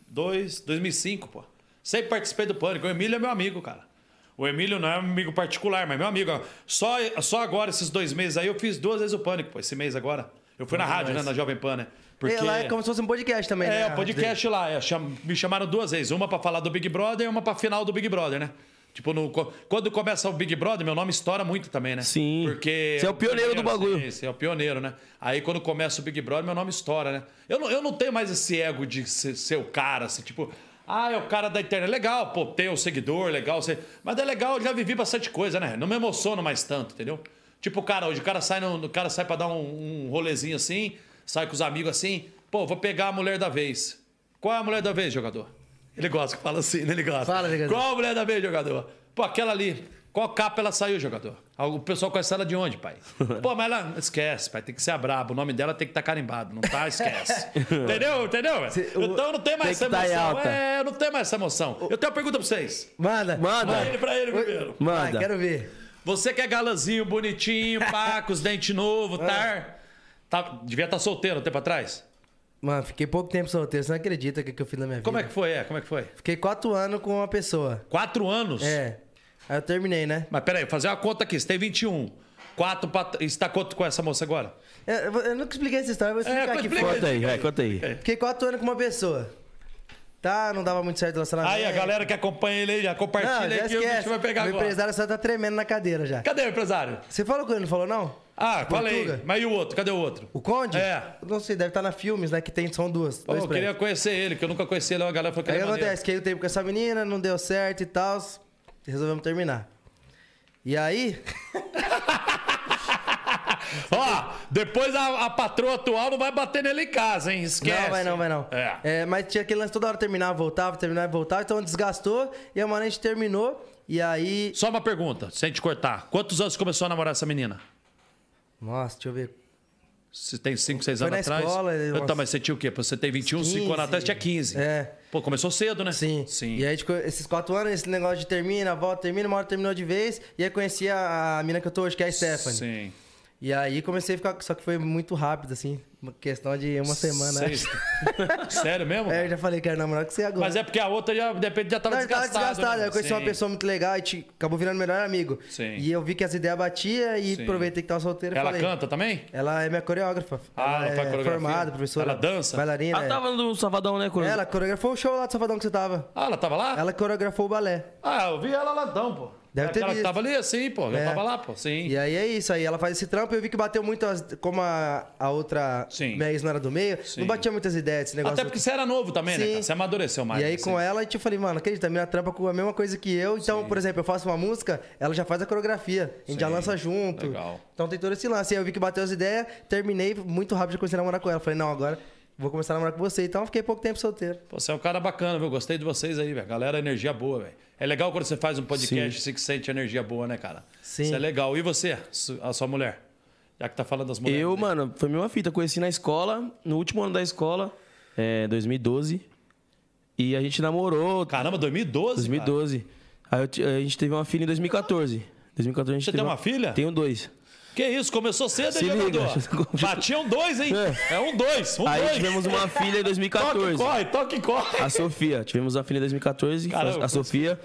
2002, 2005, pô. Sempre participei do pânico. O Emílio é meu amigo, cara. O Emílio não é um amigo particular, mas meu amigo. Só, só agora, esses dois meses aí, eu fiz duas vezes o pânico, pô. Esse mês agora. Eu fui na rádio, né? Na Jovem Pan, né? Porque... Lá é como se fosse um podcast também, né? É, Ah, o podcast lá. é, cham- me chamaram duas vezes. Uma pra falar do Big Brother e uma pra final do Big Brother, né? Tipo, no, co- quando começa o Big Brother, meu nome estoura muito também, né? Sim. Porque. Você é o pioneiro do bagulho. sim, Você é o pioneiro, né? Aí quando começa o Big Brother, meu nome estoura, né? Eu não, eu não tenho mais esse ego de ser, ser o cara, assim, tipo. Ah, é o cara da internet. Legal, pô, ter o seguidor, legal. Ser... Mas é legal, eu já vivi bastante coisa, né? Não me emociono mais tanto, entendeu? Tipo, cara, hoje o cara sai, no, o cara sai pra dar um, um rolezinho assim, sai com os amigos assim. Pô, vou pegar a mulher da vez. Qual é a mulher da vez, jogador? Ele gosta que fala assim, né? Ele gosta. Fala, jogador. Qual a mulher da vez, né, jogador? Pô, aquela ali. Qual capa ela saiu, jogador? O pessoal conhece ela de onde, pai? Pô, mas ela. Esquece, pai. Tem que ser a braba. O nome dela tem que estar carimbado. Não tá, esquece. entendeu? Entendeu? velho? Se- o- Então não tem mais Tem essa que tá em emoção. alta. É, não tem mais essa emoção. Eu tenho uma pergunta pra vocês. Manda. Manda, Pra ele, pra ele primeiro. Vai, manda. quero ver. Você que é galanzinho, bonitinho, pá, com os dentes novos, Ah. tá? tá? Devia estar solteiro um tempo atrás. Mano, fiquei pouco tempo solteiro. Você não acredita o que, que eu fiz na minha vida. Como é que foi? É, como é que foi? Fiquei quatro anos com uma pessoa. Quatro anos? É. Aí eu terminei, né? Mas peraí, fazer uma conta aqui. Você tem 21. 4 pra... Está quanto com essa moça agora? Eu, eu vou- eu nunca expliquei essa história, eu vou explicar É, aqui explica. fora. Conta aí, vai, conta aí. Fiquei quatro anos com uma pessoa. Tá, não dava muito certo o relacionamento. Aí a galera que acompanha ele aí, já compartilha Não, aí já que o esquece. bicho vai pegar o agora. empresário só tá tremendo na cadeira já. Cadê o empresário? Você falou com ele, não falou não? Ah, falei. Portuga. Mas e o outro? Cadê o outro? O Conde? É. Eu Não sei, deve estar na Filmes, né? Que tem, são duas. Pô, dois eu prêmios. queria conhecer ele, que eu nunca conheci ele. A galera falou que Aí o ele que é maneiro. acontece? Fiquei o tempo com essa menina, não deu certo e tal. Resolvemos terminar. E aí, Ó, depois a, a patroa atual não vai bater nele em casa, hein? Esquece. Não, vai não, vai não. É. É, mas tinha aquele lance toda hora terminava, voltava, terminava e voltava. Então desgastou e a mano, a gente terminou. E aí. Só uma pergunta, sem te cortar. Quantos anos começou a namorar essa menina? Nossa, deixa eu ver. Você tem 5, 6 Foi anos na atrás? escola, então, umas- mas você tinha o quê? Você tem 21, 5 anos 15. atrás, tinha 15. É. Pô, começou cedo, né? Sim. Sim. E aí, tipo, esses quatro anos, esse negócio de termina, volta, termina, uma hora terminou de vez. E aí conheci a, a mina que eu tô hoje, que é a Stephanie. Sim. E aí comecei a ficar. Só que foi muito rápido, assim. Uma questão de uma semana. Sexta. Sério mesmo? É, eu já falei, quero namorar com você agora. Mas é porque a outra já, de repente, já tava Não, eu tava desgastada. desgastado. né? Eu conheci Sim. uma pessoa muito legal e te- acabou virando melhor amigo. Sim. E eu vi que as ideias batiam e Sim. aproveitei que tava solteiro e Ela falei. canta também? Ela é minha coreógrafa. Ah, ela é faz coreografia? formada, professora. Ela dança? Bailarina. Ela é. Ah, tava no Safadão, né, quando... Ela coreografou o show lá do Safadão que você tava. Ah, ela tava lá? Ela coreografou o balé. Ah, eu vi ela lá então, pô. Deve É ter Aquela que visto. tava ali, assim, pô. Eu É. tava lá, pô. Sim. E aí é isso aí. Ela faz esse trampo e eu vi que bateu muito as- como a, a outra Sim. minha ex não era do meio. Sim. Não batia muitas ideias esse negócio. Até porque você era novo também, né, Sim. cara? Você amadureceu mais. E aí assim. com ela, tipo, eu te falei, mano, acredita, a mina trampa com a mesma coisa que eu. Então, por exemplo, eu faço uma música, ela já faz a coreografia. A gente já Sim. lança junto. Legal. Então tem todo esse lance. Aí eu vi que bateu as ideias, terminei muito rápido, já comecei a namorar com ela. Falei, não, agora vou começar a namorar com você. Então eu fiquei pouco tempo solteiro. Pô, Você é um cara bacana, viu? Gostei de vocês aí, velho. Galera, energia boa, velho. É legal quando você faz um podcast assim que sente energia boa, né, cara? Sim. Isso é legal. E você, su- a sua mulher? Já que tá falando das mulheres. Eu, aí. mano, foi a mesma fita. Conheci na escola, no último ano da escola, é, 2012. E a gente namorou, Caramba, 2012? 2012. Aí eu ti- a gente teve uma filha em 2014. 2014 a gente Você teve tem uma filha? Tenho dois. Que isso, começou cedo, Se hein, liga. jogador? Batiam dois, hein? É, um dois, um Aí dois. tivemos uma filha em Toque, 2014. corre, toque, corre. A Sofia. Tivemos uma filha em 2014, que foi Caramba. a Sofia.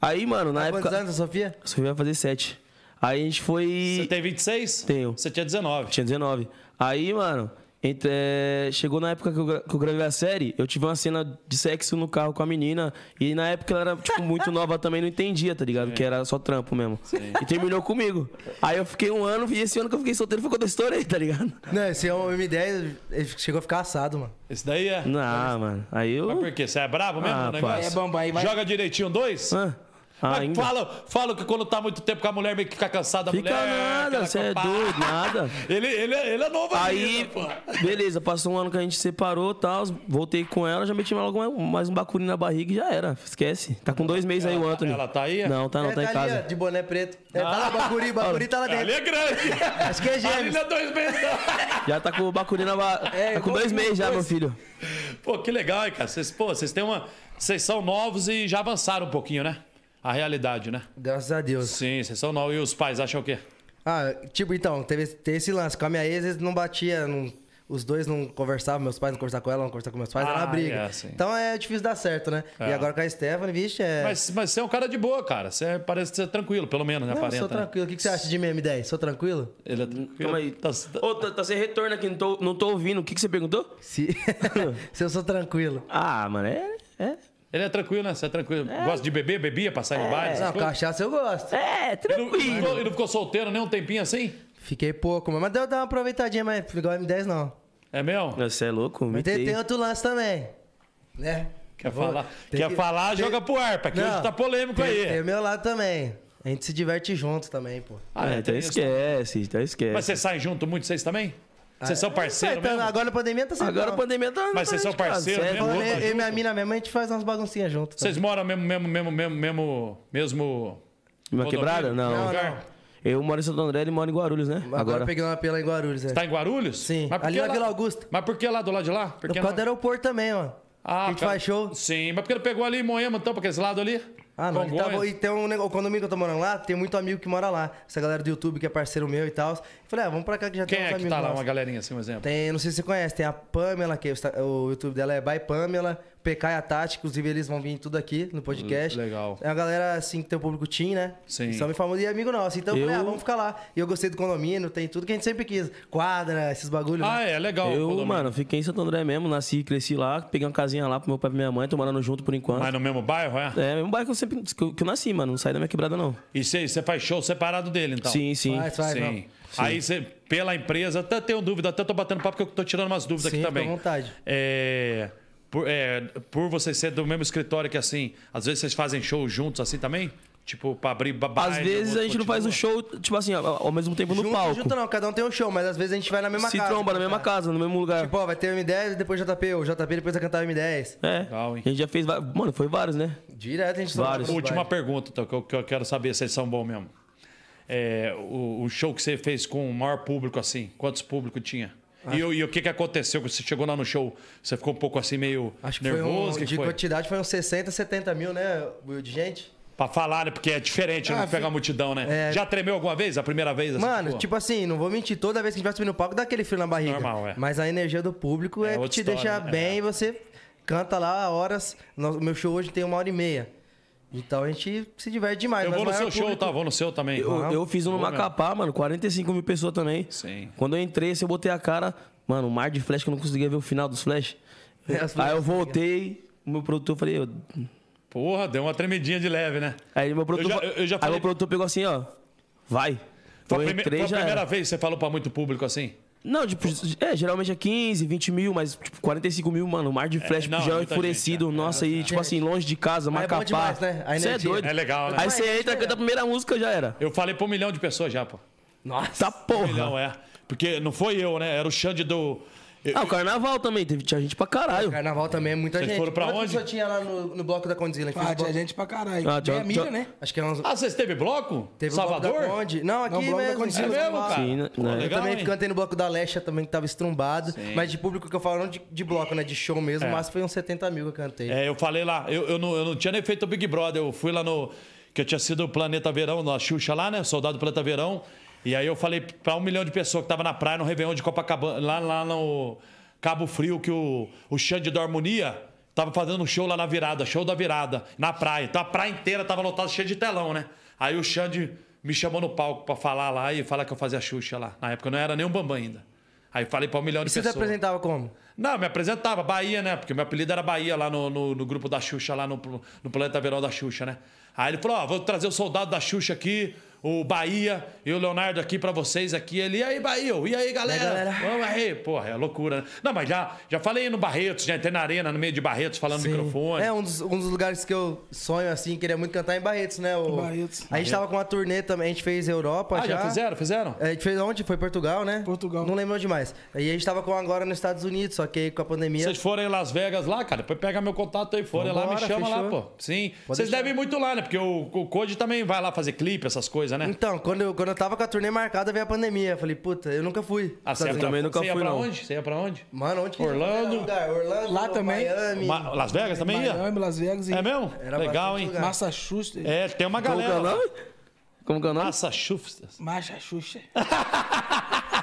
Aí, mano, na Tá Quantos época. anos, Sofia? A Sofia vai fazer 7. Aí a gente Você tá foi. tem 26? Tenho. Você tinha 19. Tinha 19. Aí, mano, entre- é, chegou na época que eu, gra- que eu gravei a série, eu tive uma cena de sexo no carro com a menina. E na época ela era, tipo, muito nova também, não entendia, tá ligado? Que era só trampo mesmo. E terminou comigo. Aí eu fiquei um ano, e esse ano que eu fiquei solteiro foi quando eu estourei, tá ligado? Não, esse é um M10, ele chegou a ficar assado, mano. Esse daí é. Não, Ah, mano. Aí eu. Mas por quê? Você é brabo mesmo Ah, no negócio? pai. É bom, aí vai- Joga direitinho dois? Hã? Ah, Mas ainda. fala, fala que quando tá muito tempo com a mulher, meio que fica cansada a Fica mulher. nada, aquela você é copa- doido, nada. Ele, ele, é- ele é novo Aí, ainda, pô. beleza, passou um ano que a gente separou e tal. Voltei com ela, já meti logo mais- mais um bacuri na barriga e já era. Esquece. Tá com dois meses aí o Anthony. ela tá aí? Não, tá não, É, tá em ali, ó, casa. de boné preto. É, tá lá, Bacuri, Bacuri tá lá dentro. Ali é grande. Acho que é Ali gêmeos. não é dois meses, não. Já tá com o bacuri na barriga. É, tá com dois igualzinho meses já, os meu dois. filho. Pô, que legal, hein, cara. Vocês, pô, vocês têm uma. Vocês são novos e já avançaram um pouquinho, né? A realidade, né? Graças a Deus. Sim, vocês são novos. E os pais acham o quê? Ah, tipo, então, teve, teve esse lance. Com a minha ex, eles não batia, não- os dois não conversavam, meus pais não conversavam com ela, não conversavam com meus pais, Ah, era uma briga. é, sim. Então é difícil dar certo, né? É. E agora com a Stephanie, vixe, é. Mas, mas você é um cara de boa, cara. Você é- parece ser tranquilo, pelo menos, né? não, aparenta, sou né? tranquilo. O que, que você acha de mim, M10? Sou tranquilo? Ele é tranquilo. Calma aí. Tá- Ô, tá, tá sem retorno aqui, não tô, não tô ouvindo. O que, que você perguntou? Se, se eu sou tranquilo. Ah, mano, é. É, Ele é tranquilo, né? Você é tranquilo. Gosta de beber, bebia, passar em baile. essas É. não, coisas? cachaça eu gosto. é Ele não, ele não ficou, tranquilo. ele não ficou solteiro nem um tempinho assim? Fiquei pouco, mas deu dar uma aproveitadinha, mas igual M10 não. É mesmo? Você é louco? Mas tem, Mitei. tem outro lance também. Né? Quer Vou- falar, tem quer que- falar tem- joga pro ar, porque Não, hoje tá polêmico tem, aí. Tem o meu lado também. A gente se diverte junto também, pô. Ah, é, é, então tem isso. esquece, então esquece. Mas vocês saem junto muito, vocês também? Vocês são parceiros Então, mesmo? Agora na pandemia tá sendo Agora bom. a pandemia tá. Mas vocês são parceiros né? Certo. mesmo? Falando, Junto, eu, eu e minha junto. mina mesmo, a gente faz umas baguncinhas junto. Vocês moram mesmo, mesmo, mesmo, mesmo, mesmo, mesmo Uma Condomínio? quebrada? Não, Não. lugar? Eu moro em Santo André, ele mora em Guarulhos, né? Agora, eu peguei uma pela em Guarulhos, é. Tá em Guarulhos? Sim. Mas por Ali que na lá- Vila Augusta. Mas por que lá do lado de lá? Por Porque causa do aeroporto também, ó. Ah, a gente faz show. Sim, mas porque ele pegou ali em Moema, então, pra aquele lado ali? Ah, não. ele Congonhas. tá bom. E tem um nego- o condomínio que eu tô morando lá, tem muito amigo que mora lá. Essa galera do YouTube que é parceiro meu e tal. Eu Falei, ah, vamos pra cá que já Quem tem uns é que amigos tá lá, nossos. uma galerinha assim, um exemplo? Tem, não sei se você conhece, tem a Pamela, que é o Insta- o YouTube dela é By Pamela, PK e a Tati, inclusive eles vão vir tudo aqui no podcast. L- Hum, legal. É uma galera, assim, que tem um público teen, né? Sim. E São bem famosos e amigo nosso. Então eu Eu- falei, ah, vamos ficar lá. E eu gostei do condomínio, tem tudo que a gente sempre quis. Quadra, esses né? bagulhos. Ah, é, legal. Eu, condomínio. mano, fiquei em Santo André mesmo, nasci e cresci lá, peguei uma casinha lá pro meu pai e pra minha mãe, tô morando junto por enquanto. Mas no mesmo bairro, é? É, mesmo bairro que eu sempre que eu, que eu nasci, mano, não saí da minha quebrada não. E você faz show separado dele, então? sim, sim. Faz, faz, Sim. não. Aí você, pela empresa, até tenho dúvida, até tô batendo papo porque eu tô tirando umas dúvidas Sim, aqui fica também. à vontade. É, por, é, por você ser do mesmo escritório que assim, às vezes vocês fazem show juntos assim também? Tipo, pra abrir ba- Às baile, vezes outro a gente não faz o continua? show, tipo assim, ao, ao mesmo tempo no junto, palco. junto não, cada um tem um show, mas às vezes a gente vai na mesma Se casa. tromba na é. mesma casa, no mesmo lugar. Tipo, ó, vai ter o M10, depois JP, o JP depois vai cantar o M10. é. Legal, hein? A gente já fez, va- mano, foi vários, né? Direto a gente Vários. tromba. Última pergunta então, que, eu, que eu quero saber se eles são bons mesmo. É, o, o show que você fez com o maior público, assim, quantos público tinha? E, o- e o que, que aconteceu? Você chegou lá no show, você ficou um pouco assim, meio Acho que foi nervoso? um, que de foi? quantidade foi uns 60, 70 mil, né, Will, de gente? Pra falar, né? Porque é diferente, não pegar a multidão, né? Ah, É. Já tremeu alguma vez? A primeira vez? assim, Mano, pô? tipo assim, não vou mentir, toda vez que a gente vai subir no palco dá aquele frio na barriga. Normal, é. Mas a energia do público É é, que outra te história, deixa né? bem É. e você canta lá horas. No- meu show hoje tem uma hora e meia. Então a gente se diverte demais. Eu mas vou no o seu maior show, é público- tá? Vou no seu também. Eu, eu fiz um no Boa mesmo. Macapá, mano, 45 mil pessoas também. Sim. Quando eu entrei, assim, eu botei a cara, mano, um mar de flash que eu não conseguia ver o final dos flash. É, as Aí eu flashes, né? voltei, o meu produtor falei, eu- Porra, deu uma tremidinha de leve, né? Aí meu produtor, Eu já- eu já aí falei- meu produtor pegou assim, ó. Vai. Foi eu a, prime- entrei foi a já. primeira era. vez que você falou pra muito público assim? Não, tipo, é, geralmente é 15, 20 mil, mas tipo, 45 mil, mano. Mar de flash, não, já é muita enfurecido, gente, é. nossa, e tipo assim, longe de casa, Mas é bom Macapá. demais, né? A Você é energia. doido. É legal, né? Aí Mas você é entra, canta a primeira música, já era. Eu falei pra um milhão de pessoas já, pô. Nossa. Tá Um porra. milhão, é. Porque não foi eu, né? Era o Xande do. Eu- Ah, o carnaval também, teve, tinha gente pra caralho. Carnaval também é muita Vocês gente. foram pra Quantas onde? pessoas tinha lá no, no bloco da Condzilla? A gente Ah, fez tinha bloco- gente pra caralho. Ah, Ah, tchau, Meia tchau. milha, né? Acho que era uns... Ah, vocês teve bloco? teve o bloco da Salvador? Conde. Não, aqui Não, o bloco da mesmo. Condzilla. em É mesmo, São cara? Sim, né? Pô, né? Eu legal, também hein? cantei no bloco da Leste também, que tava estrumbado. Mas de público que eu falo, não de, de bloco, né? De show mesmo, É. mas foi uns 70 mil que eu cantei. É, eu falei lá, eu, eu não, eu não tinha nem feito o Big Brother, eu fui lá no. que tinha sido o Planeta Verão, na Xuxa lá, né? Soldado do Planeta Verão. E aí eu falei pra um milhão de pessoas que tava na praia, no Réveillon de Copacabana, lá, lá no Cabo Frio, que o, o Xande da Harmonia tava fazendo um show lá na virada, show da virada, na praia. Então a praia inteira tava lotada, cheia de telão, né? Aí o Xande me chamou no palco pra falar lá e falar que eu fazia Xuxa lá. Na época eu não era nem um Bambam ainda. Aí falei pra um milhão E de você tá se pessoas. apresentava como? Não, me apresentava, Bahia, né? Porque meu apelido era Bahia lá no, no, no grupo da Xuxa, lá no, no Planeta Verão da Xuxa, né? Aí ele falou: Ó, vou trazer o soldado da Xuxa aqui, o Bahia e o Leonardo aqui pra vocês aqui. Ele, e aí, Bahia? Eu, E aí, galera? E aí, galera?" Vamos aí. Porra, é loucura, né? Não, mas já, já falei no Barretos, já entrei na arena, no meio de Barretos, falando no microfone. É, um dos, um dos lugares que eu sonho, assim, queria muito cantar é em Barretos, né? O... Barretos. A gente tava com uma turnê também, a gente fez Europa ah, já, já. É. fizeram? Fizeram? A gente fez onde? Foi Portugal, né? Portugal. Não lembro onde mais. E a gente tava com agora nos Estados Unidos, só que aí com a pandemia. Vocês forem em Las Vegas lá, cara, depois pega meu contato aí, forem lá, me Vambora, chama lá, fechou. pô. Sim. Pode Vocês deixar. devem ir muito lá, né? Porque o, o Code também vai lá fazer clipe, essas coisas, né? Então, quando eu, quando eu tava com a turnê marcada, veio a pandemia. Eu falei, puta, eu nunca fui. Ah, você ia Eu pra- também nunca você ia fui, pra não. onde? Você ia pra onde? Mano, onde que tá Orlando. lugar? Orlando, Lá também. Miami. Ma- Las Vegas também ia? Miami, Las Vegas e É mesmo? Era Legal, bastante hein? lugar. Massachusetts. É, tem uma Como que é o galera. nome? Como que é o nome? Massachusetts. Massachusetts.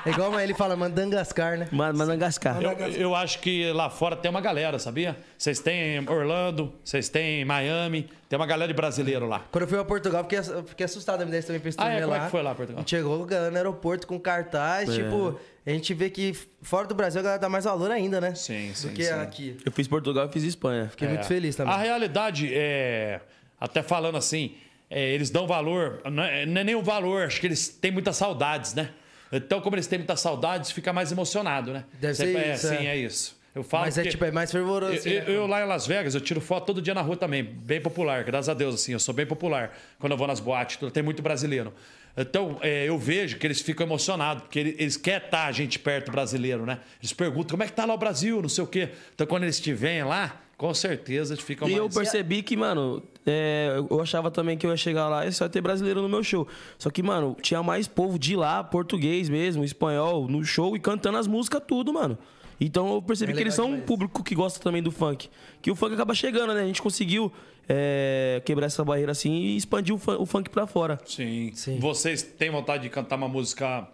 É igual mas ele fala, Mandangascar, né? Ma- Madagascar. Eu, eu acho que lá fora tem uma galera, sabia? Vocês têm Orlando, vocês têm Miami, tem uma galera de brasileiro lá. Quando eu fui pra Portugal, fiquei, ass- eu fiquei assustado. A M10 também fez Ah, é? turnê Como lá. é que foi lá, Portugal? A gente chegou galera, no aeroporto com cartaz. Tipo, a gente vê que fora do Brasil a galera dá mais valor ainda, né? Sim, sim, Do que sim. aqui. Eu fiz Portugal e fiz Espanha. Fiquei muito É. feliz também. A realidade é. Até falando assim, é, eles dão valor, não é, não é nem o valor, acho que eles têm muitas saudades, né? Então, como eles têm muitas saudades, fica mais emocionado, né? Deve Você- ser é, isso, Sim, é. é. isso. Eu falo Mas é que- tipo, é mais fervoroso. Eu, assim, eu- né? eu lá em Las Vegas, eu tiro foto todo dia na rua também, bem popular, graças a Deus, assim, eu sou bem popular quando eu vou nas boates, tudo, tem muito brasileiro. Então, é, eu vejo que eles ficam emocionados, porque ele- eles, querem estar a gente perto brasileiro, né? Eles perguntam como é que tá lá o Brasil, não sei o quê. Então, quando eles estiverem lá, com certeza eles ficam E eu mais- percebi que, mano, é, eu achava também que eu ia chegar lá e só ia ter brasileiro no meu show. Só que, mano, tinha mais povo de lá, português mesmo, espanhol, no show e cantando as músicas, tudo, mano. Então eu percebi É que eles legal são um demais. público que gosta também do funk. Que o funk acaba chegando, né? A gente conseguiu é, quebrar essa barreira assim e expandir o, fun- o funk pra fora. Sim. Sim. Vocês têm vontade de cantar uma música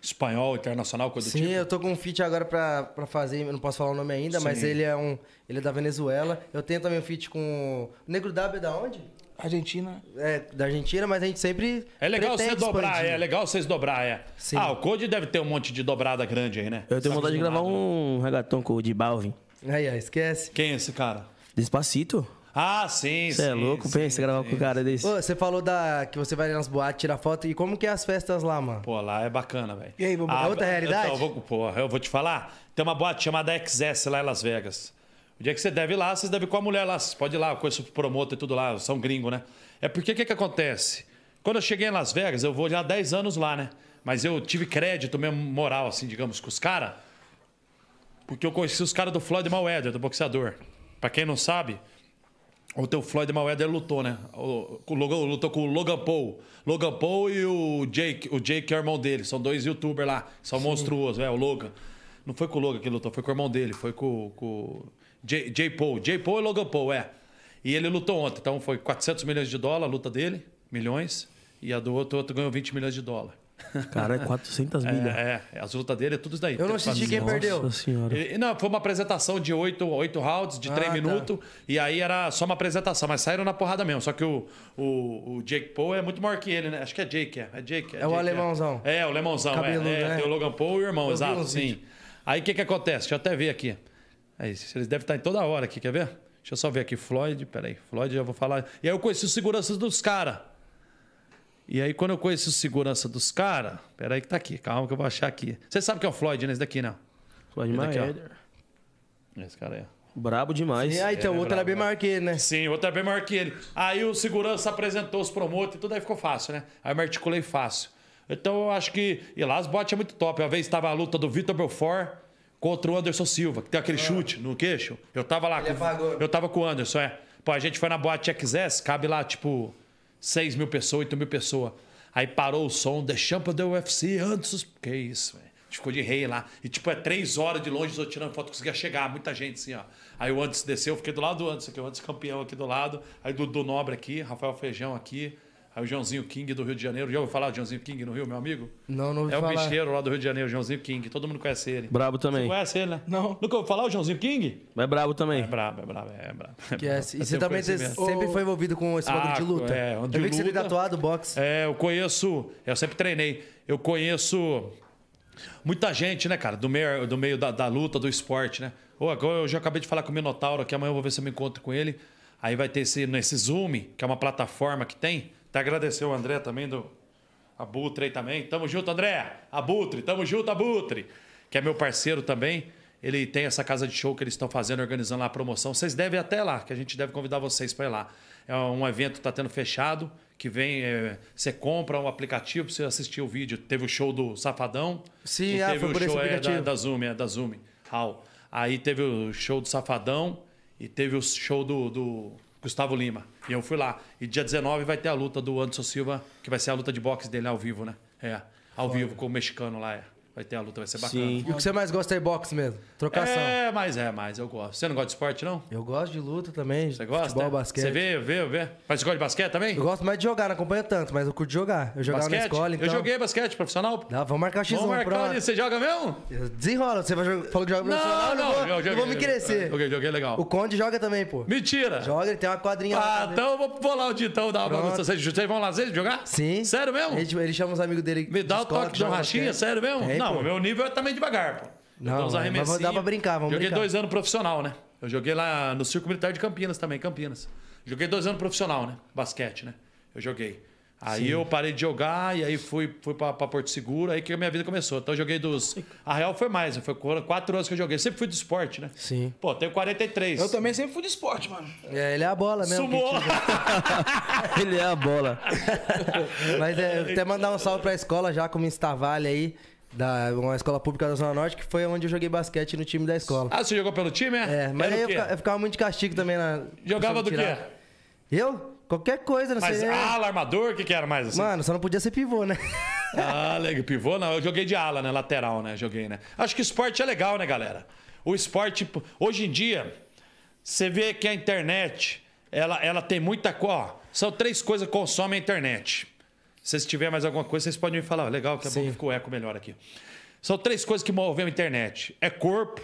espanhol, internacional, coisa Sim, do tipo? eu tô com um feat agora pra, pra fazer, eu não posso falar o nome ainda, mas ele é um. Ele é da Venezuela. Eu tenho também um feat com. O Negro W é da onde? Argentina. É, da Argentina, mas a gente sempre. É legal você pretende dobrar, expandir. é legal vocês dobrar, é. Sim. Ah, o Code deve ter um monte de dobrada grande aí, né? Eu tenho vontade de gravar um regatão com o de Balvin. Aí, aí, esquece. Quem é esse cara? Despacito. Ah, sim, Você sim, é louco, sim, pensa gravar com o cara desse. Ô, você falou da que você vai nas boates tirar foto. E como que é as festas lá, mano? Pô, lá é bacana, velho. E aí, Bubu? É outra realidade? Então, eu vou, porra, eu vou te falar. Tem uma boate chamada XS lá em Las Vegas. O dia que você deve ir lá, vocês devem ir com a mulher lá. Vocês podem ir lá, eu conheço o promotor e tudo lá, são gringo, né? É porque o que, que acontece? Quando eu cheguei em Las Vegas, eu vou já há 10 anos lá, né? Mas eu tive crédito mesmo, moral, assim, digamos, com os caras. Porque eu conheci os caras do Floyd Mayweather, do boxeador. Pra quem não sabe, o teu Floyd Mayweather lutou, né? O, o Logan- lutou com o Logan Paul. Logan Paul e o Jake. O Jake é o irmão dele. São dois youtubers lá. São monstruosos, é o Logan. Não foi com o Logan que ele lutou, foi com o irmão dele. Foi com, com o J, J. Paul. J. Paul e Logan Paul, é. E ele lutou ontem. Então foi 400 milhões de dólar a luta dele. Milhões. E a do outro, o outro ganhou 20 milhões de dólar. Cara, 400 milhas. É, é, as lutas dele é tudo isso daí. Eu não assisti quem Nossa. perdeu. Nossa senhora. Ele- não, foi uma apresentação de oito, oito rounds, de três tá. minutos. E aí era só uma apresentação, mas saíram na porrada mesmo. Só que o, o, o Jake Paul é muito maior que ele, né? Acho que é Jake, é. É, Jake, É o Jake, alemãozão. É, é o alemãozão. Cabeludo, é, é, né? Tem o Logan Paul e o irmão, Eu vi exato, uns sim. vídeos. Aí o que que acontece? Deixa eu até ver aqui. É isso, eles devem estar em toda hora aqui, quer ver? Deixa eu só ver aqui, Floyd, peraí. Floyd, já vou falar. E aí eu conheci os seguranças dos caras. E aí, quando eu conheci os segurança dos caras... Peraí que tá aqui, calma que eu vou achar aqui. Você sabe que é o Floyd, né? Esse daqui, não? Floyd Ele daqui, ó. Mayweather. Esse cara aí, ó. Brabo demais. E aí, então, o outro era bem maior que ele, né? É Sim, outra é bem maior que ele. Aí o segurança apresentou os promotores e tudo aí ficou fácil, né? Aí eu me articulei fácil. Então eu acho que. E lá as botes é muito top. Uma vez estava a luta do Vitor Belfort contra o Anderson Silva, que tem aquele chute no queixo. Eu tava lá com. apagou. Eu tava com o Anderson, é. Pô, a gente foi na boate XS, cabe lá, tipo, 6 mil pessoas, 8 mil pessoas. Aí parou o som, The Champion do UFC, Anderson. Que isso, velho. gente ficou de rei lá. E, tipo, é três horas de longe, eu tirando foto, conseguia chegar, muita gente, assim, ó. Aí o Antes desceu, eu fiquei do lado do Antes aqui, o Antes campeão aqui do lado. Aí do, do Nobre aqui, Rafael Feijão aqui. Aí o Joãozinho King do Rio de Janeiro. Já ouviu falar do Joãozinho King no Rio, meu amigo? Não, não ouvi É o falar. bicheiro lá do Rio de Janeiro, Joãozinho King. Todo mundo conhece ele. Brabo também. Conhece ele, né? Não. Nunca ouviu falar o Joãozinho King? É brabo também. É brabo, é brabo, é brabo. Que é, e Eu você tenho também você conhecimento. sempre foi envolvido com esse Ah, bagulho de luta. é, eu de vi que você tem luta. tatuado boxe. É, eu conheço, eu sempre treinei, eu conheço muita gente, né, cara, do meio, do meio da, da luta, do esporte, né? Ô, agora eu já acabei de falar com o Minotauro aqui, amanhã eu vou ver se eu me encontro com ele. Aí vai ter esse, nesse Zoom, que é uma plataforma que tem. Até agradecer o André também do Abutre aí também. Tamo junto, André! Abutre, tamo junto, Abutre! Que é meu parceiro também. Ele tem essa casa de show que eles estão fazendo, organizando lá a promoção. Vocês devem ir até lá, que a gente deve convidar vocês para ir lá. É um evento que está tendo fechado, que vem. é, você compra um aplicativo pra você assistir o vídeo. Teve o show do Safadão. Sim, e ah, teve foi o por esse show, é, da, aplicativo. da Zoom, é da Zoom. Raul. Aí teve o show do Safadão e teve o show do, do Gustavo Lima. E eu fui lá. E dia 19 vai ter a luta do Anderson Silva, que vai ser a luta de boxe dele ao vivo, né? É, ao vivo com o mexicano lá. É. Vai ter a luta, vai ser bacana. Sim. E o que você mais gosta é boxe mesmo? Trocação. É, mas é, mas eu gosto. Você não gosta de esporte, não? Eu gosto de luta também. Você gosta? Futebol, é? basquete. Você vê, vê, vê. Mas você gosta de basquete também? Eu gosto mais de jogar, não acompanho tanto, mas eu curto jogar. Eu jogava basquete? na escola, então... Eu joguei basquete profissional. Dá, vamos marcar o X1 Vamos pra marcar lá. ali. Você joga mesmo? Desenrola, você vai jogar, falou que joga profissional, eu vou, eu vou me crescer. Joguei, joguei legal. O Conde joga também, pô. Mentira. Joga, ele tem uma quadrinha lá. Ah, né? então eu vou pular o ditão da Pronto. bagunça. Vocês, vocês vão lá vocês jogar? Sim. Sério mesmo? Ele, ele chama os amigos dele. Me dá de o escola, toque de um joga rachinha, basquete. sério mesmo? Tem, não, pô. o meu nível é também devagar, pô. Eu Não, dou uns mas arremessinhos. dá pra brincar, vamos Joguei brincar. dois anos profissional, né? Eu joguei lá no Circo Militar de Campinas também, Campinas. Joguei dois anos profissional, né? Basquete, né? Eu joguei. Aí eu parei de jogar e aí fui, fui pra, pra Porto Seguro, aí que a minha vida começou. Então eu joguei dos. A real foi mais, né? foi quatro anos que eu joguei. Sempre fui do esporte, né? Sim. Pô, tenho 43. Eu também sempre fui de esporte, mano. É, ele é a bola mesmo. Sumou! que Ele é a bola. tira. Mas é, até mandar um salve pra escola, Jacomo Stavalli aí, da, uma escola pública da Zona Norte, que foi onde eu joguei basquete no time da escola. Ah, você jogou pelo time, é? É, mas Era aí o eu quê? fica- eu ficava muito de castigo também na. Jogava do quê? tirar. Eu? Qualquer coisa, não Mas ah, sei. nem- ala, armador, o que, que era mais assim? Mano, só não podia ser pivô, né? Ah, legal. Pivô não, eu joguei de ala, né? Lateral, né? Joguei, né? Acho que esporte é legal, né, galera? O esporte, pô, hoje em dia, você vê que a internet, ela, ela tem muita. co- Ó, são três coisas que consomem a internet. Se vocês tiverem mais alguma coisa, vocês podem me falar. ó, Legal, que a pouco ficou eco melhor aqui. São três coisas que movem a internet: é corpo,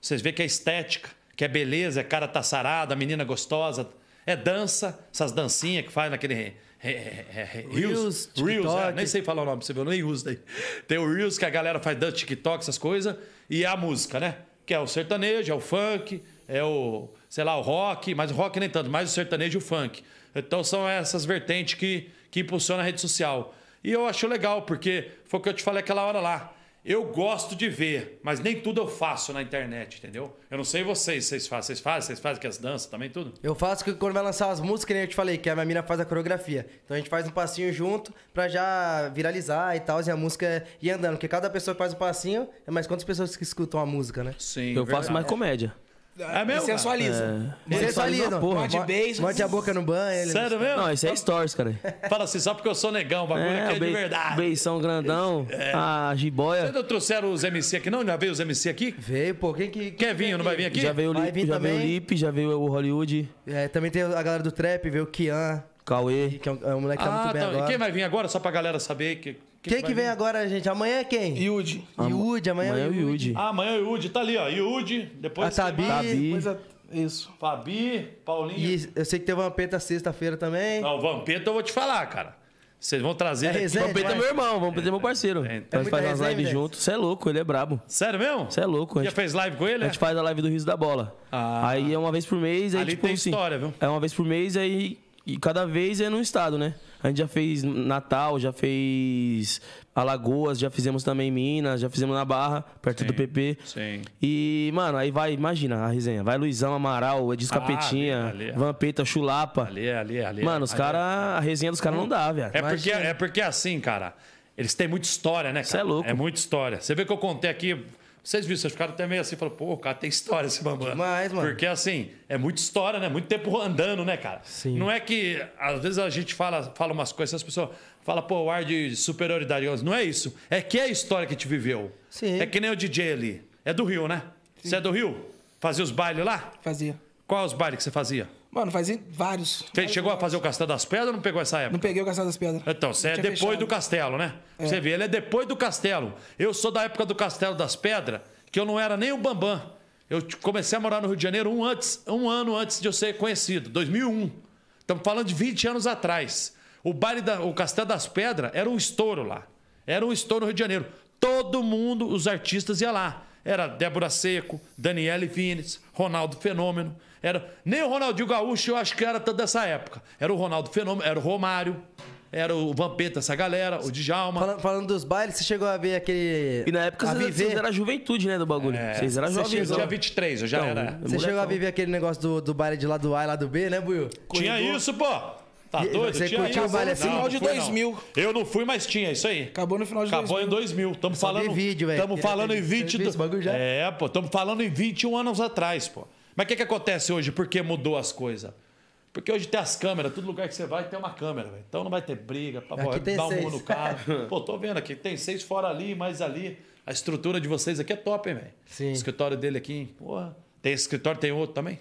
vocês vê que é estética, que é beleza, é cara tá sarada, menina gostosa. É dança, essas dancinhas que faz naquele. re- re- re- re- Reels, Reels, Reels é, TikTok. nem sei falar o nome pra você ver, eu nem uso daí. Tem o Reels que a galera faz dança, TikTok, essas coisas, e a música, né? Que é o sertanejo, é o funk, é o, sei lá, o rock, mas o rock nem tanto, mais o sertanejo e o funk. Então são essas vertentes que, que impulsionam a rede social. E eu acho legal, porque foi o que eu te falei aquela hora lá. Eu gosto de ver, mas nem tudo eu faço na internet, entendeu? Eu não sei vocês, vocês fazem, vocês fazem, vocês fazem que as danças também, tudo? Eu faço que quando vai lançar as músicas, que nem eu te falei, que a minha mina faz a coreografia. Então a gente faz um passinho junto pra já viralizar e tal, e a música ir andando. Porque cada pessoa que faz um passinho, é mais quantas pessoas que escutam a música, né? Sim. Eu faço mais comédia. É mesmo, E cara? sensualiza. Ele Você tá faz é uma porra. Morde beijo. Morde a boca no banho. Ele... Sério mesmo? Não, isso é stories, cara. Fala assim, só porque eu sou negão, o bagulho aqui é o de be- verdade. É. Beição grandão, a Vocês jiboia. não trouxeram os MC aqui, não? Já veio os MC aqui? Veio, pô. Quem que. Quer vir, não vai vir aqui? Já veio o Vai Lipe, vir já veio o também. Lipe, já veio o Hollywood, É, também tem a galera do trap, veio o Kian, Cauê. que é um, é um moleque que tá Ah, muito bem tá. E agora. quem vai vir agora, só pra galera saber? Que, Quem que vai vem vir? agora, gente? Amanhã é quem? Yude. Yud, amanhã, Amanhã é o Yudi. Ah, amanhã é o Yudi, tá ali, ó. Yudi, depois... A Tabi. quem mais? Tabi. Coisa... Isso. Fabi, Paulinho... E eu sei que teve uma peta sexta-feira também. Não, o Vampeta eu vou te falar, cara. Vocês vão trazer... É resenha, Vampeta Pedro é meu irmão, vamos perder meu parceiro. É, é Nós muita fazemos umas resenha, lives velho. juntos. Você é louco, ele é brabo. Sério mesmo? Você é louco, a Já gente fez live com ele? A é? gente faz a live do Riso da Bola. Ah. Aí é uma vez por mês. Aí, Ali tipo, tem assim, história, viu? É uma vez por mês, aí. E cada vez é num estado, né? A gente já fez Natal, já fez Alagoas, já fizemos também Minas, já fizemos na Barra, perto do PP. Sim. E, mano, aí vai, imagina a resenha. Vai Luizão, Amaral, Edis Capetinha, Ah, ali, ali. Vampeta, Chulapa. Ali, ali, ali. mano, os ali. caras. A resenha dos caras não dá, velho. É porque, é porque assim, cara, eles têm muita história, né, cara? Cê é louco. É muita história. Você vê que eu contei aqui. Vocês viram, vocês ficaram até meio assim, falaram, pô, o cara tem história esse bambam. Demais, mano. Porque assim, é muita história, né? Muito tempo andando, né, cara? Sim. Não é que, às vezes a gente fala, fala umas coisas, as pessoas, fala, pô, o ar de superioridade. Não é isso. É que é a história que te viveu. Sim. É que nem o DJ ali. É do Rio, né? Você é do Rio? Fazia os bailes lá? Fazia. Qual os bailes que você fazia? Mano, fazia vários. Você chegou a fazer o Castelo das Pedras ou não pegou essa época? Não peguei o Castelo das Pedras. Então, você é Tinha depois fechado. do castelo, né? Você vê, ele é depois do castelo. Eu sou da época do Castelo das Pedras, que eu não era nem o Bambam. Eu t- comecei a morar no Rio de Janeiro um, antes, um ano antes de eu ser conhecido, 2001. Estamos falando de 20 anos atrás. O baile da, o Castelo das Pedras era um estouro lá. Era um estouro no Rio de Janeiro. Todo mundo, os artistas iam lá. Era Débora Seco, Daniele Vines, Ronaldo Fenômeno. Era, nem o Ronaldinho Gaúcho, eu acho que era tanto dessa época. Era o Ronaldo Fenômeno, era o Romário, era o Vampeta, essa galera, o Djalma. Falando, falando dos bailes, você chegou a ver aquele. E na época a vocês vocês viver, eram a juventude, né, do bagulho. Vocês eram É. Você jovens. tinha não. 23, eu já Então, era. Você chegou a molecão. viver aquele negócio do, do baile de lá do A e lá do B, né, Buiu? Tinha isso, pô. Tá E- doido? você tinha curtiu o isso. baile assim? Final de não fui, 2000. não. Eu não fui, mas tinha isso aí. Acabou no final de Acabou em 2000. Estamos só vi falando, vídeo, é. velho. tamo Queria falando ter em visto- visto 20. esse bagulho já. É, pô, estamos falando em 21 anos atrás, pô. Mas o que, que acontece hoje? Por que mudou as coisas? Porque hoje tem as câmeras, todo lugar que você vai tem uma câmera, velho. Então não vai ter briga, pá, pô, Aqui tem dá um murro seis. no carro. Pô, tô vendo aqui, tem seis fora ali, mais ali. A estrutura de vocês aqui é top, hein, velho? Sim. O escritório dele aqui, hein? porra. Tem esse escritório, tem outro também?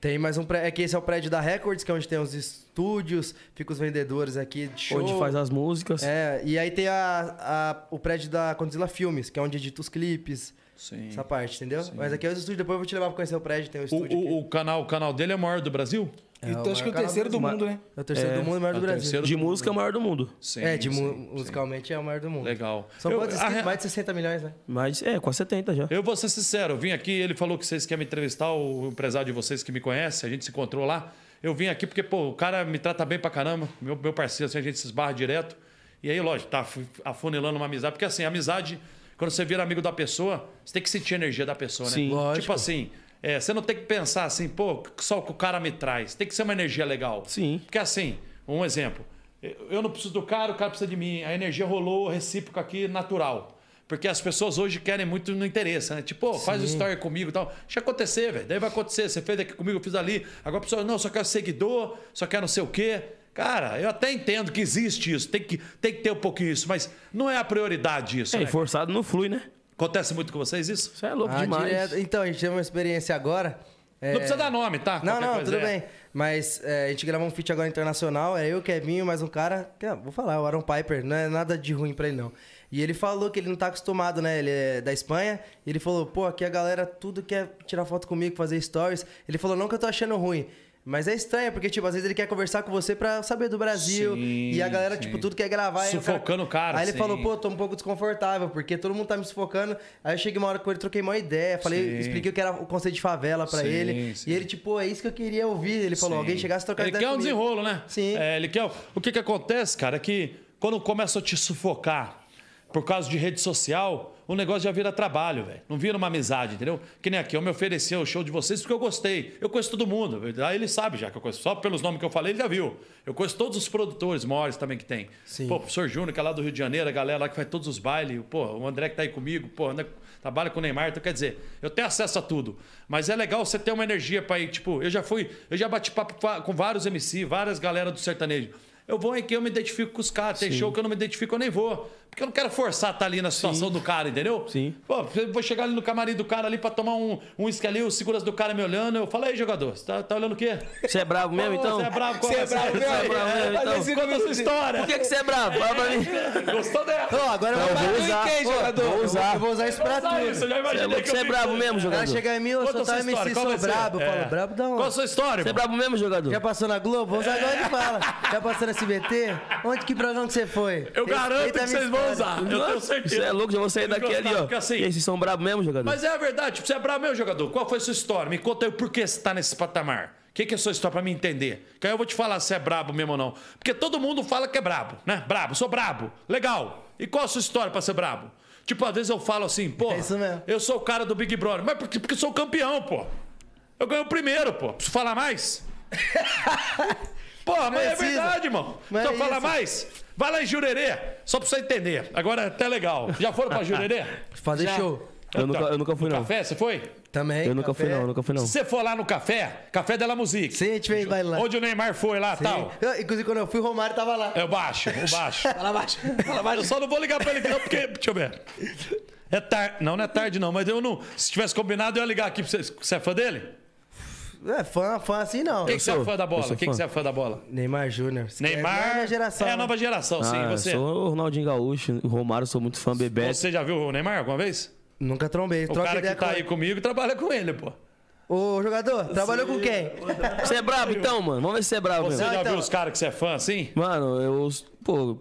Tem mais um prédio. É que esse é o prédio da Records, que é onde tem os estúdios, fica os vendedores aqui de show. Onde faz as músicas. É, e aí tem a, a- o prédio da Condzilla Filmes, que é onde edita os clipes. Sim. Essa parte, entendeu? Mas aqui é os estúdios, depois eu vou te levar pra conhecer o prédio, tem o O, estúdio. o- o canal, o canal dele é o maior do Brasil? aqui. Então, acho que o maior terceiro do canal mundo, né? É o terceiro do mundo e o maior É do o Brasil. terceiro De música, é o maior do mundo. Sim. É, de mu- sim, sim. musicalmente é o maior do mundo. Legal. São Eu- quantos a inscritos? re- Mais de 60 milhões, né? Mas, é, quase 70 já. Eu vou ser sincero, eu vim aqui, ele falou que vocês querem me entrevistar, o empresário de vocês que me conhece, a gente se encontrou lá. Eu vim aqui porque, pô, o cara me trata bem pra caramba, meu, meu parceiro, assim, a gente se esbarra direto. E aí, lógico, tá fu- afunilando uma amizade, porque assim, amizade, quando você vira amigo da pessoa, você tem que sentir a energia da pessoa, né? Sim. Tipo assim, é, você não tem que pensar assim, pô, só o que o cara me traz. Tem que ser uma energia legal. Sim. Porque assim, um exemplo. Eu não preciso do cara, o cara precisa de mim. A energia rolou recíproca aqui, natural. Porque as pessoas hoje querem muito no interesse, né? Tipo, "Ô, faz o story comigo e tal. Deixa acontecer, velho. Daí vai acontecer. Você fez aqui comigo, eu fiz ali. Agora a pessoa, não, só quero seguidor, só quero não sei o quê. Cara, eu até entendo que existe isso. Tem que, tem que ter um pouquinho isso, mas não é a prioridade isso. É, né? e forçado não flui, né? Acontece muito com vocês isso? Isso é louco Ah, demais. direto. Então, a gente teve uma experiência agora. é, Não precisa dar nome, tá? Não, Qualquer não, coisa tudo é. bem. Mas é, a gente gravou um feat agora internacional, é eu, Kevinho, mais um cara. que, ah, vou falar, o Aaron Piper, não é nada de ruim pra ele, não. E ele falou que ele não tá acostumado, né? Ele é da Espanha. E ele falou, pô, aqui a galera tudo quer tirar foto comigo, fazer stories. Ele falou, não que eu tô achando ruim. Mas é estranho, porque, tipo, às vezes ele quer conversar com você pra saber do Brasil. Sim, e a galera, tipo, sim. tudo quer gravar. e Sufocando o cara, Aí ele sim. falou, pô, tô um pouco desconfortável, porque todo mundo tá me sufocando. Aí eu cheguei uma hora com ele, troquei uma ideia. Falei, Sim. expliquei o que era o conceito de favela pra Sim, ele. sim. E ele, tipo, é isso que eu queria ouvir. Ele falou, Sim. alguém chegasse a trocar Ele ideia quer um comigo. desenrolo, né? Sim. É, ele quer. O que que acontece, cara, é que quando começa a te sufocar por causa de rede social, o negócio já vira trabalho, velho. Não vira uma amizade, entendeu? Que nem aqui, eu me ofereci o show de vocês porque eu gostei. Eu conheço todo mundo. Aí ele sabe já que eu conheço. Só pelos nomes que eu falei, ele já viu. Eu conheço todos os produtores maiores também que tem. Sim. Pô, o professor Júnior, que é lá do Rio de Janeiro, a galera lá que faz todos os bailes. Pô, o André que tá aí comigo, pô, anda- trabalha com o Neymar. Então, quer dizer, eu tenho acesso a tudo. Mas é legal você ter uma energia pra ir, tipo, eu já fui, eu já bati papo fa- com vários MC, várias galera do sertanejo. Eu vou em que eu me identifico com os caras. Tem show que eu não me identifico, eu nem vou. Porque eu não quero forçar estar ali na situação do cara, entendeu? Sim. Pô, eu vou chegar ali no camarim do cara ali pra tomar um, um uísque ali, os seguras do cara me olhando. Eu falo, aí, jogador, você tá, tá olhando o quê? Você é bravo mesmo, Ô, então? Você é bravo, qual Você é essa? bravo, Você é bravo mesmo, Mas então? esse Conta a sua história. Por que, que você é bravo? Fala pra mim. Gostou dela? Ô, agora Não, eu vou vou usar. usar. quem, Pô, jogador? Vou usar. Eu vou usar isso pra Só tudo. isso, eu Você já é imaginei louco, que você é eu bravo fui- mesmo, O cara jogador? Você chega em mim, eu Conta sou a sua tal MC, história, qual sou vai ser? brabo. Eu É. falo, brabo da Qual a onde? sua história, é irmão? brabo mesmo, Já jogador? passou na Globo? Vou usar agora ele fala. Já passou na SBT? Onde que programa que você foi? Eu garanto Respeita a que minha vocês vão história. usar. Eu tenho certeza. Você é louco, já vou sair Eles daqui ali, gostaram, ó. fica assim. E aí, vocês são brabo mesmo, jogador? Mas é a verdade, tipo, você é bravo mesmo, jogador. Qual foi a sua história? Me conta aí o porquê você tá nesse patamar. O que, que é a sua história pra me entender? Que aí eu vou te falar se é brabo mesmo ou não. Porque todo mundo fala que é brabo, né? Brabo, sou brabo. Legal. E qual a sua história pra ser brabo? Tipo, às vezes eu falo assim, pô, É isso mesmo. eu sou o cara do Big Brother. Mas porque, porque eu sou campeão, pô. Eu ganhei o primeiro, pô. Preciso falar mais? pô, mas é Precisa. verdade, irmão. Mas Só é falar isso. mais? Vai lá em Jurerê, só pra você entender. Agora é até legal. Já foram pra Jurerê? Fazer show. Eu nunca, eu nunca fui, no não. Café, você foi? Também. Eu nunca fui, café. não. eu Nunca fui, não. Se você for lá no café, Café Della Musique. Sim, a gente veio vai lá. Onde o Neymar foi lá Sim. tal. Eu, inclusive, quando eu fui, o Romário tava lá. É o baixo, o baixo. Fala baixo. Fala, mas eu só não vou ligar pra ele, não, porque. Deixa eu ver. É tarde. Não, não é tarde, não, mas eu não. Se tivesse combinado, eu ia ligar aqui pra você. Você é fã dele? É, fã, fã assim não. Quem que você é sou, fã da eu bola? sou Quem que fã. você é fã da bola? Neymar Júnior. Esquece, Neymar. É a minha geração. É a nova né? geração, sim. Ah, Você. Sou o Ronaldinho Gaúcho, o Romário, sou muito fã, Bebeto. Você já viu o Neymar alguma vez? Nunca trombei. O Troca cara ideia que tá com aí comigo trabalha com ele, pô. Ô, jogador, trabalhou com quem? Você é brabo então, mano? Vamos ver se você é brabo Você mesmo. já então- viu os caras que você é fã assim? Mano, eu, pô,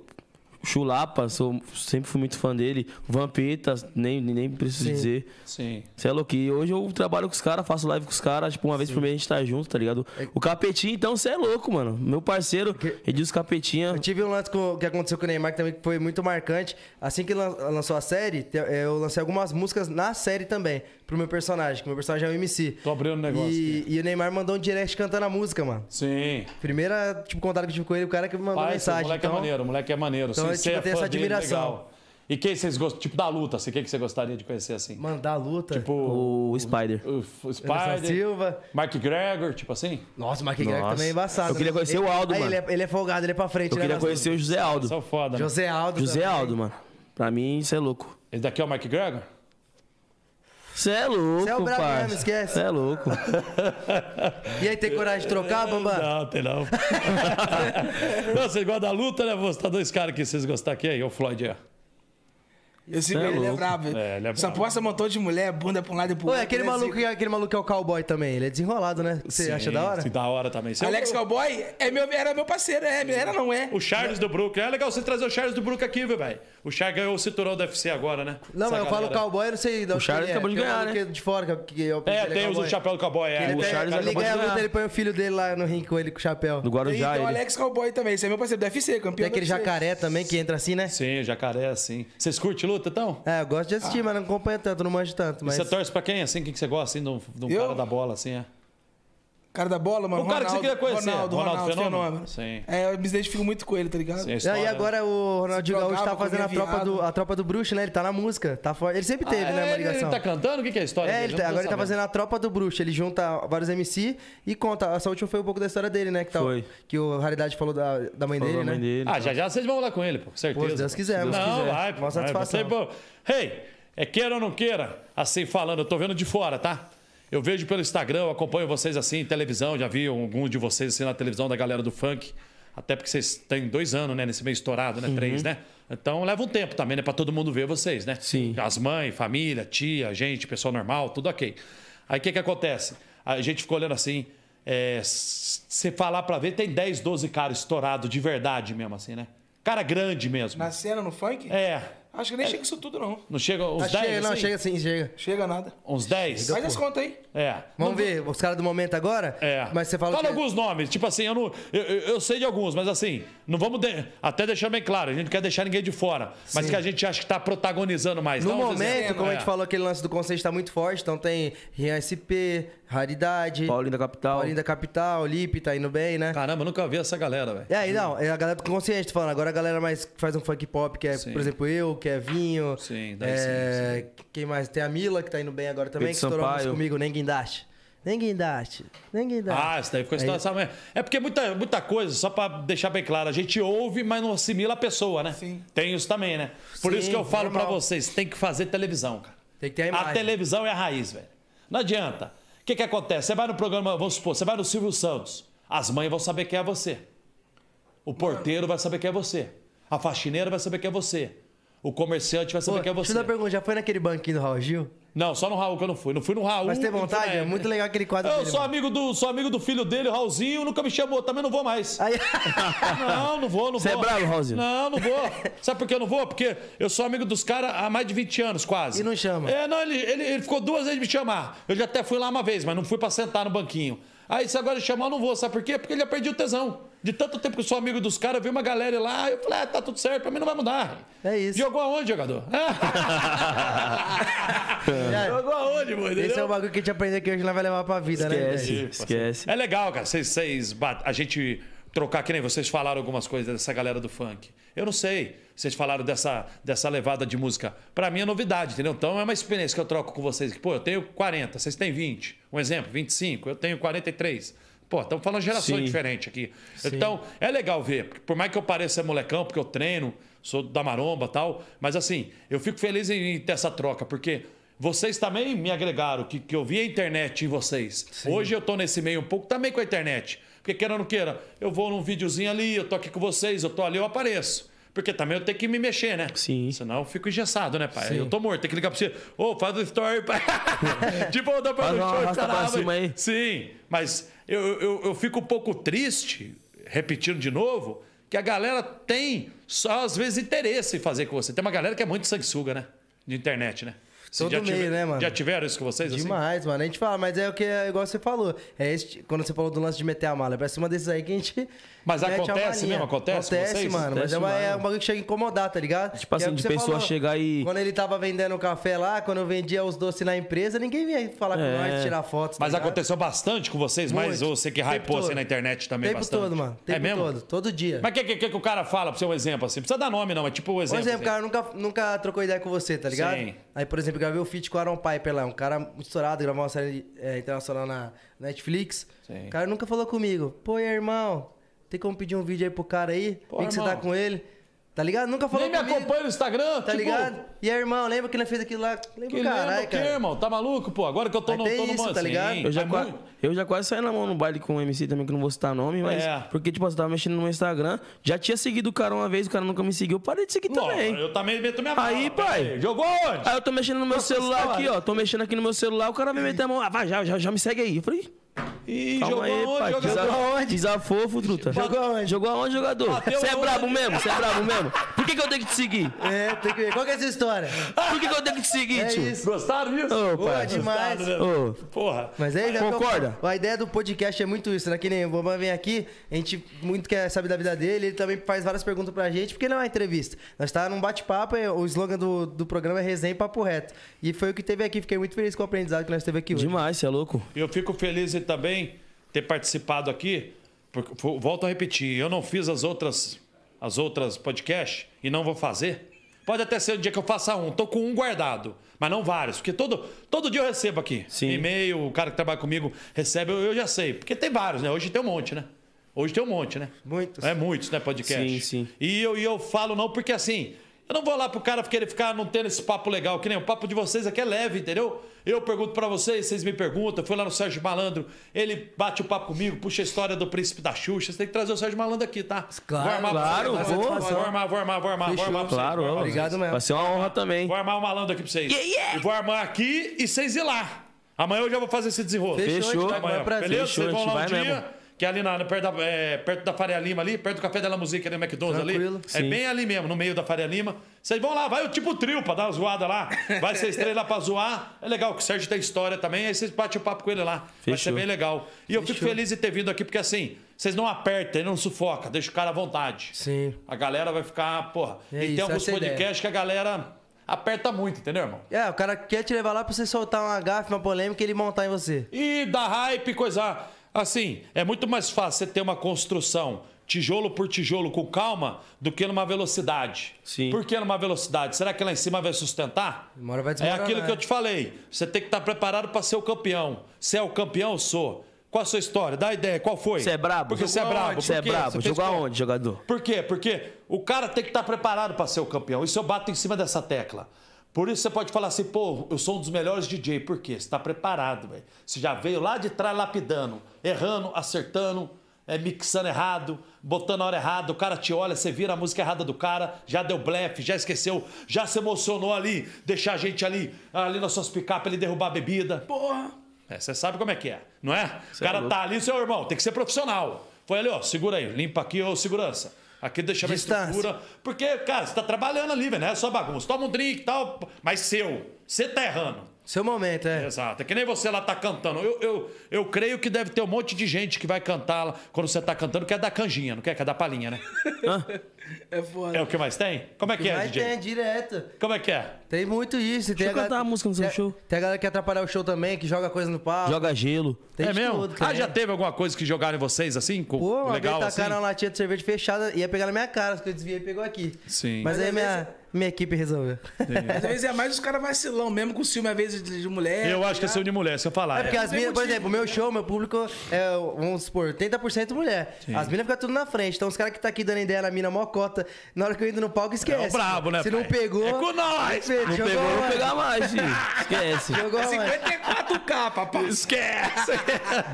Chulapa, sou, sempre fui muito fã dele. Vampeta, nem, nem preciso dizer. Sim. Você é louco. E hoje eu trabalho com os caras, faço live com os caras. Tipo, uma vez por mês a gente tá junto, tá ligado? O Capetinho, então, você é louco, mano. Meu parceiro, Edilson Capetinha. Eu tive um lance com- que aconteceu com o Neymar que também foi muito marcante. Assim que lan- lançou a série, te- eh, eu lancei algumas músicas na série também, pro meu personagem, que meu personagem é o MC. Tô abrindo um negócio E, e o Neymar mandou um direct cantando a música, mano. Sim. Primeira, tipo, contato que eu tive com ele, o cara que me mandou Pai, esse mensagem. moleque é então, maneiro, o moleque é maneiro. Então, eu, Sim, você tipo, é tenho fã essa dele, admiração. legal. E quem vocês gostam? Tipo da luta, assim, quem que você gostaria de conhecer assim? Mano, da luta. Tipo, O Spider. o, o Anderson Spider, Silva. Mark Gregor, tipo assim? Nossa, o Mark Gregor Nossa. também é embaçado. Eu queria né? conhecer o Aldo, Ah, mano. Ele é, ele é folgado, ele é pra frente. Eu né, queria nas lutas. conhecer o José Aldo. Só foda, né? José Aldo. José também. Aldo, mano. Pra mim, você é louco. Esse daqui é o Mark Gregor? Você é louco, Cê é o brabo parça. mesmo, esquece. Cê é louco. E aí, tem coragem de trocar, Bamba? Não, tem não. não, vocês gostam da luta, né? Vou citar dois caras que vocês gostam aqui aí, o Floyd é. aí, ó. Esse Cê é ele é louco. brabo. É, ele é Essa brabo. poça montou de mulher, bunda pra um lado e pro Pô, outro. é aquele né? maluco, que- aquele maluco que é o cowboy também. Ele é desenrolado, né? Você Sim, acha da hora? sim, da hora também. Você é assim. Alex o- Cowboy é meu, era meu parceiro, é, era não é. O Charles do Brooklyn. É legal você trazer o Charles do Brooklyn aqui, viu, velho? O Charles ganhou o cinturão do UFC agora, né? Não, Essa mas eu falo galera. cowboy, eu não sei. da onde Charles ele é. acabou de Tem um ganhar, maluco né? que é De fora, que, que é o É, tem os do chapéu do cowboy. É, Ele, O pega- Charles ele acabou de ganha a luta, ganhar. ele põe o filho dele lá no ringue com ele, com o chapéu. Do Guarujá, Tem o ele. Alex Cowboy também, esse é meu parceiro do UFC, campeão. Tem aquele do UFC. jacaré também que entra assim, né? Sim, jacaré, assim. Vocês curtem luta, então? É, eu gosto de assistir, mas não acompanho tanto, não manjo tanto. Mas Você torce pra quem, assim? Quem que você gosta, assim, de um, de um Eu? cara da bola, assim, é? Cara da bola, mano. O cara que você queria conhecer, Ronaldo, Ronaldo Ronaldo, Fenômeno? Fenômeno. Sim. É, eu me identifico muito com ele, tá ligado? Sim, a E aí história, né? agora o Ronaldinho Se Gaúcho tá drogava, fazendo a comia tropa, do, viado. a tropa do bruxo, né? Ele tá na música. Tá fora. Ele sempre teve, Ah, né? é, Uma ele, ele ligação. tá cantando? O que, que é a história É, dele? ele Eu tá- não tô agora ele tá sabendo. fazendo a tropa do bruxo. Ele junta vários MC e conta. Essa última foi um pouco da história dele, né? Que, tá, Foi. que o Raridade falou da, da mãe Falou dele, da né? mãe dele. Ah, já já vocês vão lá com ele, pô, com certeza. Pô, se Deus quiser, mano. Não, quiser. vai, pô. Uma vai, satisfação. você, pô. Hey, é queira ou não queira, assim falando, eu tô vendo de fora, tá? Eu vejo pelo Instagram, eu acompanho vocês assim em televisão, já vi algum de vocês assim na televisão da galera do funk. Até porque vocês têm dois anos, né? Nesse meio estourado, né? Uhum. Três, né? Então leva um tempo também, né? Pra todo mundo ver vocês, né? Sim. As mães, família, tia, gente, pessoal normal, tudo ok. Aí o que, que acontece? A gente ficou olhando assim. é, s- se falar pra ver, tem 10, 12 caras estourados de verdade mesmo, assim, né? Cara grande mesmo. Na cena, no funk? É. Acho que nem chega isso tudo, não. Não chega uns Ah, 10? chega, não, assim? chega assim, chega. Chega nada. Uns 10? Faz as contas aí. É. Vamos ver os caras do momento agora? É. Mas você fala. Fala que- alguns nomes. Tipo assim, eu, não, eu, eu- eu sei de alguns, mas assim, não vamos de- até deixar bem claro. A gente não quer deixar ninguém de fora. Mas que a gente acha que tá protagonizando mais. No Dá uns momento, exemplos. como a É. gente falou, aquele lance do conceito tá muito forte. Então tem Rian SP, Raridade, Paulinho da Capital. Paulinho da Capital, Lipe tá indo bem, né? Caramba, eu nunca vi essa galera, velho. É, aí não, é a galera do consciente tô falando. Agora a galera mais que faz um funk pop, que é, Sim. por exemplo, eu, que é Vinho. Sim, daí é, Quem mais? Tem a Mila, que tá indo bem agora também, Pedro que estourou mais Sampaio. comigo, nem guindaste. Nem guindaste. Nem guindaste. Ah, isso daí ficou Aí- situação mesmo. É porque muita, muita coisa, só pra deixar bem claro, a gente ouve, mas não assimila a pessoa, né? Sim. Tem isso também, né? Por Sim, isso que eu falo pra normal. vocês, tem que fazer televisão, cara. Tem que ter a imagem. A televisão é a raiz, velho. Não adianta. O que, que acontece? Você vai no programa, vamos supor, você vai no Silvio Santos. As mães vão saber quem é você. O porteiro vai saber quem é você. A faxineira vai saber quem é você. O comerciante vai saber Pô, quem é Deixa você. eu dar uma pergunta, já foi naquele banquinho do Raul Gil? Não, só no Raul que eu não fui. Não fui no Raul. Mas tem não fui vontade? na- É muito legal aquele quadro Eu dele, sou mano. amigo, do, sou amigo do filho dele, o Raulzinho, nunca me chamou, também não vou mais. Ah, Aí- Não, não vou, não Você é vou. bravo, Raulzinho? Não, não vou. Sabe por que eu não vou? Porque eu sou amigo dos caras há mais de 20 anos, quase. E não chama. É, não, ele, ele, ele ficou duas vezes me chamar. Eu já até fui lá uma vez, mas não fui pra sentar no banquinho. Aí se agora ele chamar, eu não vou. Sabe por quê? Porque ele já perdi o tesão. De tanto tempo que eu sou amigo dos caras, eu vi uma galera lá, eu falei, ah, tá tudo certo, pra mim não vai mudar. É isso. Jogou aonde, jogador? Já- Jogou aonde, mano? Esse é o bagulho que a gente aprendeu que hoje não vai levar pra vida, né? Esquece, velho? Tipo, esquece. assim. É legal, cara. Vocês, vocês bat- a gente trocar, que nem vocês falaram algumas coisas dessa galera do funk. Eu não sei. Vocês falaram dessa, dessa levada de música. Pra mim é novidade, entendeu? Então é uma experiência que eu troco com vocês. Pô, eu tenho 40, vocês têm 20. Um exemplo, 25, eu tenho 43. Pô, estamos falando gerações Sim. diferentes aqui. Então, é legal ver. porque Por mais que eu pareça molecão, porque eu treino, sou da maromba e tal. Mas assim, eu fico feliz em ter essa troca, porque vocês também me agregaram, que, que eu vi a internet em vocês. Hoje eu tô nesse meio um pouco também com a internet. Porque queira ou não queira, eu vou num videozinho ali, eu tô aqui com vocês, eu tô ali, eu apareço. Porque também eu tenho que me mexer, né? Sim. Senão eu fico engessado, né, pai? Eu tô morto, tem que ligar pra você. Ô, faz o story, pai. tipo, dá pra Faz no uma show, arrasta pra caralho. cima aí. Sim, mas eu, eu, eu fico um pouco triste, repetindo de novo, que a galera tem só às vezes interesse em fazer com você. Tem uma galera que é muito sanguessuga, né? De internet, né? Vocês Todo meio, né, mano? Já tiveram isso com vocês? assim? Demais, mano. A gente fala, mas é o que é igual você falou. É este, quando você falou do lance de meter a mala, é pra cima desses aí que a gente. Mas mete a acontece malinha. mesmo? Acontece com Acontece, vocês? mano. mas Acontece é, uma, demais, é um mano. bagulho que chega a incomodar, tá ligado? Tipo Que é assim, o que de você pessoa falou. chegar e. Quando ele tava vendendo o café lá, quando eu vendia os doces na empresa, ninguém vinha falar com É. nós, tirar fotos. Mas tá ligado? aconteceu bastante com vocês, mas Muito. você que Tempo hypou assim todo. na internet também Tempo bastante. todo, mano. é Tempo mesmo? todo. Todo dia. Mas o que, que, que o cara fala pra ser um exemplo assim? Não precisa dar nome, não, é tipo um Por exemplo. exemplo, o assim. cara nunca, nunca trocou ideia com você, tá ligado? Sim. Aí, por exemplo, eu gravei o feat com o Aaron Piper lá, um cara estourado, gravou uma série é, internacional na Netflix. Sim. O cara nunca falou comigo. Pô, e aí, irmão, tem como pedir um vídeo aí pro cara aí? Pô, Vê que você tá irmão. com ele. Tá ligado? Nunca falou Nem me comigo. acompanha no Instagram, Tá tipo, ligado? E aí, irmão, lembra que ele fez aquilo lá? Lembra, Que lembra caralho, o quê, cara. irmão? Tá maluco, pô? Agora que eu tô Mas no, tem tô no isso, tá Sim, ligado? Eu já, é qua- muito- eu já quase saí na mão no baile com um MC também, que eu não vou citar nome, mas. É. Porque, tipo, você tava mexendo no meu Instagram. Já tinha seguido o cara uma vez, o cara nunca me seguiu. Eu parei de seguir Não, também. eu também meto minha mão. Aí, pai. Jogou onde? Aí eu tô mexendo no meu celular aqui, ó. Tô mexendo aqui no meu celular, o cara me meteu a mão. Ah, vai, já, já, já me segue aí. Eu falei, "Ih, Ih, calma jogou aí, onde? pai. jogador? Desafofo, desafofo, truta. Jogou aonde? Jogou aonde, jogador? Bateu Você é aonde? brabo mesmo? Você é brabo mesmo? Por que, que eu tenho que te seguir? É, tem que ver. Qual que é essa história? Por que, que eu tenho que te seguir, É Tipo, tio? isso. Gostaram disso? Ô, Boa, pai. Demais. gostado, né? Ô. Porra. Mas é, isso, é Concorda? que eu- a ideia do podcast é muito isso, né? Que nem o Boban vem aqui, a gente muito quer saber da vida dele, ele também faz várias perguntas pra gente, porque não é uma entrevista. Nós tá num bate-papo, é- o slogan do, do programa é resenha e papo reto. E foi o que teve aqui, fiquei muito feliz com o aprendizado que nós teve aqui hoje. Demais, você é louco. Eu fico feliz em também ter participado aqui. Porque, vo- volto a repetir, eu não fiz as outras, as outras podcasts e não vou fazer. Pode até ser o dia que eu faça um. Tô com um guardado, mas não vários. Porque todo, todo dia eu recebo aqui. Sim. E-mail, o cara que trabalha comigo recebe, eu, eu já sei. Porque tem vários, né? Hoje tem um monte, né? Hoje tem um monte, né? Muitos. É muitos, né, podcast. Sim, sim. E eu, e eu falo não porque assim, eu não vou lá pro cara querer ficar não tendo esse papo legal, que nem o papo de vocês aqui é leve, entendeu? Eu pergunto pra vocês, vocês me perguntam, fui lá no Sérgio Malandro, ele bate o papo comigo, puxa a história do príncipe da Xuxa, você tem que trazer o Sérgio Malandro aqui, tá? Claro, vou armar pra claro, vocês, vou. vou armar, vou armar, vou armar, vou armar pra Claro, vocês, vou ó. armar pra vocês. Obrigado mesmo. Vai ser uma honra também. Vou armar um malandro aqui pra vocês. Yeah, yeah. E vou armar aqui e vocês ir lá. Amanhã eu já vou fazer esse desenrolo. Fechou. então, tá é Até amanhã, Vai pra beleza? Fechou, vocês vão lá a um gente vai dia, mesmo. que é ali na, perto, da, é, perto da Faria Lima ali, perto do Café Dela Música, ali no McDonald's Tranquilo. ali. É Sim. bem ali mesmo, no meio da Faria Lima. Vocês vão lá, vai o tipo trio pra dar uma zoada lá. Vai vocês três lá pra zoar. É legal que o Sérgio tem história também, aí vocês batem o papo com ele lá. Vai ser Fechou. bem legal. E eu fico feliz de ter vindo aqui, porque assim, vocês não apertam, não sufoca, deixa o cara à vontade. Sim. A galera vai ficar, porra. É e isso, tem alguns essa é a ideia. podcasts que a galera aperta muito, entendeu, irmão? É, o cara quer te levar lá pra você soltar uma gafe, uma polêmica e ele montar em você. E dá hype, coisa. Assim, é muito mais fácil você ter uma construção tijolo por tijolo com calma do que numa velocidade. Sim. Por que numa velocidade? Será que lá em cima vai sustentar? Uma hora vai É desmoronar, aquilo que né? eu te falei. Você tem que estar preparado para ser o campeão. Se é o campeão, eu sou. Qual a sua história? Dá a ideia. Qual foi? Você é brabo? Porque você é Jogou brabo. aonde? Você é Por quê? brabo. fez Jogou qual? aonde, jogador? Por quê? Porque o cara tem que estar preparado para ser o campeão. Isso eu bato em cima dessa tecla. Por isso você pode falar assim, pô, eu sou um dos melhores DJ. Por quê? Você está preparado, velho. Você já veio lá de trás lapidando, errando, acertando, é, mixando errado, botando a hora errada. O cara te olha, você vira a música errada do cara, já deu blefe, já esqueceu, já se emocionou ali, deixar a gente ali, ali nas suas picapes, ele derrubar a bebida. Porra. É, você sabe como é que é, não é? o é cara louco. tá ali, seu irmão, tem que ser profissional. Foi ali, ó, segura aí, limpa aqui, ô segurança. Aqui deixa minha Distância. estrutura. Porque, cara, você tá trabalhando ali, velho, não é só bagunça. Toma um drink e tal, mas seu. Você tá errando. Seu momento, é. Exato. É que nem você lá tá cantando. Eu, eu, eu creio que deve ter um monte de gente que vai cantar lá quando você tá cantando, que é da canjinha, não quer? Que é da palhinha, né? É foda. É o que mais tem? Como é que, é, Mas DJ? tem, direto. Como é que é? Tem muito isso. e Tem eu gal- cantar a música no seu tem- show. Tem a galera que atrapalha o show também, que joga coisa no palco. Joga gelo. Tem é de mesmo? tudo, ah, cara. já teve alguma coisa que jogaram em vocês assim? Com, Pô, tá uma legal vez assim? tacaram uma latinha de cerveja fechada, ia pegar na minha cara, só que eu desviei e pegou aqui. Sim. Mas, Mas aí às minha, minha equipe resolveu. Às vezes é mais os caras vacilão, mesmo com ciúme, às vezes, de de mulher. Eu acho que é tá seu de mulher, se eu falar. É porque é. as minas, por exemplo, o meu show, meu público é, vamos supor, 30% mulher. As minas ficam tudo na frente. Então os caras que tá aqui dando ideia na mina mocota, na hora que eu indo no palco, esquece. É o brabo, né, Se não pai? pegou. É com nós! Não Não pegou, eu vou pegar mais, filho. Esquece. É Jogou, mano. 54k, papai. Esquece!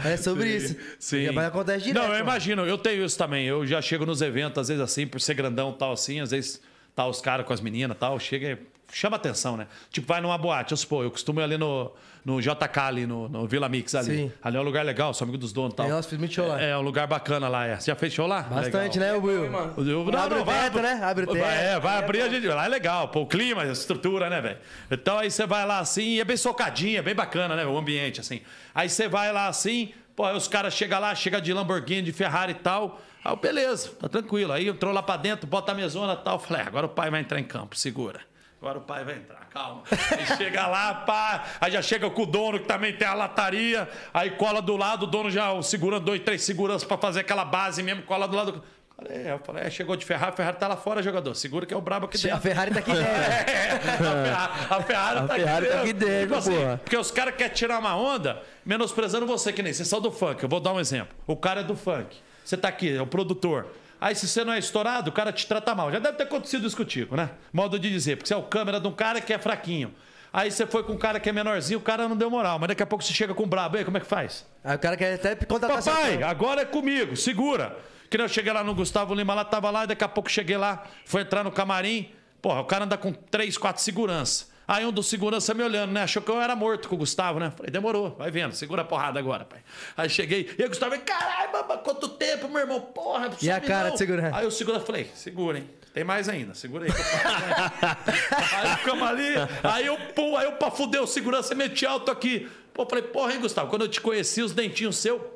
É sobre isso. É, Sim. Mas acontece direto. né? Não, é eu mano. imagino, eu tenho isso também. Eu já chego nos eventos, às vezes assim, por ser grandão tal, assim, às vezes tá os caras com as meninas tal, chega e chama atenção, né? Tipo, vai numa boate, eu supor, eu costumo ir ali no, no JK, ali no, no Vila Mix, ali. Sim. Ali é um lugar legal, sou amigo dos donos e tal. É, nós fizemos muito show lá. É, é um lugar bacana lá, é. Você já fez show lá? Bastante, Legal. né, Will? mano. Eu- eu- Abre o teto, né? Abre o teto. Vai, é, vai abrir, a gente. Lá é legal, pô, o clima, a estrutura, né, velho? Então aí você vai lá assim, e é bem socadinha, bem bacana, né, o ambiente, assim. Aí você vai lá assim, pô, aí os caras chegam lá, chega de Lamborghini, de Ferrari e tal. Aí, eu, beleza, tá tranquilo. Aí entrou lá pra dentro, bota a mesona e tal. Falei, "É, agora o pai vai entrar em campo, segura. Agora o pai vai entrar, calma. Aí chega lá, pá, aí já chega com o dono que também tem a lataria, aí cola do lado, o dono já segura dois, três seguranças pra fazer aquela base mesmo, cola do lado. Falei, eu falei, é, chegou de Ferrari, Ferrari tá lá fora, jogador. Segura que é o brabo aqui dentro. A Ferrari tá aqui dentro. É, a Ferrari, a Ferrari, A tá, Ferrari aqui assim, tá aqui dentro, porra. porque os caras querem tirar uma onda menosprezando você, que nem você é só do funk. Eu vou dar um exemplo. O cara é do funk. Você tá aqui, é o produtor. Aí, se você não é estourado, o cara te trata mal. Já deve ter acontecido isso contigo, né? Modo de dizer, porque você é o câmera de um cara que é fraquinho. Aí você foi com um cara que é menorzinho, o cara não deu moral, mas daqui a pouco você chega com um brabo. E aí, como é que faz? Aí o cara quer até contratar seu Papai, agora é comigo, segura. Que nem eu cheguei lá no Gustavo Lima, lá tava lá, e daqui a pouco cheguei lá, foi entrar no camarim. Porra, o cara anda com três, quatro segurança. Aí um dos segurança me olhando, né? Achou que eu era morto com o Gustavo, né? Falei, demorou, vai vendo, segura a porrada agora, pai. Aí cheguei, e o Gustavo, caralho, baba, quanto tempo, meu irmão, porra. E a some cara não." de segurança? Aí o segurança, falei, segura, hein? Tem mais ainda, segura aí. que eu faço mais." aí ficamos ali, aí eu, pum, aí eu pra fuder o segurança, meti alto aqui. Pô, falei, porra, hein, Gustavo, quando eu te conheci, os dentinhos seu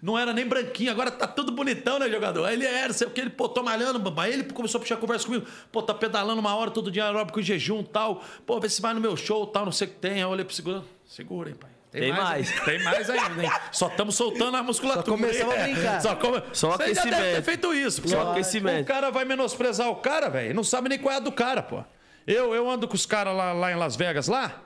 não era nem branquinho, agora tá tudo bonitão, né, jogador? Aí ele era, sei o que, ele, pô, tô malhando, babá. Aí ele começou a puxar conversa comigo, pô, tá pedalando uma hora todo dia aeróbico em jejum tal, pô, vê se vai no meu show tal, não sei o que tem. Aí eu olhei pro segurança, segura, hein, pai. Tem ainda, Tem mais ainda, hein? Só estamos soltando a musculatura. Só começamos hein? a brincar. Só, come... Só Você ainda aquecimento. deve ter feito isso. porque Só o- aquecimento. O cara vai menosprezar o cara, velho. Não sabe nem qual é a do cara, pô. Eu, eu ando com os caras lá, lá em Las Vegas, lá.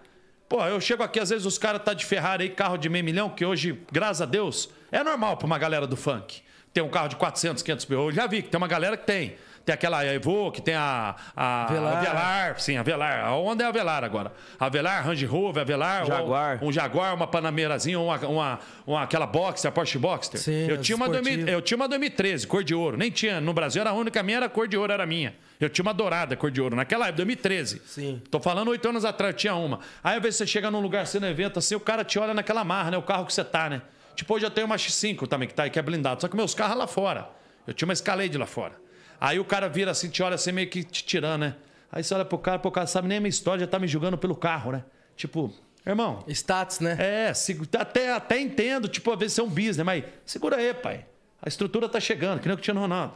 Pô, eu chego aqui, às vezes os caras tá de Ferrari aí, carro de meio milhão, que hoje, graças a Deus, é normal pra uma galera do funk. Tem um carro de 400, 500 mil. Eu já vi que tem uma galera que tem. Tem aquela Evo, que tem a, a Velar. a Velar, sim, a Velar. A onda é a Velar agora. A Velar, Range Rover, a Velar, Jaguar. um Jaguar, uma Panameirazinha, uma, uma, uma- aquela Boxer, a Porsche Boxer. Sim, eu, tinha uma esportivo. 2000, eu tinha uma 2013, cor de ouro. Nem tinha. No Brasil era a única, a minha era cor de ouro, era a minha. Eu tinha uma dourada, cor de ouro. Naquela época, 2013. Sim. Tô falando oito anos atrás, eu tinha uma. Aí às vezes você chega num lugar, você no evento assim, o cara te olha naquela marra, né? O carro que você tá, né? Tipo, hoje eu tenho uma X5 também, que tá aí, que é blindado. Só que meus carros lá fora. Eu tinha uma Escalade lá fora. Aí o cara vira assim, te olha assim, meio que te tirando, né? Aí você olha pro cara, pô, o cara sabe nem a minha história, já tá me julgando pelo carro, né? Tipo, irmão, Status, né? é, segu- até, até entendo, tipo, às vezes é um business, mas segura aí, pai. A estrutura tá chegando, que nem o Cristiano Ronaldo.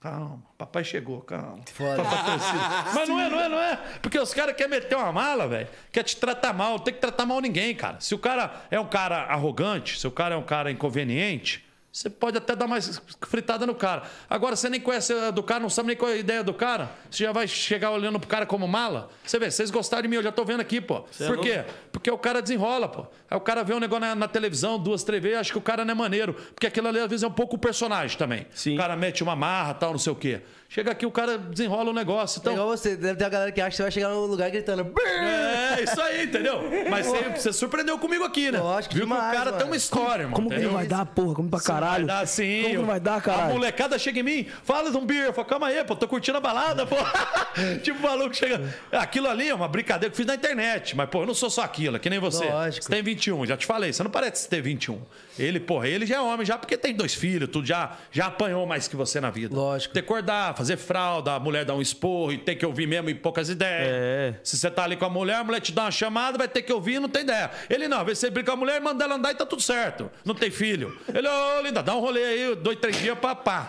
Calma, papai chegou, calma. Foda. Papai torcido. Mas não é, não é, não é. Porque os caras querem meter uma mala, velho. Quer te tratar mal. Não tem que tratar mal ninguém, cara. Se o cara é um cara arrogante, se o cara é um cara inconveniente, você pode até dar mais fritada no cara. Agora, você nem conhece a do cara, não sabe nem qual é a ideia do cara. Você já vai chegar olhando pro cara como mala? Você vê, vocês gostaram de mim, eu já tô vendo aqui, pô. Por quê? Porque o cara desenrola, pô. Aí o cara vê um negócio na, na televisão, duas, três vezes, acha que o cara não é maneiro. Porque aquilo ali, às vezes, é um pouco o personagem também. Sim. O cara mete uma marra, tal, não sei o quê. Chega aqui, o cara desenrola o negócio. É Então, Igual você, deve ter uma galera que acha que você vai chegar num lugar gritando. "Brrr!" é, isso aí, entendeu? Mas você, você surpreendeu comigo aqui, né? Lógico, Viu que o demais, cara tem mano. uma história, irmão. Como que ele entendeu? vai dar, porra? Como pra caralho? Vai dar, sim. Como que não vai dar, A caralho? molecada chega em mim, fala de um beer. Eu falo, calma aí, pô, tô curtindo a balada, pô. tipo, o maluco chega. Aquilo ali é uma brincadeira que eu fiz na internet. Mas, pô, eu não sou só aquilo, é que nem você. Lógico. Você tem 21, já te falei, você não parece ter 21. Ele, porra, ele já é homem, já porque tem dois filhos, tudo já, já apanhou mais que você na vida. Lógico. Ter que acordar, fazer fralda, a mulher dar um esporro e ter que ouvir mesmo em poucas ideias. É. Se você tá ali com a mulher, a mulher te dá uma chamada, vai ter que ouvir, não tem ideia. Ele não, às vezes você brinca com a mulher, manda ela andar e tá tudo certo. Não tem filho. Ele, ô, linda, dá um rolê aí, dois, três dias, papá.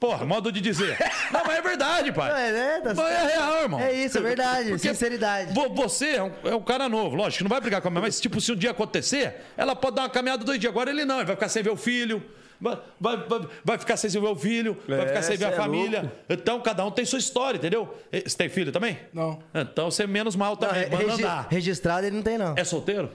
Porra, modo de dizer. Não, mas é verdade, pai. É, né? Tá Mas é real, irmão. É isso, é verdade. Sinceridade. vo- Você é um, é um cara novo, lógico, que não vai brigar com a minha mãe, mas tipo, se um dia acontecer, ela pode dar uma caminhada dois dias. Agora ele não, ele vai ficar sem ver o filho. Vai, vai, vai- vai ficar sem ver o filho, vai É, ficar sem ver a cê é família. Então, cada um tem sua história, entendeu? E- Você tem filho também? Não. Então você é menos mal Não, também. re- Manda regi- andar. registrado ele não tem, não. É solteiro?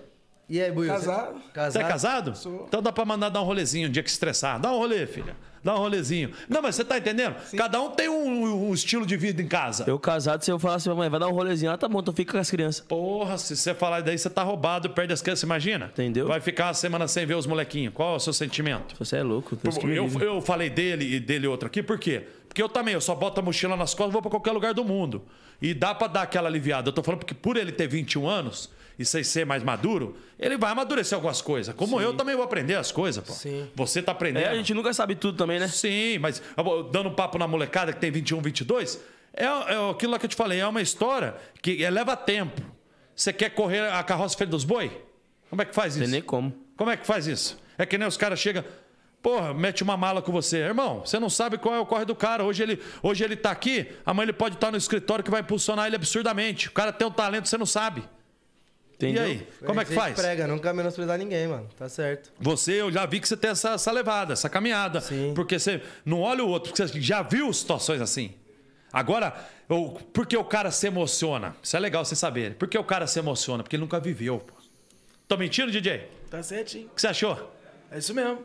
E aí, Buiu? Casado. Você é Casado? casado? Sou. Então dá pra mandar dar um rolezinho um dia que estressar. Dá um rolê, filha. Dá um rolezinho. Não, mas você tá entendendo? Cada um tem um, um estilo de vida em casa. Eu casado, se eu falar assim, mãe, vai dar um rolezinho. Ah, tá bom, então fica com as crianças. Porra, se você falar daí, você tá roubado, perde as crianças, imagina? Entendeu? Vai ficar uma semana sem ver os molequinhos. Qual é o seu sentimento? Você é louco, Deus que me Eu, livre. eu falei dele e dele outro aqui, por quê? Porque eu também, eu só boto a mochila nas costas e vou pra qualquer lugar do mundo. E dá pra dar aquela aliviada. Eu tô falando porque por ele ter 21 anos e sem ser mais maduro, ele vai amadurecer algumas coisas. Como eu também vou aprender as coisas, pô. Sim. Você tá aprendendo. É, a gente nunca sabe tudo também, né? Sim, mas eu vou dando um papo na molecada que tem 21, 22, é, é aquilo lá que eu te falei, é uma história que é- leva tempo. Você quer correr a carroça feira dos boi? Como é que faz Tem isso? nem como. Como é que faz isso? É que nem os caras chegam. Porra, mete uma mala com você. Irmão, você não sabe qual é o corre do cara. Hoje ele, hoje ele tá aqui, amanhã ele pode estar no escritório que vai impulsionar ele absurdamente. O cara tem um talento, você não sabe. Entendeu? E aí? Como é que Gente faz? Prega, nunca menosprezar ninguém, mano. Tá certo. Você, eu já vi que você tem essa, essa levada, essa caminhada. Sim. Porque você não olha o outro, porque você já viu situações assim. Agora, eu, por que o cara se emociona? Isso é legal vocês saberem. Por que o cara se emociona? Porque ele nunca viveu. Pô. Tô mentindo, DJ? Tá certinho. O que você achou? É isso mesmo.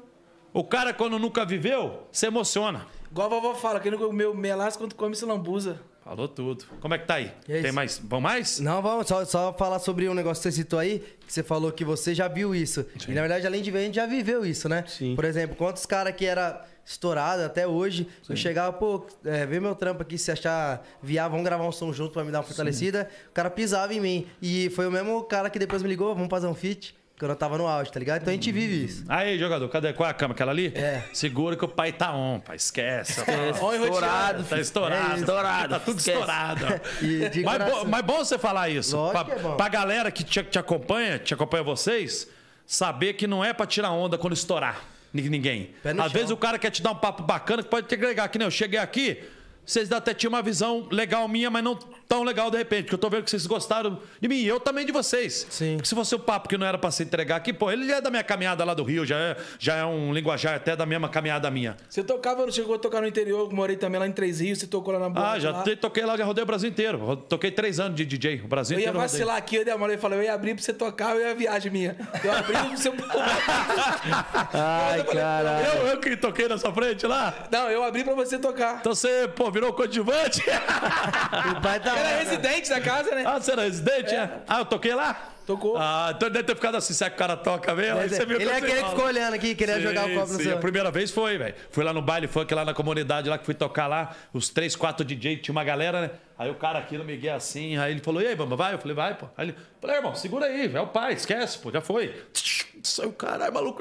O cara, quando nunca viveu, se emociona. Igual a vovó fala, quem não comeu melasco quando come se lambuza. Falou tudo. Como é que tá aí? E aí, tem cê- mais? Vão mais? Não, vamos, só, só falar sobre um negócio que você citou aí, que você falou que você já viu isso. E na verdade, além de ver, a gente já viveu isso, né? Sim. Por exemplo, quantos caras que era estourado até hoje, eu chegava, pô, é, vê meu trampo aqui, se achar viável, vamos gravar um som junto pra me dar uma fortalecida. O cara pisava em mim. E foi o mesmo cara que depois me ligou, vamos fazer um feat, quando eu tava no auge, tá ligado? Então a gente Hum. vive isso. Aí, jogador, cadê? Qual é a cama? Aquela ali? É. Segura que o pai tá on, pai. Esquece. Ó, enroteado. Estourado. Tá estourado. É, estourado. Tá tudo Esquece. estourado. E de mas, coração. bom, mas bom você falar isso. Lógico pra, que é bom. pra galera que te, te acompanha, te acompanha vocês, saber que não é pra tirar onda quando estourar ni- ninguém. Pé Às no chão. vezes o cara quer te dar um papo bacana que pode te agregar. Que nem eu cheguei aqui, vocês até tinham uma visão legal minha, mas não tão legal de repente. Porque eu tô vendo que vocês gostaram de mim e eu também de vocês. Sim. Porque se fosse o papo que não era pra se entregar aqui, pô, ele já é da minha caminhada lá do Rio, já é, já é um linguajar até da mesma caminhada minha. Você tocava, chegou a tocar no interior, eu morei também lá em Três Rios, você tocou lá na bola. Ah, já lá. te- toquei lá, já rodei o Brasil inteiro. Ro- Toquei três anos de DJ, o Brasil Eu ia inteiro. rodei. vacilar aqui, eu dei a mole e falei, eu ia abrir pra você tocar, eu ia viagem minha. Eu abri pro seu Ai, caralho. Eu, eu que toquei na sua frente lá? Não, eu abri pra você tocar. Então você, pô, virou coadjuvante? O pai tá. Era residente da casa, né? Ah, você era residente? é? Ah, eu toquei lá? Tocou. Ah, então deve ter ficado assim, será que o cara toca mesmo? Aí você viu Ele eu é sei aquele que lá. ficou olhando aqui, queria Sim, jogar o copo no sim, é seu. A primeira vez foi, velho. Fui lá no baile funk, lá na comunidade, lá que fui tocar lá. Os três, quatro DJ, tinha uma galera, né? Aí o cara aqui no Miguel assim, aí ele falou, e aí, Bamba, vai? Eu falei, vai, pô. Aí ele, falei, irmão, segura aí, é o pai, esquece, pô, já foi. Saiu o caralho, maluco.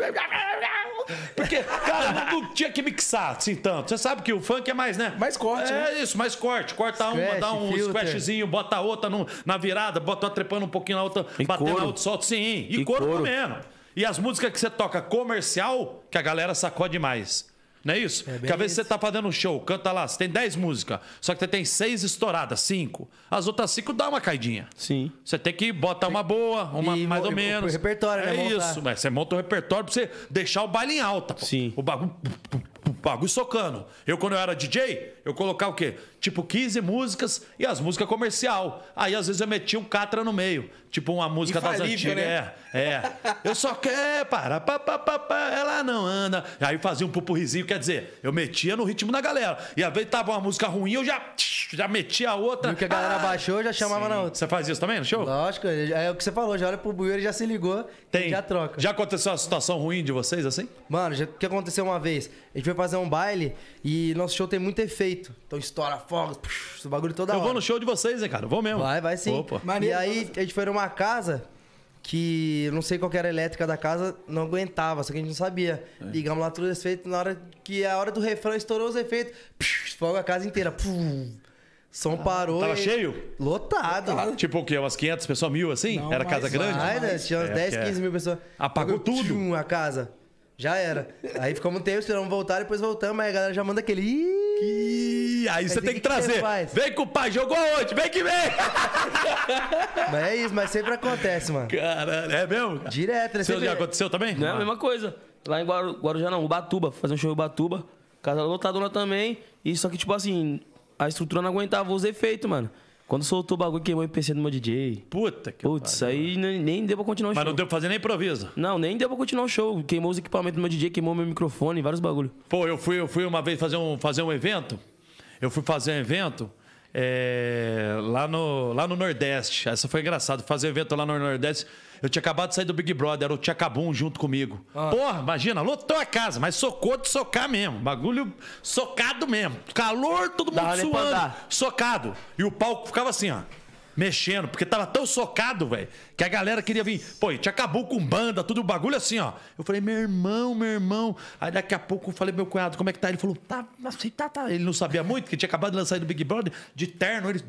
Porque, cara, não, não tinha que mixar assim tanto. Você sabe que o funk é mais, né? Mais corte, É né? isso, mais corte. Corta uma, Scratch, dá um filter. scratchzinho, bota a outra no- na virada, bota uma trepando um pouquinho na outra, E batendo na couro. outra, solta. Sim, e, E couro couro. também. Mano, E as músicas que você toca comercial, que a galera sacode mais. Não é isso? Porque às vezes você tá fazendo um show, canta lá, você tem 10 músicas, só que você tem 6 estouradas, 5. As outras 5 dá uma caidinha. Sim. Você tem que botar uma boa, uma E mais mo- ou e o- o menos. repertório, é né? Montar. isso, mas você monta o repertório pra você deixar o baile em alta. Pô. Sim. O bagulho. bagulho socando. Eu, quando eu era DJ, eu colocava o quê? Tipo 15 músicas e as músicas comercial. Aí, às vezes, eu metia um catra no meio. Tipo uma música das Infalível, antigas. né? É, é. Eu só quero parar, pá, pá, pá, pá, ela não anda. Aí fazia um pupurrizinho, quer dizer, eu metia no ritmo da galera. E às vezes tava uma música ruim, eu já, já metia a outra. Viu que a galera Ah, baixou, já chamava na outra. Você faz isso também no show? Lógico, é o que você falou, já olha pro bueiro e já se ligou, e já troca. Já aconteceu uma situação ruim de vocês assim? Mano, já- o que aconteceu uma vez? A gente foi fazer um baile e nosso show tem muito efeito. Então estoura fogos, psh, o bagulho toda eu hora. vou no show de vocês, hein, cara? Vou mesmo. Vai, vai sim. Opa. Maneiro. E aí a gente foi numa casa que eu não sei qual que era a elétrica da casa, não aguentava, só que a gente não sabia. É. Ligamos lá todos os efeitos, na hora que a hora do refrão estourou os efeitos, psh, fogo a casa inteira. pum. Som parou. Ah. Tava e- cheio? Lotado. Tipo o quê? Umas 500 pessoas, mil assim? Não, Era casa mas grande? Ai, né? Tinha umas É, 10, porque é. 15 mil pessoas. Apagou Apagou tudo? tchum, a casa. Já era. Aí ficamos um tempo esperando voltar, depois voltamos, aí a galera já manda aquele. "Ih". Ih, aí você Mas tem e que que que trazer. você faz? Vem com o pai, jogou aonde? Vem que vem! Mas é isso, mas sempre acontece, mano. Caralho, é mesmo? cara? Direto, né? Seu Sempre... já aconteceu também? Não é a mesma coisa. Lá em Guaru- Guarujá, não, Ubatuba, fazer um show em Ubatuba. Casa lotadona também. E só que, tipo assim, a estrutura não aguentava os efeitos, mano. Quando soltou o bagulho, queimou o PC do meu DJ. Puta que Putz, aí nem, nem deu pra continuar o Mas show. não deu pra fazer nem improviso. Não, nem deu pra continuar o show. Queimou os equipamentos do meu DJ, queimou meu microfone, vários bagulho. Pô, eu fui, eu fui uma vez fazer um, fazer um evento. Eu fui fazer um evento é, lá, no, lá no Nordeste. Essa foi engraçado. Fazer um evento lá no Nordeste. Eu tinha acabado de sair do Big Brother, era o Tchacabum junto comigo. Ah. Porra, imagina, lotou a casa, mas socou de socar mesmo. Bagulho socado mesmo. Calor, todo mundo Dava nem pra suando. andar. Socado. E o palco ficava assim, ó. Mexendo, porque tava tão socado, velho, que a galera queria vir. Pô, e te acabou com banda, tudo o bagulho assim, ó. Eu falei, meu irmão, meu irmão. Aí daqui a pouco eu falei, meu cunhado, como é que tá? Ele falou, tá, assim, tá, tá. Ele não sabia muito, que tinha acabado de lançar aí do Big Brother, de terno. Ele,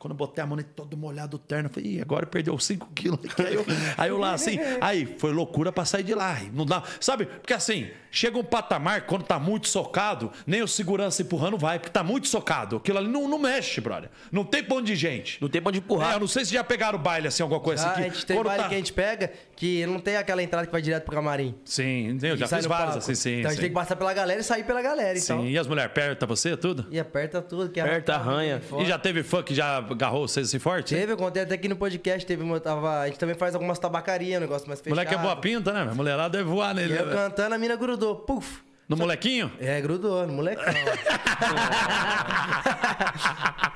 quando eu botei a mão nele, todo molhado o terno, eu falei, Ih, agora perdeu 5 quilos. aqui." Aí eu, aí eu lá assim, aí foi loucura pra sair de lá. Não dá, sabe? Porque assim, chega um patamar, quando tá muito socado, nem o segurança empurrando vai, porque tá muito socado. Aquilo ali não, não mexe, brother. Não tem pão de gente. Não tem pra onde É, empurrar. eu não sei se já pegaram baile assim, alguma coisa Ah, assim. a que gente tem quando baile tá- que a gente pega que não tem aquela entrada que vai direto pro camarim. Sim, eu já E sai fiz no vários palco. assim, sim. Então a gente sim. tem que passar pela galera e sair pela galera, Sim, então. e as mulheres aperta você, tudo? E aperta tudo. Que Aperta, arranha. fora. E já teve fã que já agarrou vocês assim forte? Teve, eu contei até aqui no podcast, teve uma, tava, a gente também faz algumas tabacarias, um negócio mais fechado. Moleque é boa pinta, né? velho? Mulherada deve voar E nele. né, eu velho? cantando, a mina grudou. Puf! No molequinho? É, grudou, no molecão.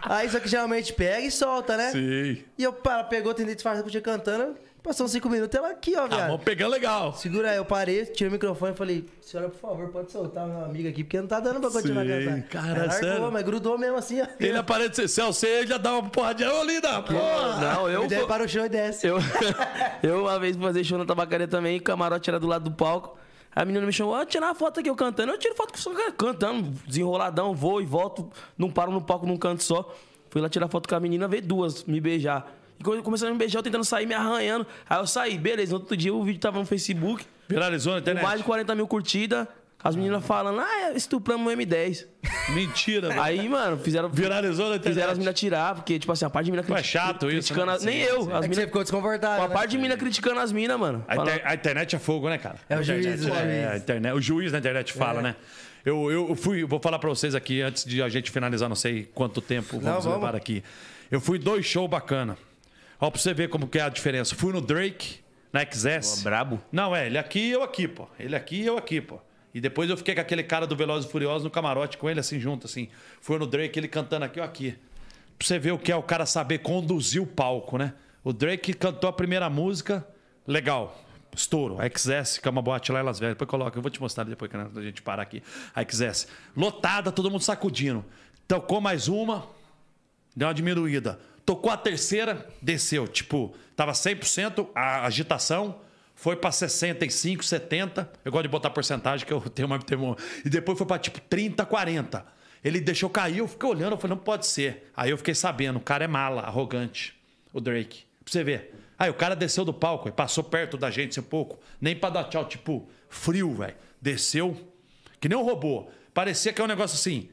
Aí só que geralmente pega e solta, né? Sim. E eu pá, ela pegou, tentei disfarçar que eu tinha cantando. Passou uns 5 minutos, ela aqui, ó, A viado. mão pegando Ah, legal. Segura aí, eu parei, tirei o microfone e falei, senhora, por favor, pode soltar meu amigo aqui, porque não tá dando pra continuar Sim, cantando. cara, Ela largou, sério? mas grudou mesmo assim, ó. Ele aparece ser céu, você já dá uma porradinha. Ô, linda, porra! Não, eu. E daí para o show e desce. Eu, eu uma vez fui fazer show na tabacaria também, o camarote era do lado do palco. A menina me chamou, ah, tirar uma foto aqui eu cantando. Eu tiro foto com o cara cantando, desenroladão, vou e volto, não paro no palco num canto só. Fui lá tirar foto com a menina, veio duas me beijar. E quando começaram a me beijar, eu tentando sair, me arranhando. Aí eu saí, beleza. No outro dia o vídeo tava no Facebook, Viralizou na com mais internet. de 40 mil curtidas. As meninas falando, ah, estupramos o M10. Mentira, velho. Aí, mano, fizeram. Viralizou na internet. Fizeram as meninas tirar, porque, tipo assim, a parte de mina Pô, é chato isso, criticando né? a- Nem Sim, eu. É As sim. que você mina, ficou desconfortável. uma né? parte de mina criticando as minas, mano. A, Falando- inter- a internet é fogo, né, cara? É o A internet juiz, o é, juiz. a internet- o juiz na internet fala, É. né? Eu, eu fui, eu vou falar pra vocês aqui, antes de a gente finalizar, não sei quanto tempo vamos, vamos. levar aqui. Eu fui dois shows bacana. Ó, pra você ver como que é a diferença. Fui no Drake, na XS. brabo. Não, é, ele aqui e eu aqui, pô. Ele aqui e eu aqui, pô. E depois eu fiquei com aquele cara do Velozes e Furiosos no camarote com ele assim junto, assim. Foi no Drake, ele cantando aqui, eu aqui. Pra você ver o que é o cara saber conduzir o palco, né? O Drake cantou a primeira música, legal. Estouro, a XS, que é uma boate lá em Las Vegas. Depois coloca, eu vou te mostrar depois que a gente parar aqui. A XS. Lotada, todo mundo sacudindo. Tocou mais uma, deu uma diminuída. Tocou a terceira, desceu. Tipo, tava 100% a agitação, foi pra 65, 70. Eu gosto de botar porcentagem, que eu tenho uma... Tenho uma- E depois foi pra tipo 30, 40. Ele deixou cair, eu fiquei olhando, eu falei, não pode ser. Aí eu fiquei sabendo, o cara é mala, arrogante, o Drake. Pra você ver. Aí o cara desceu do palco e passou perto da gente assim, um pouco, nem pra dar tchau, tipo, frio, velho. Desceu, que nem um robô. Parecia que é um negócio assim,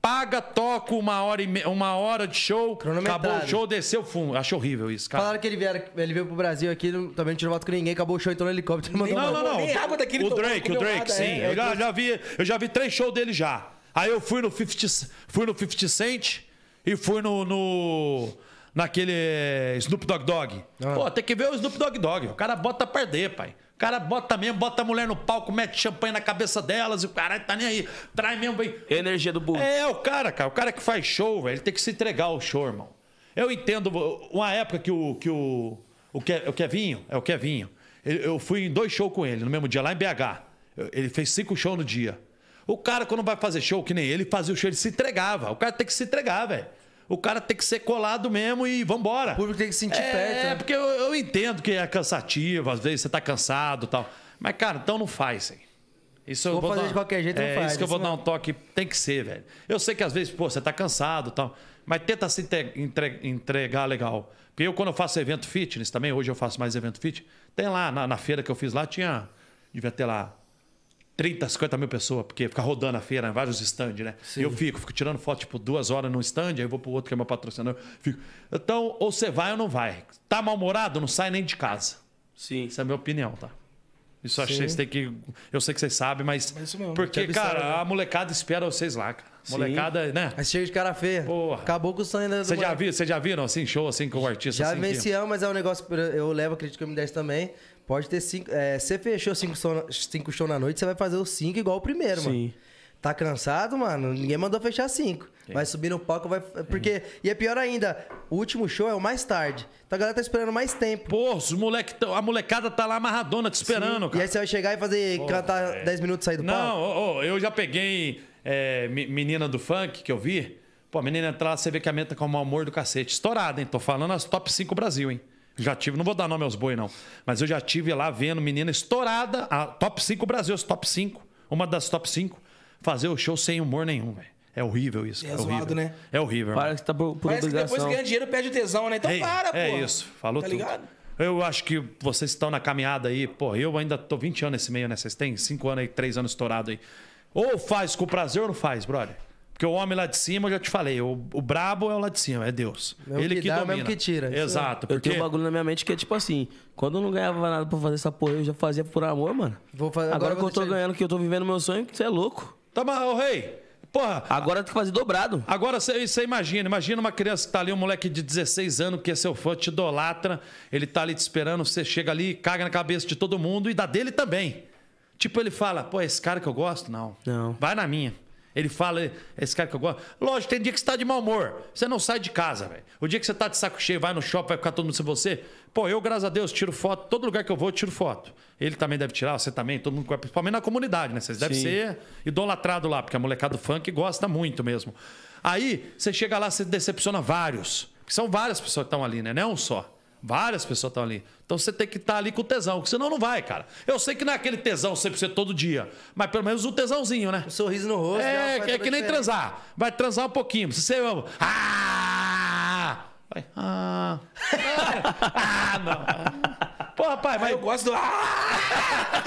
Paga, toca uma hora, e me- uma hora de show, Cronometrado. acabou o show, desceu o fundo. Acho horrível isso, cara. Falaram que ele, vier, ele veio pro Brasil aqui, não- também não tirou voto com ninguém, acabou o show, entrou no helicóptero e mandou Não, uma- não, não. Nem água daquele o tomou, Drake, o comeu Drake, nada, sim. é, é, eu, já, já vi, eu já vi três shows dele já. Aí eu fui no 50, fui no 50 Cent e fui no, no- naquele eh, Snoop Dogg Dogg. Ah. Pô, tem que ver o Snoop Dogg Dogg. O cara bota a perder, pai. O cara bota mesmo, bota a mulher no palco, mete champanhe na cabeça delas e o caralho tá nem aí. Traz mesmo, vem. Energia do burro. É, o cara, cara. O cara que faz show, velho, ele tem que se entregar ao show, irmão. Eu entendo. Uma época que o. Que o, o, que, o Kevinho, é o Kevinho. ele- Eu fui em dois shows com ele no mesmo dia, lá em BH. Eu- Ele fez cinco shows no dia. O cara, quando vai fazer show, que nem ele fazia o show, ele se entregava. O cara tem que se entregar, velho. O cara tem que ser colado mesmo e vambora. O público tem que se sentir é, perto, né? É, porque eu, eu entendo que é cansativo, às vezes você tá cansado e tal. Mas, cara, então não faz, hein. Isso eu Vou vou fazer dar- de qualquer jeito, não é, faz, Isso que eu vou isso dar um toque, tem que ser, velho. Eu sei que às vezes, pô, você tá cansado e tal, mas tenta se entre- entre- entregar legal. Porque eu, quando eu faço evento fitness também, hoje eu faço mais evento fitness, tem lá, na, na feira que eu fiz lá, tinha, devia ter lá 30, 50 mil pessoas, porque fica rodando a feira, em vários stands, né? E eu fico, fico tirando foto, tipo, duas horas num stand, aí eu vou pro outro que é meu patrocinador, fico. Então, ou você vai ou não vai. Tá mal-humorado, não sai nem de casa. Sim. Isso é a minha opinião, tá? Isso eu acho que vocês têm que. Eu sei que vocês sabem, mas. isso mesmo, porque, tem que avisar, cara, né? a molecada espera vocês lá, cara. A Molecada, né? Aí chega de cara feia. Porra. Acabou com o sonho da Vocês já, viu, vocês já viram assim, show assim com o artista? Já assim, que- venciamos, mas é um negócio. que Eu levo a crítica do M10 também. Pode ter cinco. É, você fechou cinco shows cinco show na noite, você vai fazer os cinco igual o primeiro, mano. Sim. Tá cansado, mano? Ninguém mandou fechar cinco. Vai subir no palco, vai. Porque. E é pior ainda, o último show é o mais tarde. Então a galera tá esperando mais tempo. Pô, os moleque, tão- a molecada tá lá amarradona te esperando, E cara. aí você vai chegar e fazer. cantar 10 minutos e sair do Não, palco. ô, ô, eu já peguei é, me- menina do funk que eu vi. Pô, a menina entra lá, você vê que a menina tá com o mau humor do cacete. Estourada, hein? Tô falando as top 5 Brasil, hein? Já tive, não vou dar nome aos boi, não. Mas eu já tive lá vendo menina estourada, a top 5 Brasil, as top 5. Uma das top 5. Fazer o show sem humor nenhum, velho. É horrível isso. É cara, horrível. zoado, né? É horrível. irmão. Para que tá por, por Parece que depois obrigação. que ganha dinheiro perde o tesão, né? Então É, para, pô. é isso, falou tá tudo. ligado? Eu acho que vocês estão na caminhada aí, pô, eu ainda tô 20 anos nesse meio, né? Vocês têm 5 anos aí, 3 anos estourado aí. Ou faz com prazer ou não faz, brother. Porque o homem lá de cima, eu já te falei, o, o brabo é o lá de cima, é Deus. Mesmo Ele que que, dá, domina. mesmo que tira, isso é. Exato, Eu porque... tenho um bagulho na minha mente que é tipo assim, quando eu não ganhava nada pra fazer essa porra, eu já fazia por amor, mano. Vou fazer- agora agora eu que vou eu tô deixar ele. ganhando, que eu tô vivendo meu sonho, você é louco. Toma, ô rei, porra... Agora tem que fazer dobrado. Agora você você imagina, imagina uma criança que tá ali, um moleque de 16 anos que é seu fã, te idolatra, ele tá ali te esperando, você chega ali, caga na cabeça de todo mundo e da dele também. Tipo, ele fala, pô, é esse cara que eu gosto? Não. Não. Vai na minha. Ele fala, é esse cara que eu gosto. Lógico, tem dia que você tá de mau humor. Você não sai de casa, velho. O dia que você tá de saco cheio, vai no shopping, vai ficar todo mundo sem você. Pô, eu, graças a Deus, tiro foto. Todo lugar que eu vou, eu tiro foto. Ele também deve tirar, você também, todo mundo. Principalmente na comunidade, né? Vocês devem Sim. ser ser idolatrado lá, porque a molecada do funk gosta muito mesmo. Aí você chega lá, você decepciona vários. Porque são várias pessoas que estão ali, né? Não é um só. Várias pessoas estão ali. Então você tem que estar ali com tesão, porque senão não vai, cara. Eu sei que não é aquele tesão 100% todo dia, mas pelo menos um tesãozinho, né? Um sorriso no rosto. já É, faz é toda que nem a diferença. transar. Vai transar um pouquinho. Se você. Ah! Vai. Ah! Ah, não. Pô, rapaz, mas. Eu gosto do. Ah!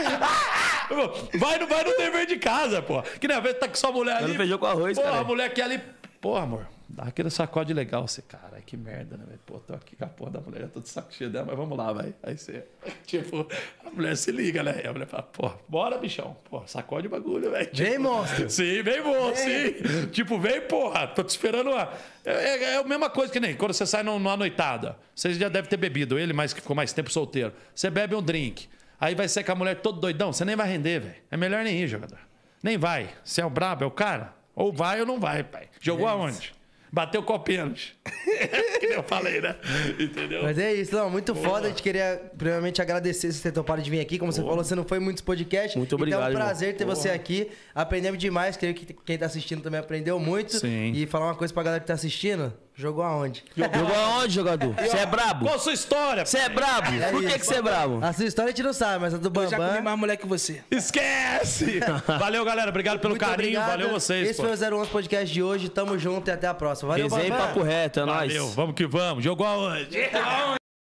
Vai no, vai no dever de casa, pô. Que nem a vez tá com sua mulher ali. no feijão com arroz, Porra, cara. a mulher que é ali. Porra, amor, dá aquele sacode legal. Você, cara, que merda, né? velho? Pô, tô aqui com a porra da mulher, já tô de saco cheio dela, mas vamos lá, vai. Aí você, tipo, a mulher se liga, né? E a mulher fala, pô, bora, bichão. Pô, sacode o bagulho, velho. Vem, monstro. Sim, vem bom, É. sim. Tipo, vem, porra, tô te esperando lá. É, é- é a mesma coisa que nem quando você sai num- numa noitada. Você já deve ter bebido, ele mais que ficou mais tempo solteiro. Você bebe um drink. Aí vai ser com a mulher todo doidão, você nem vai render, velho. É melhor nem ir, jogador. Nem vai. Você é o brabo, é o cara. Ou vai ou não vai, pai. Jogou aonde? Bateu com o pênalti. que nem eu falei, né? Entendeu? Mas é isso, não, muito foda. A gente queria, primeiramente, agradecer você ter topado de vir aqui. Como você falou, você não foi em muitos podcasts. Muito obrigado, Então é um irmão. prazer ter você aqui. Aprendemos demais. Creio que quem tá assistindo também aprendeu muito. Sim. E falar uma coisa pra galera que tá assistindo: jogou aonde? Jogou aonde, jogador? Você é brabo? Qual a sua história? Você é brabo? Por que que você é brabo? A sua história a gente não sabe, mas a do Eu já comi Bambam. mais mulher que você. Esquece! Valeu, galera. Obrigado pelo Muito carinho. obrigado. Valeu vocês. Esse pô. foi o 011 Podcast de hoje. Tamo junto e até a próxima. Valeu, Desenho Bambam. papo reto, é nóis. Valeu, vamos que vamos. Jogou aonde?